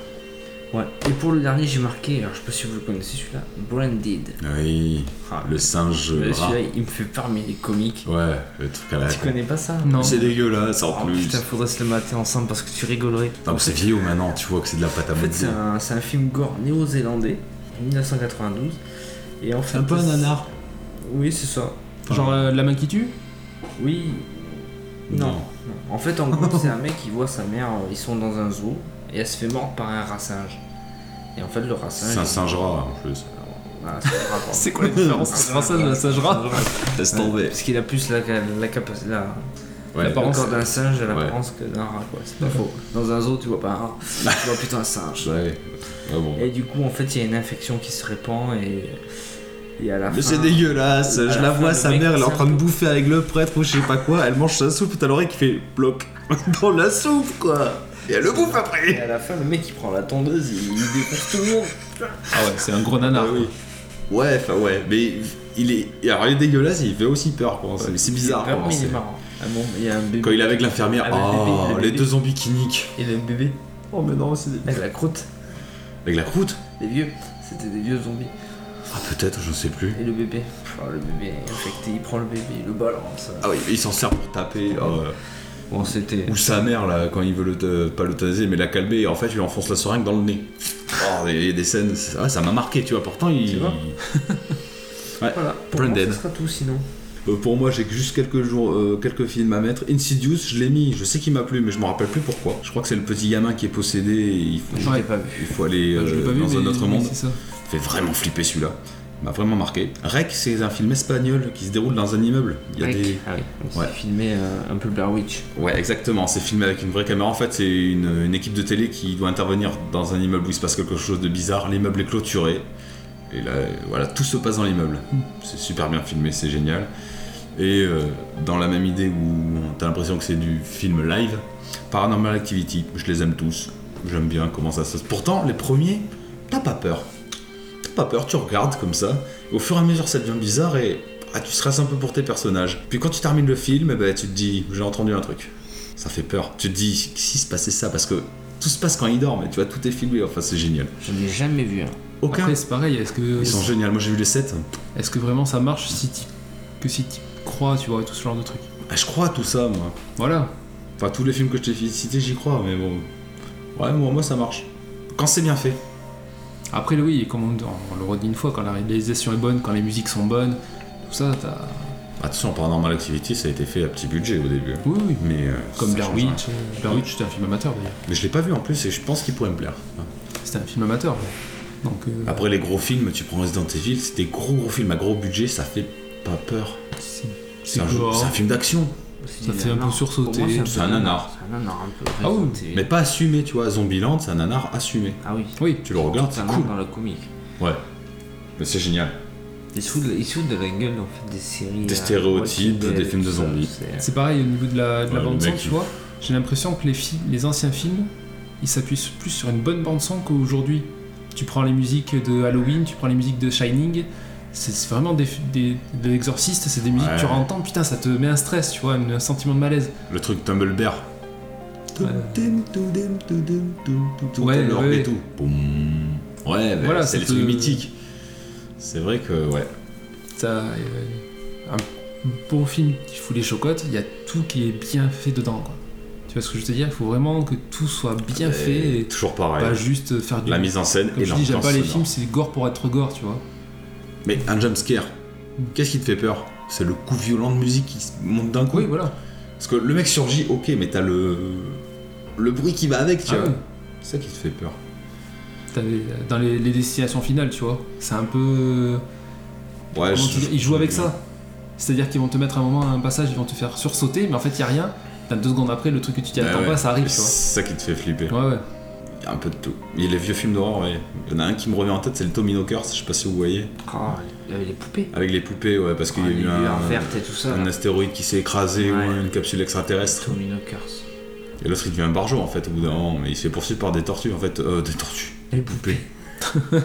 Speaker 3: Ouais. Et pour le dernier, j'ai marqué, alors je sais pas si vous le connaissez celui-là, Branded.
Speaker 2: Oui,
Speaker 3: Ah,
Speaker 2: le singe
Speaker 3: mais
Speaker 2: rat.
Speaker 3: celui-là, il me fait parmi les comiques.
Speaker 2: Ouais, le truc à la
Speaker 3: Tu
Speaker 2: con.
Speaker 3: connais pas ça
Speaker 9: Non.
Speaker 2: C'est dégueulasse en
Speaker 3: Oh
Speaker 2: plus. Ah,
Speaker 3: putain, faudrait se le mater ensemble parce que tu rigolerais.
Speaker 2: Non, mais c'est vieux maintenant, tu vois que c'est de la pâte à
Speaker 3: En fait,
Speaker 2: modeler.
Speaker 3: c'est un, c'est un film gore néo-zélandais, 1992. Et en fait,
Speaker 4: un peu un
Speaker 3: c'est-
Speaker 4: nanar.
Speaker 3: Oui, c'est ça.
Speaker 4: Genre euh, la main qui tue
Speaker 3: Oui. Non. non. En fait, en gros, c'est un mec qui voit sa mère, euh, ils sont dans un zoo, et elle se fait mordre par un rat singe. Et en fait, le rat singe.
Speaker 2: C'est un singe rat en plus.
Speaker 3: Voilà, c'est un rat, pardon.
Speaker 4: C'est quoi la différence entre un singe et un singe rat
Speaker 2: Laisse
Speaker 3: Ah Ouais,
Speaker 2: tomber.
Speaker 3: Parce qu'il a plus la, la capacité. La,
Speaker 2: Ouais,
Speaker 3: le
Speaker 4: L'apparence.
Speaker 3: corps d'un singe à
Speaker 2: Ouais.
Speaker 3: l'apparence que d'un rat, quoi. C'est pas faux. Dans un zoo, tu vois pas un rat. tu vois plutôt un singe.
Speaker 2: ouais. ouais, bon.
Speaker 3: Et du coup, en fait, il y a une infection qui se répand et. Et à la
Speaker 2: Mais
Speaker 3: fin.
Speaker 2: c'est dégueulasse,
Speaker 3: à
Speaker 2: je
Speaker 3: la
Speaker 2: la
Speaker 3: fin,
Speaker 2: vois,
Speaker 3: le
Speaker 2: sa
Speaker 3: mec,
Speaker 2: mère, elle est en
Speaker 3: c'est un
Speaker 2: train de
Speaker 3: peu-
Speaker 2: bouffer avec le prêtre ou je sais pas quoi, elle mange sa soupe, t'as l'oreille qui fait bloc dans la soupe quoi Et elle le bouffe
Speaker 3: Et
Speaker 2: après
Speaker 3: à la fin, le mec il prend la tondeuse, il, il défonce tout le monde.
Speaker 4: Ah ouais, c'est un gros nanar.
Speaker 2: Ah oui. Ouais, enfin ouais, mais il est. Alors il est dégueulasse et il fait aussi peur quoi, c'est c'est bizarre
Speaker 3: Il est
Speaker 2: quoi.
Speaker 3: vraiment, il est
Speaker 2: c'est-
Speaker 3: marrant. Ah bon, il y a un bébé.
Speaker 2: Quand il est avec l'infirmière,
Speaker 3: Ah, le
Speaker 2: oh,
Speaker 3: bébé, le
Speaker 2: les
Speaker 3: bébé.
Speaker 2: deux zombies qui niquent.
Speaker 3: Et le bébé,
Speaker 2: Oh mais non, c'est
Speaker 3: avec la croûte,
Speaker 2: Avec la croûte
Speaker 3: les vieux. C'était des vieux zombies.
Speaker 2: Ah peut-être, je sais plus.
Speaker 3: Et le bébé. Oh, le bébé est infecté, il prend le bébé, il le balance.
Speaker 2: Ah oui, il s'en sert pour taper. oh, euh,
Speaker 3: Bon, c'était.
Speaker 2: Ou sa mère, là, quand il veut le, euh, pas l'euthanaser, mais la calmer, en fait, il lui enfonce la seringue dans le nez. Oh, il y a des scènes, ça ouais, ça m'a marqué, tu vois, pourtant, il...
Speaker 3: Tu vois
Speaker 2: ouais.
Speaker 3: Voilà, pour
Speaker 2: Branded.
Speaker 3: moi, ce sera tout sinon.
Speaker 2: Euh, pour moi, j'ai que juste quelques jours, euh, quelques films à mettre. Insidious, je l'ai mis, je sais qu'il m'a plu, mais je me rappelle plus pourquoi. Je crois que c'est le petit gamin qui est possédé, et il faut,
Speaker 4: Ouais.
Speaker 3: pas vu.
Speaker 2: il faut aller
Speaker 4: Ah, Je l'ai
Speaker 2: euh,
Speaker 4: pas vu,
Speaker 2: dans un
Speaker 4: mais-
Speaker 2: autre
Speaker 4: mais
Speaker 2: monde.
Speaker 4: c'est ça.
Speaker 2: Ça fait vraiment flipper, celui-là. Il m'a vraiment marqué. Rec, c'est un film espagnol qui se déroule dans un immeuble. Il y a
Speaker 3: Rec.
Speaker 2: des...
Speaker 3: Ah oui,
Speaker 2: Ouais.
Speaker 3: c'est filmé euh, un peu Blair Witch.
Speaker 2: Ouais, exactement. C'est filmé avec une vraie caméra. En fait, c'est une, une équipe de télé qui doit intervenir dans un immeuble où il se passe quelque chose de bizarre. L'immeuble est clôturé. Et là, voilà, tout se passe dans l'immeuble. C'est super bien filmé, c'est génial. Et euh, dans la même idée où t'as l'impression que c'est du film live, Paranormal Activity, je les aime tous. J'aime bien comment ça se passe. Pourtant, les premiers, t'as pas peur. T'as pas peur, tu regardes comme ça. Au fur et à mesure, ça devient bizarre et ah, tu stresses un peu pour tes personnages. Puis quand tu termines le film, eh ben, tu te dis, j'ai entendu un truc. Ça fait peur. Tu te dis, si se passait ça, parce que tout se passe quand il dort, mais tu vois, tout est filmé. Enfin, c'est génial.
Speaker 3: Je n'ai jamais vu hein. un.
Speaker 2: Aucun.
Speaker 4: Après, c'est pareil, est-ce que,
Speaker 2: Ils sont
Speaker 4: est
Speaker 2: géniaux. Moi, j'ai vu les 7.
Speaker 4: -ce que vraiment ça marche si t'y- que si tu crois, tu vois, et tout ce genre de trucs
Speaker 2: Ah, je crois à tout ça, moi.
Speaker 4: Voilà.
Speaker 2: Enfin, tous les films que je t'ai cités, j'y crois, mais bon. Ouais, moi, moi, ça marche. Quand c'est bien fait.
Speaker 4: Après, oui, comme on, on le redit une fois, quand la réalisation est bonne, quand les musiques sont bonnes, tout ça, t'as.
Speaker 2: Attention, Paranormal Activity, ça a été fait à petit budget au début.
Speaker 4: Oui, oui.
Speaker 2: Mais. euh,
Speaker 4: Comme
Speaker 2: ça
Speaker 4: Blair
Speaker 2: change rien.
Speaker 4: Witch. euh, Blair Witch, c'était un film amateur d'ailleurs.
Speaker 2: Mais je l'ai pas vu en plus et je pense qu'il pourrait me plaire.
Speaker 4: C'était un film amateur. Donc, euh,
Speaker 2: Après les gros films, tu prends Resident Evil, c'est des gros gros films à gros budget, ça fait pas peur.
Speaker 4: c'est-
Speaker 2: C'est
Speaker 4: c'est
Speaker 2: un, jeu-
Speaker 4: gore.
Speaker 2: c'est un film d'action,
Speaker 4: Ça
Speaker 3: ah
Speaker 4: fait un peu sursauter.
Speaker 2: C'est un nanar.
Speaker 3: C'est un nanar un peu.
Speaker 4: Ah oui,
Speaker 3: présenté.
Speaker 2: mais pas assumé, tu vois. Zombieland, c'est un nanar assumé.
Speaker 3: Ah oui.
Speaker 4: Oui.
Speaker 2: Tu le regardes,
Speaker 3: C'est
Speaker 2: c'est
Speaker 3: un
Speaker 2: cool.
Speaker 3: nanar dans la comique.
Speaker 2: Ouais. Mais c'est génial.
Speaker 3: Ils se foutent de- ils se foutent de la gueule en fait des séries.
Speaker 2: Des
Speaker 3: euh,
Speaker 2: stéréotypes,
Speaker 3: Walking
Speaker 2: des
Speaker 3: Dead,
Speaker 2: films de
Speaker 3: tout ça,
Speaker 2: zombies.
Speaker 3: c'est-
Speaker 4: C'est pareil au niveau de la,
Speaker 2: Ouais, le
Speaker 4: bande son,
Speaker 2: mec,
Speaker 4: tu
Speaker 2: il-
Speaker 4: vois. J'ai l'impression que les, fi- les anciens films, ils s'appuient plus sur une bonne bande son qu'aujourd'hui. Tu prends les musiques de Halloween, tu prends les musiques de Shining, c'est c'est vraiment des, des, de l'exorciste, c'est des musiques
Speaker 2: Ouais.
Speaker 4: que tu entends, putain, ça te met un stress, tu vois, un, un sentiment de malaise.
Speaker 2: Le truc Tumblebear.
Speaker 4: Ouais,
Speaker 2: Leur
Speaker 4: ouais.
Speaker 2: et tout. Boum. Ouais, bah,
Speaker 4: Voilà,
Speaker 2: c'est
Speaker 4: ça
Speaker 2: les trucs
Speaker 4: peut-
Speaker 2: mythiques. C'est vrai que ouais.
Speaker 4: T'as euh, un bon film qui fout les chocottes, il y a tout qui est bien fait dedans, quoi. Tu vois ce que je veux te dire Il faut vraiment que tout soit bien
Speaker 2: Ah, Mais
Speaker 4: fait et
Speaker 2: toujours pareil.
Speaker 4: pas juste faire du...
Speaker 2: La mise en scène
Speaker 4: Comme
Speaker 2: et
Speaker 4: je dis, j'aime
Speaker 2: l'ambiance
Speaker 4: pas les
Speaker 2: sonore.
Speaker 4: films, c'est gore pour être gore, tu vois.
Speaker 2: Mais un jumpscare, qu'est-ce qui te fait peur C'est le coup violent de musique qui se monte d'un coup.
Speaker 4: Oui, voilà.
Speaker 2: Parce que le mec surgit, ok, mais t'as le. le bruit qui va avec, tu
Speaker 4: Ah
Speaker 2: vois.
Speaker 4: ouais.
Speaker 2: C'est ça qui te fait peur.
Speaker 4: T'avais- dans les, les destinations finales, tu vois. C'est un peu.
Speaker 2: Ouais,
Speaker 4: comment tu dis- ils jouent avec
Speaker 2: je- Ah
Speaker 4: ça. C'est-à-dire qu'ils vont te mettre à un moment à un passage, ils vont te faire sursauter, mais en fait, il a rien. T'as deux secondes après, le truc que tu t'y
Speaker 2: Ouais,
Speaker 4: attends
Speaker 2: Ah ouais.
Speaker 4: pas, ça arrive,
Speaker 2: C'est ça
Speaker 4: tu
Speaker 2: qui te fait flipper.
Speaker 4: vois. Ouais, ouais.
Speaker 2: Il y a un peu de tout. Il y a les vieux films d'horreur, ouais. Il y en a un qui me revient en tête, c'est le Tominokers, je sais pas si vous voyez.
Speaker 3: Ah, il y avait les poupées.
Speaker 2: Avec les poupées, ouais, parce qu'il y a
Speaker 3: Ah, les
Speaker 2: eu
Speaker 3: lueurs
Speaker 2: un.
Speaker 3: vertes et tout ça.
Speaker 2: un
Speaker 3: là.
Speaker 2: astéroïde qui s'est écrasé
Speaker 3: Ouais.
Speaker 2: ou une capsule extraterrestre.
Speaker 3: Domino Curse.
Speaker 2: Et l'autre il devient un barjo en fait au bout d'un moment, mais il se fait poursuivre par des tortues en fait. Euh, des tortues.
Speaker 3: Les poupées.
Speaker 2: Des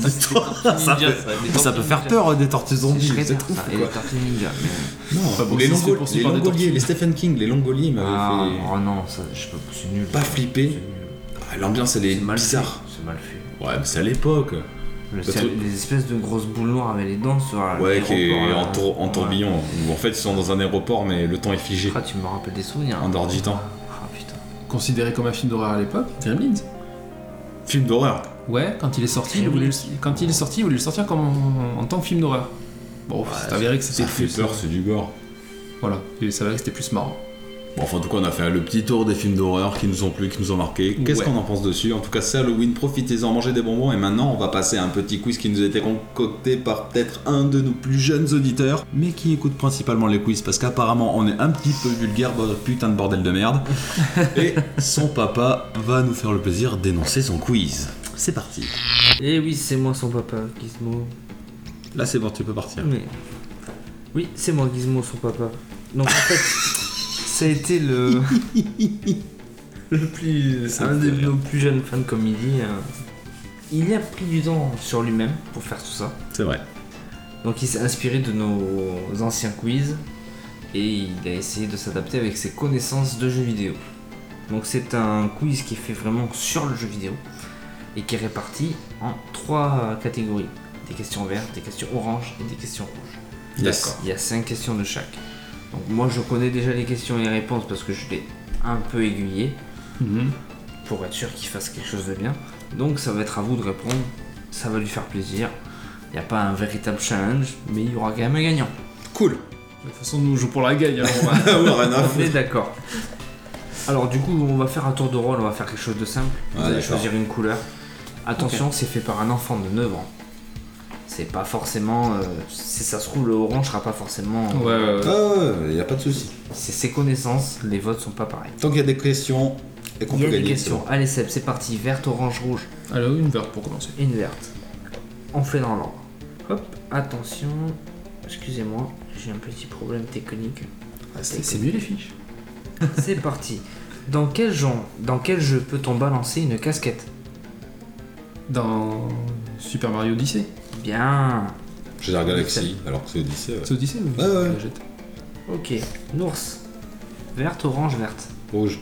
Speaker 2: tortues. ça, peut... ça peut faire peur, euh, des tortues zombies.
Speaker 3: C'est
Speaker 2: C'est
Speaker 3: Shredder,
Speaker 2: trop
Speaker 3: ça.
Speaker 2: fou,
Speaker 3: Et
Speaker 2: quoi.
Speaker 3: les Tortues Ninja. mais-
Speaker 2: Non,
Speaker 4: Enfin, bon,
Speaker 2: les,
Speaker 4: si c'est
Speaker 2: Longo-
Speaker 4: poursuivi
Speaker 2: les
Speaker 4: par des
Speaker 2: Longoliers,
Speaker 4: tortues.
Speaker 2: les Stephen King, les Longoliers m'avaient
Speaker 3: Ah
Speaker 2: fait
Speaker 3: oh non, ça, je peux. C'est nul.
Speaker 2: pas flipper.
Speaker 3: C'est nul.
Speaker 2: Ah, L'ambiance, elle est,
Speaker 3: C'est mal
Speaker 2: bizarre.
Speaker 3: fait, C'est mal fait.
Speaker 2: Ouais, mais c'est à l'époque.
Speaker 3: Le-
Speaker 2: Le
Speaker 3: c'est
Speaker 2: truc-
Speaker 3: Les espèces de grosses boules noires avec les dents sur un
Speaker 2: Ouais, qui est
Speaker 3: aéroport,
Speaker 2: en,
Speaker 3: là.
Speaker 2: tour- en
Speaker 3: Ouais.
Speaker 2: tourbillon. Où en fait, ils sont dans un aéroport, mais le temps est figé.
Speaker 3: Ah, tu me rappelles des souvenirs.
Speaker 2: Un dehors du temps.
Speaker 3: Ah putain.
Speaker 4: Considéré comme un film d'horreur à l'époque, Gremlins.
Speaker 2: Film d'horreur.
Speaker 4: Ouais, quand il est sorti, il voulait le- quand il est sorti, il voulait le sortir comme en, en tant que film d'horreur. Bon, c'est avéré que c'était
Speaker 2: Ça fait
Speaker 4: plus
Speaker 2: peur, c'est du gore.
Speaker 4: Voilà, il s'avérait que c'était plus marrant.
Speaker 2: Bon, enfin, en tout cas, on a fait le petit tour des films d'horreur qui nous ont plu, qui nous ont marqué. Qu'est-ce
Speaker 4: Ouais.
Speaker 2: qu'on en pense dessus En tout cas, c'est Halloween, profitez-en, mangez des bonbons. Et maintenant, on va passer à un petit quiz qui nous a été concocté par peut-être un de nos plus jeunes auditeurs, mais qui écoute principalement les quiz parce qu'apparemment, on est un petit peu vulgaire, bah, putain de bordel de merde. et son papa va nous faire le plaisir d'énoncer son quiz. C'est parti.
Speaker 3: Eh oui, c'est moi son papa, Gizmo.
Speaker 2: Là, c'est bon, tu peux partir.
Speaker 3: Mais. Oui, c'est moi Gizmo, son papa. Donc en fait, ça a été le. le plus.
Speaker 2: Ça
Speaker 3: un
Speaker 2: me
Speaker 3: de
Speaker 2: fait rire.
Speaker 3: nos plus jeunes fans, comme il dit. euh, Il a pris du temps sur lui-même pour faire tout ça.
Speaker 2: C'est vrai.
Speaker 3: Donc il s'est inspiré de nos anciens quiz et il a essayé de s'adapter avec ses connaissances de jeux vidéo. Donc c'est un quiz qui est fait vraiment sur le jeu vidéo et qui est réparti en trois catégories. Des questions vertes, des questions oranges et des questions rouges.
Speaker 2: Yes.
Speaker 3: Il y a cinq questions de chaque. Donc moi je connais déjà les questions et les réponses parce que je l'ai un peu aiguillé
Speaker 2: Mhm.
Speaker 3: pour être sûr qu'il fasse quelque chose de bien. Donc ça va être à vous de répondre, ça va lui faire plaisir. Il n'y a pas un véritable challenge, mais il y aura quand même un gagnant.
Speaker 2: Cool.
Speaker 4: De toute façon, nous on joue pour la gagne. alors on va-
Speaker 2: Ah ouais, rien à
Speaker 3: On est
Speaker 2: foutre.
Speaker 3: d'accord. Alors du coup, on va faire un tour de rôle, on va faire quelque chose de simple. Vous
Speaker 2: Ah,
Speaker 3: allez
Speaker 2: d'accord.
Speaker 3: choisir une couleur. Attention, c'est fait par un enfant de 9 ans. C'est pas forcément. euh, si ça se trouve, le orange sera pas forcément.
Speaker 4: Ouais, ouais, ouais.
Speaker 2: Ah, y a pas de souci.
Speaker 3: C'est ses connaissances, les votes sont pas pareils.
Speaker 2: Tant qu'il y a des questions et qu'on
Speaker 3: Il y
Speaker 2: peut
Speaker 3: a des
Speaker 2: gagner.
Speaker 3: questions. Allez, Seb, c'est parti. Verte, orange, rouge.
Speaker 4: Allô, une verte pour commencer.
Speaker 3: une verte. On fait dans l'ordre. Hop, attention. Excusez-moi, j'ai un petit problème technique.
Speaker 4: c'est c'est mieux les fiches.
Speaker 3: C'est parti. Dans quel genre, dans quel jeu peut-on balancer une casquette
Speaker 4: Dans Super Mario Odyssey.
Speaker 3: Bien.
Speaker 2: J'ai la galaxie, alors que c'est Odyssey. ouais.
Speaker 4: C'est Odyssey ou
Speaker 2: Ouais, ouais.
Speaker 4: la jette
Speaker 3: Ok. Nours. Verte, orange, verte.
Speaker 2: Rouge.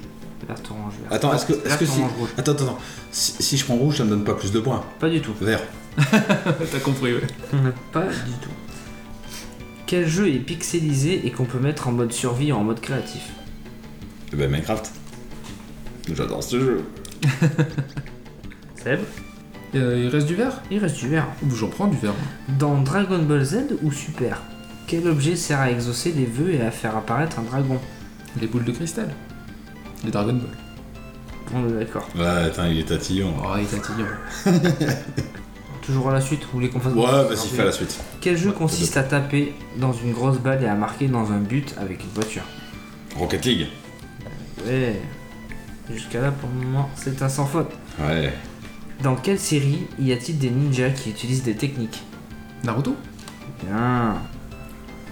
Speaker 3: Verte, orange, verte.
Speaker 2: Attends, est-ce que, est-ce
Speaker 3: Verte,
Speaker 2: que si.
Speaker 3: orange, rouge.
Speaker 2: Attends, attends, attends. Si, si je prends rouge, ça me donne pas plus de points.
Speaker 3: Pas du tout.
Speaker 2: Vert.
Speaker 4: T'as compris, ouais.
Speaker 3: Pas du tout. Quel jeu est pixelisé et qu'on peut mettre en mode survie ou en mode créatif
Speaker 2: Eh ben Minecraft. J'adore ce jeu.
Speaker 3: Seb
Speaker 4: Euh, il reste du vert
Speaker 3: Il reste du vert.
Speaker 4: Ou J'en prends du vert. moi.
Speaker 3: Dans Dragon Ball Z ou Super, quel objet sert à exaucer des vœux et à faire apparaître un dragon
Speaker 4: Les boules de cristal. Les Dragon Ball.
Speaker 3: On est d'accord.
Speaker 2: Ouais, attends, il est tatillon. hein.
Speaker 4: Oh, il est attirant.
Speaker 3: Toujours à la suite, vous voulez qu'on fasse
Speaker 2: Ouais, vas-y, fais la suite.
Speaker 3: Quel jeu consiste à taper dans une grosse balle et à marquer dans un but avec une voiture
Speaker 2: Rocket League.
Speaker 3: Ouais. Jusqu'à là, pour le moment, c'est un sans faute.
Speaker 2: Ouais.
Speaker 3: Dans quelle série y a-t-il des ninjas qui utilisent des techniques
Speaker 4: Naruto
Speaker 3: Bien.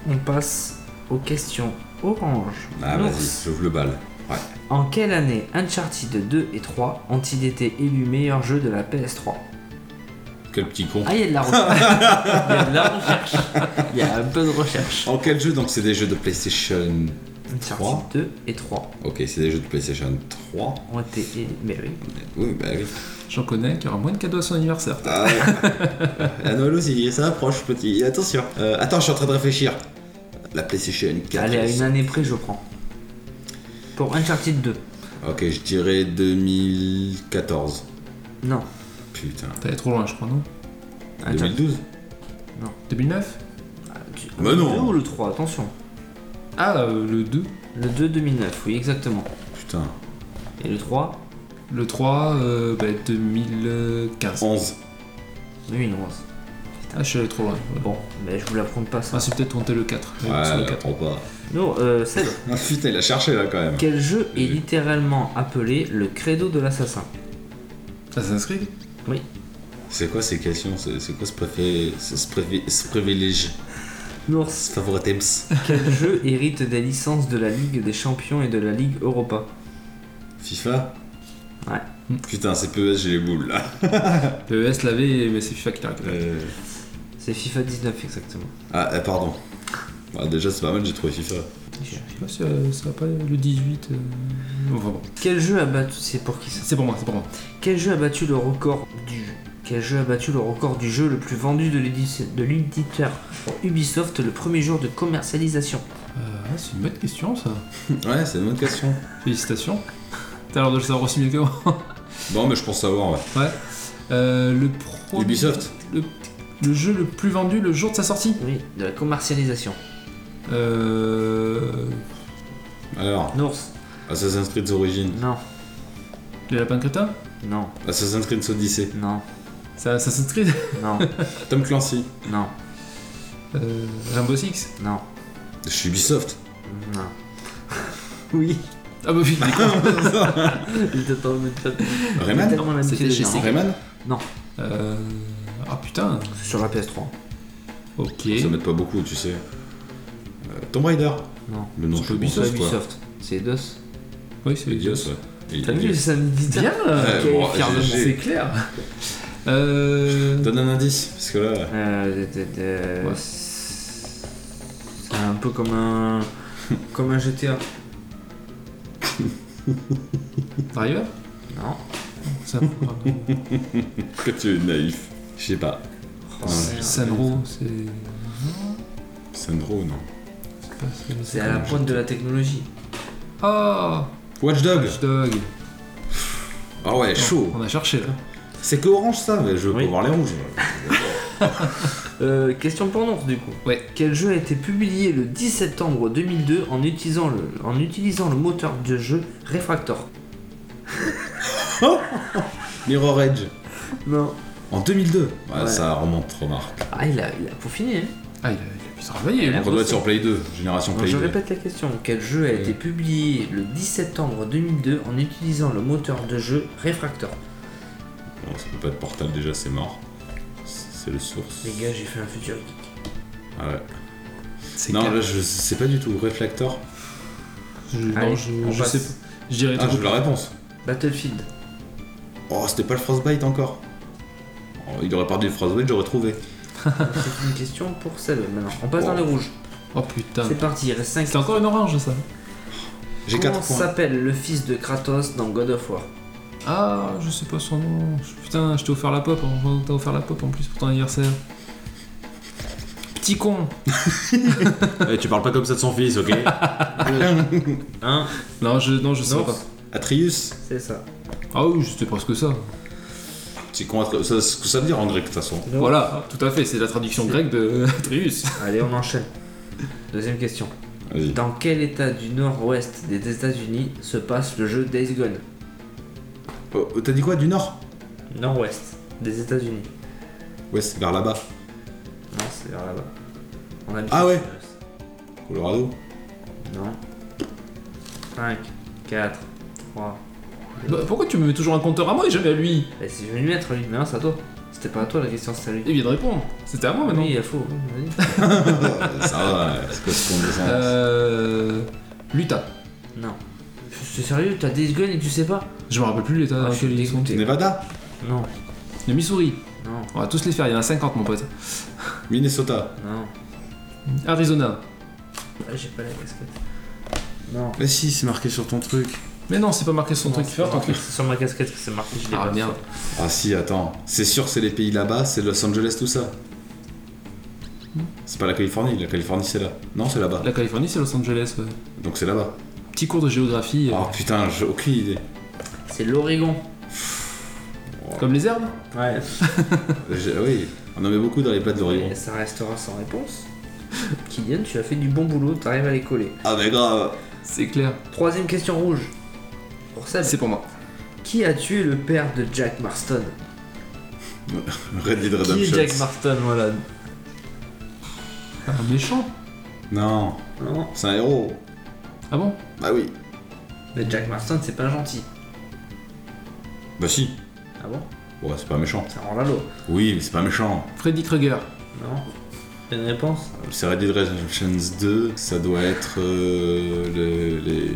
Speaker 3: On passe aux questions orange.
Speaker 2: Ah,
Speaker 3: Nours.
Speaker 2: vas-y, j'ouvre le bal. Ouais.
Speaker 3: En quelle année Uncharted 2 et 3 ont-ils été élus meilleurs jeux de la PS3
Speaker 2: Quel petit con.
Speaker 3: Ah, il y a de la recherche. Il y a de la recherche. Il y a un peu de recherche.
Speaker 2: En oh, quel jeu Donc, c'est des jeux de PlayStation. Trois.
Speaker 3: Uncharted 2 et 3
Speaker 2: Ok, c'est des jeux de PlayStation 3.
Speaker 3: ont été. é- Mais oui.
Speaker 2: Oui, bah oui.
Speaker 4: J'en connais qui aura moins de cadeaux à son anniversaire.
Speaker 2: Ah, ouais. à Noël aussi, ça approche, petit. Attention. Euh, attends, je suis en train de réfléchir. La PlayStation 4.
Speaker 3: Allez, à une année près, je prends. Pour Uncharted 2.
Speaker 2: Ok, je dirais 2014.
Speaker 3: Non.
Speaker 2: Putain.
Speaker 4: T'es allé trop loin, je crois, non
Speaker 3: Uncharted
Speaker 2: 2012
Speaker 4: 2009
Speaker 3: Ah, tu-
Speaker 2: Bah
Speaker 3: le
Speaker 2: non.
Speaker 3: 2 ou le 3, attention.
Speaker 4: Ah, euh, le 2.
Speaker 3: Le 2 2009, oui, exactement.
Speaker 2: Putain.
Speaker 3: Et le 3
Speaker 4: Le 3, euh, bah, 2015.
Speaker 2: 11.
Speaker 3: 2011.
Speaker 4: Ah, je suis allé trop loin. ouais.
Speaker 3: Bon, mais je vous l'apprends pas ça.
Speaker 4: Ah, c'est peut-être monté le 4.
Speaker 2: Ouais,
Speaker 4: Ouais, c'est le
Speaker 2: là,
Speaker 4: 4.
Speaker 2: prends pas.
Speaker 3: Non, euh, Seb,
Speaker 2: Ah, putain, il a cherché là quand même.
Speaker 3: quel jeu est
Speaker 2: Oui.
Speaker 3: littéralement appelé le credo de l'assassin
Speaker 4: Assassin's Creed
Speaker 2: C'est quoi ces questions C'est c'est quoi ce préfet ce, ce prévi- ce privilège
Speaker 3: Nours,
Speaker 2: Ce favoritisme
Speaker 3: quel jeu hérite des licences de la Ligue des Champions et de la Ligue Europa
Speaker 2: FIFA
Speaker 3: Ouais.
Speaker 2: Putain, c'est PES, j'ai les boules là.
Speaker 4: PES l'avait, mais c'est FIFA qui l'a récupéré.
Speaker 2: Euh,
Speaker 3: C'est FIFA 19 exactement.
Speaker 2: Ah, euh, pardon. Ah, déjà, c'est Bah, pas mal, j'ai trouvé FIFA.
Speaker 4: Je sais pas si euh, ça va pas le 18. euh, enfin bon.
Speaker 3: Quel jeu a battu C'est pour qui ça
Speaker 4: C'est pour moi, c'est pour moi.
Speaker 3: Quel jeu a battu le record du Quel jeu a battu le record du jeu le plus vendu de l'édi- de l'éditeur Ubisoft le premier jour de commercialisation
Speaker 4: Euh, c'est une bonne question ça.
Speaker 2: Ouais, c'est une bonne question.
Speaker 4: Félicitations. T'as l'air de le savoir aussi mieux que moi.
Speaker 2: Bon, mais je pense savoir, ouais.
Speaker 4: Ouais. Euh, le premier-
Speaker 2: Ubisoft.
Speaker 4: Le, le jeu le plus vendu le jour de sa sortie.
Speaker 3: Oui, de la commercialisation.
Speaker 4: Euh.
Speaker 2: Alors,
Speaker 3: Nours
Speaker 2: Assassin's Creed Origins,
Speaker 3: Non,
Speaker 4: Le lapin crétin
Speaker 3: non,
Speaker 2: Assassin's Creed Odyssey,
Speaker 3: non,
Speaker 4: C'est Assassin's Creed
Speaker 3: non,
Speaker 2: Tom Clancy,
Speaker 3: non,
Speaker 4: euh, Rainbow Six
Speaker 3: non,
Speaker 2: je suis Ubisoft.
Speaker 3: non. Oui,
Speaker 4: Ah bah oui
Speaker 3: il t'attend le chat.
Speaker 2: Rayman
Speaker 3: Tellement l'amitié
Speaker 4: C'était
Speaker 3: des
Speaker 4: chez
Speaker 3: gens.
Speaker 2: Rayman
Speaker 4: Euh. Ah putain
Speaker 3: Sur la PS3.
Speaker 4: Ok.
Speaker 2: Ça m'aide pas beaucoup, tu sais. Euh, Tomb Raider
Speaker 3: Non.
Speaker 2: Le nom, je suis
Speaker 3: Sur
Speaker 2: Ubisoft, quoi.
Speaker 3: Ubisoft. C'est DOS.
Speaker 4: Oui, c'est
Speaker 2: Ubisoft, ouais.
Speaker 3: T'as vu, c'est un éditeur.
Speaker 4: Bien euh,
Speaker 2: Ouais, Ah, bon,
Speaker 4: fier de moi,
Speaker 2: j'ai-
Speaker 4: C'est clair Euh.
Speaker 2: Donne un indice, parce que là...
Speaker 3: Euh, de- de- de-
Speaker 4: Ouais.
Speaker 3: C'est un peu comme un. comme un GTA.
Speaker 4: Driver
Speaker 3: Non.
Speaker 4: C'est un
Speaker 2: Que tu es naïf. Je sais pas. Non,
Speaker 4: Sanro, Oh, c'est.
Speaker 2: Sandro, non.
Speaker 4: c'est pas-
Speaker 3: C'est à la pointe de la technologie.
Speaker 4: Ah
Speaker 2: Watch Dog
Speaker 4: Watch Dog
Speaker 2: Ah ouais, chaud
Speaker 4: On a cherché là.
Speaker 2: C'est que orange ça, mais je veux
Speaker 3: Oui.
Speaker 2: pas voir les rouges.
Speaker 3: Euh, question pour nous du coup.
Speaker 4: Ouais.
Speaker 3: Quel jeu a été publié le 10 septembre 2002 en utilisant le, en utilisant le moteur de jeu Refractor
Speaker 2: Mirror Edge.
Speaker 3: Non.
Speaker 2: En 2002 Ouais,
Speaker 3: Ouais.
Speaker 2: ça remonte trop marque.
Speaker 3: Ah, il a, il a peaufiné, hein.
Speaker 4: Ah, il a, il a pu travailler.
Speaker 3: Il a
Speaker 2: On doit être sur Play 2, génération
Speaker 3: Donc,
Speaker 2: Play
Speaker 3: je
Speaker 2: 2.
Speaker 3: répète la question. Quel jeu a été publié le 10 septembre 2002 en utilisant le moteur de jeu Refractor
Speaker 2: Bon, Oh, ça peut pas être portable déjà, c'est mort. C'est le source.
Speaker 3: Les gars, j'ai fait un futur geek.
Speaker 2: Ah ouais.
Speaker 4: C'est
Speaker 2: Non,
Speaker 4: clair.
Speaker 2: là, je sais pas du tout. Reflector
Speaker 4: Je, non,
Speaker 3: Allez,
Speaker 4: je,
Speaker 3: on
Speaker 4: je
Speaker 3: passe.
Speaker 4: sais pas. Je dirais
Speaker 2: Ah,
Speaker 4: tout
Speaker 2: j'ai la réponse.
Speaker 3: Battlefield.
Speaker 2: Oh, c'était pas le Frostbite encore. Oh, il aurait perdu le Frostbite, j'aurais trouvé.
Speaker 3: C'est une question pour celle maintenant. On passe dans
Speaker 2: Oh.
Speaker 3: les rouges.
Speaker 4: Oh putain.
Speaker 3: C'est parti, il reste 5
Speaker 4: C'est encore une orange ça.
Speaker 2: J'ai 4
Speaker 3: Comment
Speaker 2: points.
Speaker 3: s'appelle le fils de Kratos dans God of War
Speaker 4: Ah, je sais pas son nom. Je- Putain, je t'ai offert la pop. en- T'as offert la pop en plus pour ton anniversaire. Petit con.
Speaker 2: Eh, tu parles pas comme ça de son fils, ok
Speaker 3: Hein
Speaker 4: Non, je, non, je sais
Speaker 3: Non.
Speaker 4: pas.
Speaker 2: Atreus
Speaker 3: C'est ça.
Speaker 4: Ah oui, c'était presque ça.
Speaker 2: C'est con, Atreus. Ça- ce que ça veut dire en grec de toute façon.
Speaker 4: Voilà, tout à fait. C'est la traduction grecque de Atreus.
Speaker 3: Allez, on enchaîne. Deuxième question.
Speaker 2: Vas-y.
Speaker 3: Dans quel état du nord-ouest des États-Unis se passe le jeu Days Gone
Speaker 2: Oh, T'as dit quoi Du nord
Speaker 3: Nord-ouest des États-Unis.
Speaker 2: Ouais, c'est vers là-bas.
Speaker 3: Non, c'est vers là-bas. On habite
Speaker 2: Ah ouais.
Speaker 3: au-
Speaker 2: Colorado
Speaker 3: Non. 5, 4, 3.
Speaker 4: Bah, pourquoi tu me mets toujours un compteur à moi et jamais à lui
Speaker 3: Et si je vais lui mettre, lui, mais non, Eh, c'est à toi. C'était pas à toi la question, c'était à lui.
Speaker 4: Il vient Eh de répondre. C'était à moi maintenant.
Speaker 3: Oui, il a faux. Vas-y.
Speaker 2: Ah, Ça va, c'est quoi ce qu'on descend
Speaker 4: Euh. L'Utah.
Speaker 3: Non. C'est sérieux, t'as Days Gone et tu sais pas
Speaker 4: Je me rappelle plus l'État
Speaker 3: Ah,
Speaker 4: dans
Speaker 3: je suis
Speaker 4: lequel ils sont.
Speaker 3: dégoûté.
Speaker 2: Nevada
Speaker 3: Non,
Speaker 4: Le Missouri.
Speaker 3: non,
Speaker 4: On va tous les faire. Il y en a 50, mon pote.
Speaker 2: Minnesota
Speaker 3: non.
Speaker 4: Arizona.
Speaker 3: Ah, j'ai pas la casquette. Non.
Speaker 2: Mais si, c'est marqué sur ton truc.
Speaker 4: Mais non, c'est pas marqué sur ton
Speaker 3: Non,
Speaker 4: truc. Fais
Speaker 3: c'est
Speaker 4: ton
Speaker 3: marqué-
Speaker 4: truc.
Speaker 3: c'est sur ma casquette que c'est marqué, je l'ai
Speaker 4: Ah
Speaker 3: pas.
Speaker 4: merde.
Speaker 2: Ah si, attends. C'est sûr, c'est les pays là-bas, c'est Los Angeles, tout ça. C'est pas la Californie, la Californie c'est là. Non, c'est là-bas.
Speaker 4: La Californie, c'est Los Angeles. ouais.
Speaker 2: Donc c'est là-bas.
Speaker 4: Petit cours de géographie. euh,
Speaker 2: Oh putain, j'ai aucune idée.
Speaker 3: C'est l'Oregon.
Speaker 4: Comme les herbes
Speaker 3: Ouais.
Speaker 2: J'ai- Oui, on en met beaucoup dans les plats de l'Oregon.
Speaker 3: Et ça restera sans réponse. Kylian, tu as fait du bon boulot, t'arrives à les coller.
Speaker 2: Ah mais grave
Speaker 4: C'est clair.
Speaker 3: Troisième question rouge. Pour Seb.
Speaker 4: C'est pour moi.
Speaker 3: Qui a tué le père de Jack Marston
Speaker 2: Red Dead
Speaker 3: Qui est Jack
Speaker 2: Redemption.
Speaker 3: Marston, voilà.
Speaker 4: Un méchant
Speaker 2: Non,
Speaker 3: Non.
Speaker 2: c'est un héros.
Speaker 4: Ah bon
Speaker 2: Bah oui.
Speaker 3: Mais Jack Marston, c'est pas gentil.
Speaker 2: Bah si.
Speaker 3: Ah bon
Speaker 2: Ouais, c'est pas méchant.
Speaker 3: Ça rend la loi.
Speaker 2: Oui, mais c'est pas méchant.
Speaker 4: Freddy Krueger.
Speaker 3: Non. T'as une réponse
Speaker 2: C'est Red Dead Redemption 2, ça doit être euh, le- les,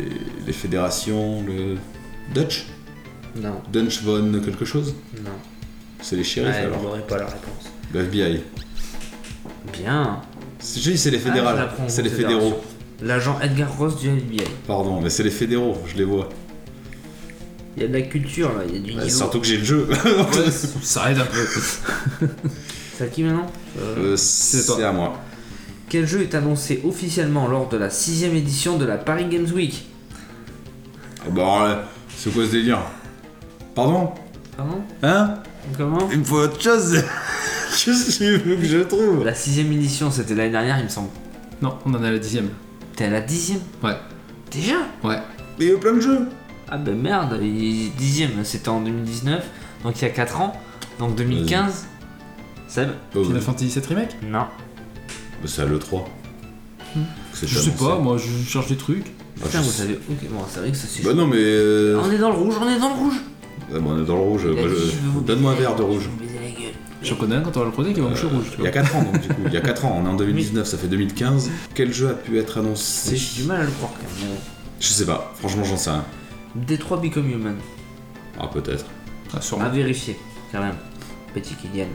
Speaker 2: les fédérations, le Dutch
Speaker 3: Non.
Speaker 2: Dutch von quelque chose
Speaker 3: Non.
Speaker 2: C'est les shérifs
Speaker 3: Ouais,
Speaker 2: alors
Speaker 3: j'aurais pas la réponse.
Speaker 2: Le FBI.
Speaker 3: Bien.
Speaker 2: C'est- Je dis c'est les fédérales,
Speaker 3: Ah, je l'apprends,
Speaker 2: c'est les
Speaker 3: confédération.
Speaker 2: fédéraux.
Speaker 3: l'agent Edgar Ross du FBI.
Speaker 2: Pardon, mais c'est les fédéraux, je les vois.
Speaker 3: Il y a de la culture là, il y a du niveau.
Speaker 2: Surtout que j'ai le jeu.
Speaker 4: Ça aide un peu.
Speaker 3: C'est à qui maintenant Euh,
Speaker 2: Euh, c'est à moi.
Speaker 3: Quel jeu est annoncé officiellement lors de la sixième édition de la Paris Games Week
Speaker 2: Ah Bah, alors là, c'est quoi ce délire Pardon
Speaker 3: Pardon
Speaker 2: Hein
Speaker 3: Comment
Speaker 2: Il me faut autre chose Qu'est-ce que tu veux que je trouve
Speaker 3: La sixième édition, c'était l'année dernière, il me semble.
Speaker 4: Non, on en a la dixième.
Speaker 3: T'es à la dixième
Speaker 4: Ouais.
Speaker 3: Déjà
Speaker 4: Ouais.
Speaker 2: Mais il y a plein de jeux
Speaker 3: Ah ben merde, il- dixième, c'était en 2019, donc il y a 4 ans, donc 2015. Seb
Speaker 4: Final Fantasy 7 Remake
Speaker 2: Mais
Speaker 3: Non.
Speaker 2: Oh, Bah, c'est à l'E3. C'est
Speaker 4: Je sais
Speaker 2: annoncé.
Speaker 4: pas, moi je cherche des trucs.
Speaker 2: Bah,
Speaker 3: Putain,
Speaker 2: je
Speaker 3: vous
Speaker 2: sais-
Speaker 3: savez. Ok, bon, c'est vrai que ça c'est.
Speaker 2: Bah non, mais. euh,
Speaker 3: On est dans le rouge, on est dans le rouge
Speaker 2: ah, bah, on est dans le rouge.
Speaker 3: Il a
Speaker 2: bah,
Speaker 3: dit,
Speaker 2: je-
Speaker 3: je vais vous
Speaker 2: Donne-moi un
Speaker 3: baiser-
Speaker 2: verre de rouge.
Speaker 3: je vais vous baiser la gueule.
Speaker 4: Je connais un quand on va le croiser qui va me moucher rouge,
Speaker 2: Il
Speaker 4: tu
Speaker 2: y
Speaker 4: vois.
Speaker 2: a 4 ans, donc du coup. Il y a 4 ans, on est en 2019, ça fait 2015. Quel jeu a pu être annoncé
Speaker 3: J'ai du mal à le croire quand même.
Speaker 2: Je sais pas, franchement, j'en sais rien.
Speaker 3: D3 Become Human,
Speaker 2: Ah, peut-être.
Speaker 4: Ah, sûrement.
Speaker 3: à vérifier quand même. Petit Kylian.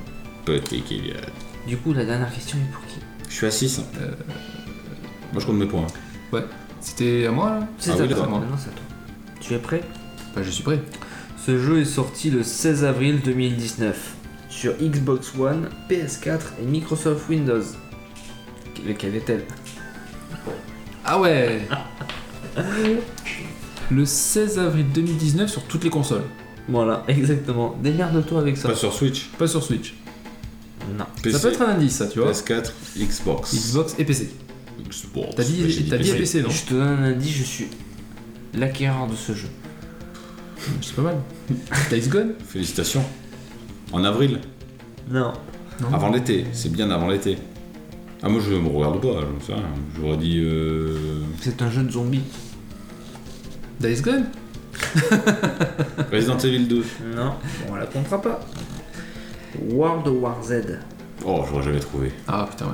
Speaker 2: Peut-être qu'il y a. Euh,
Speaker 3: Du coup, la dernière question est pour qui
Speaker 2: Je suis à 6. Moi, je compte mes points.
Speaker 4: C'était à moi là
Speaker 3: C'est
Speaker 2: Ah
Speaker 3: à
Speaker 2: oui,
Speaker 3: toi.
Speaker 4: d'accord.
Speaker 3: Maintenant, c'est à toi. Tu es prêt
Speaker 4: Bah, je suis prêt.
Speaker 3: Ce jeu est sorti le 16 avril 2019 sur Xbox One, PS4 et Microsoft Windows. Lequel est-elle
Speaker 4: Ah ouais Le 16 avril 2019 sur toutes les consoles.
Speaker 3: Voilà, exactement. Démerde-toi avec ça.
Speaker 2: Pas sur Switch,
Speaker 4: Pas sur Switch.
Speaker 3: Non.
Speaker 2: PC,
Speaker 4: Ça peut être un indice, ça, tu vois.
Speaker 2: PS4, Xbox.
Speaker 4: Xbox et PC.
Speaker 2: Xbox.
Speaker 4: T'as dit,
Speaker 2: Bah, j'ai
Speaker 4: t'as dit
Speaker 2: PC.
Speaker 4: PC, non
Speaker 3: Je te donne un indice, je suis l'acquéreur de ce jeu.
Speaker 4: C'est pas mal. T'as X-Gone
Speaker 2: Félicitations. En avril,
Speaker 3: Non.
Speaker 2: avant l'été, c'est bien avant l'été. Ah, moi je me regarde pas, je sais rien. J'aurais dit. Euh...
Speaker 3: C'est un jeu de zombies.
Speaker 4: Days Gone
Speaker 2: Resident Evil 2.
Speaker 3: Non. Bon, on la comptera pas. World War Z.
Speaker 2: Oh, j'aurais jamais trouvé.
Speaker 4: Ah putain, ouais.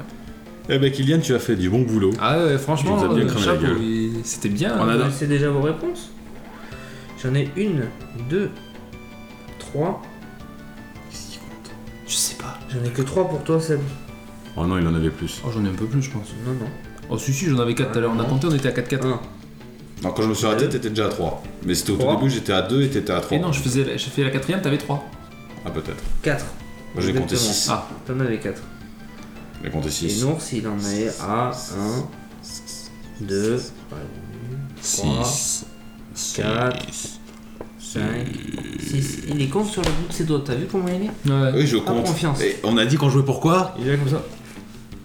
Speaker 2: Eh ben, Kylian, tu as fait du bon boulot.
Speaker 4: Ah ouais,
Speaker 2: Tu
Speaker 4: franchement,
Speaker 2: nous as bien
Speaker 4: euh,
Speaker 2: cramé la
Speaker 4: chapeau,
Speaker 2: gueule.
Speaker 4: il- c'était bien.
Speaker 2: On
Speaker 4: hein.
Speaker 2: adore.
Speaker 3: Vous connaissez déjà vos réponses J'en ai une, deux, trois.
Speaker 4: Je sais pas.
Speaker 3: J'en ai que trois pour toi, Seb.
Speaker 2: Oh non, il en avait plus.
Speaker 4: Oh, j'en ai un peu plus, je pense.
Speaker 3: Non, non.
Speaker 4: Oh, si, si, j'en avais 4 tout à l'heure. On a compté, on était à 4-4.
Speaker 3: Un.
Speaker 2: Non, quand je me suis arrêté, t'étais déjà à 3. Mais c'était au tout
Speaker 3: Trois.
Speaker 2: début, j'étais à 2 et t'étais à 3.
Speaker 4: Et non, je faisais, la- je fais la quatrième, t'avais 3.
Speaker 2: Ah, peut-être.
Speaker 3: 4.
Speaker 2: Moi j'ai compté
Speaker 3: Exactement.
Speaker 2: 6.
Speaker 4: Ah.
Speaker 3: T'en avais 4.
Speaker 2: J'ai compté
Speaker 3: Et
Speaker 2: 6.
Speaker 3: Nours, il en est à 1, 2,
Speaker 2: 6.
Speaker 3: 4, 5, 6. Il est compte sur le bout de ses doigts. T'as vu comment il est
Speaker 4: Ouais.
Speaker 2: Oui, je compte.
Speaker 3: confiance.
Speaker 2: Et on a dit qu'on jouait pourquoi
Speaker 3: Il est comme ça.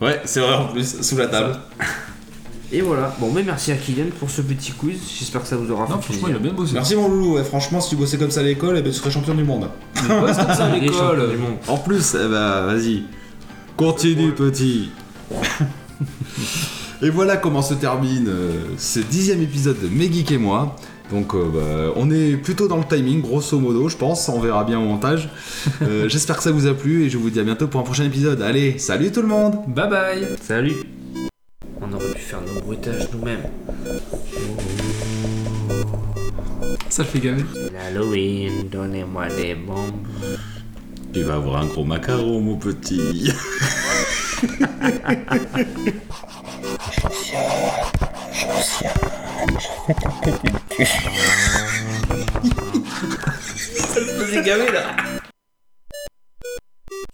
Speaker 2: Ouais, c'est vrai en plus, sous la table.
Speaker 3: Et voilà. Bon, mais merci à Kylian pour ce petit quiz. J'espère que ça vous aura
Speaker 4: Non,
Speaker 3: fait
Speaker 4: franchement, il a
Speaker 3: plaisir.
Speaker 4: bien bossé.
Speaker 2: Merci mon loulou, ouais, franchement, si tu bossais comme ça à l'école, eh ben, tu serais champion du monde.
Speaker 4: Il bosse comme ça à
Speaker 3: Il est champion
Speaker 4: l'école.
Speaker 3: du monde.
Speaker 2: En plus, eh ben, vas-y. Continue, petit. et voilà comment se termine euh, ce dixième épisode de Mes Geeks et moi. Donc, euh, bah, on est plutôt dans le timing, grosso modo, je pense. On verra bien au montage. Euh, J'espère que ça vous a plu et je vous dis à bientôt pour un prochain épisode. Allez, salut tout le monde
Speaker 4: Bye bye
Speaker 3: Salut. On aurait pu faire nos bruitages nous-mêmes.
Speaker 4: Ça le fait gaver.
Speaker 3: L'Halloween, donnez-moi des bombes.
Speaker 2: Tu vas avoir un gros macaron, mon petit.
Speaker 3: C'est gavé là.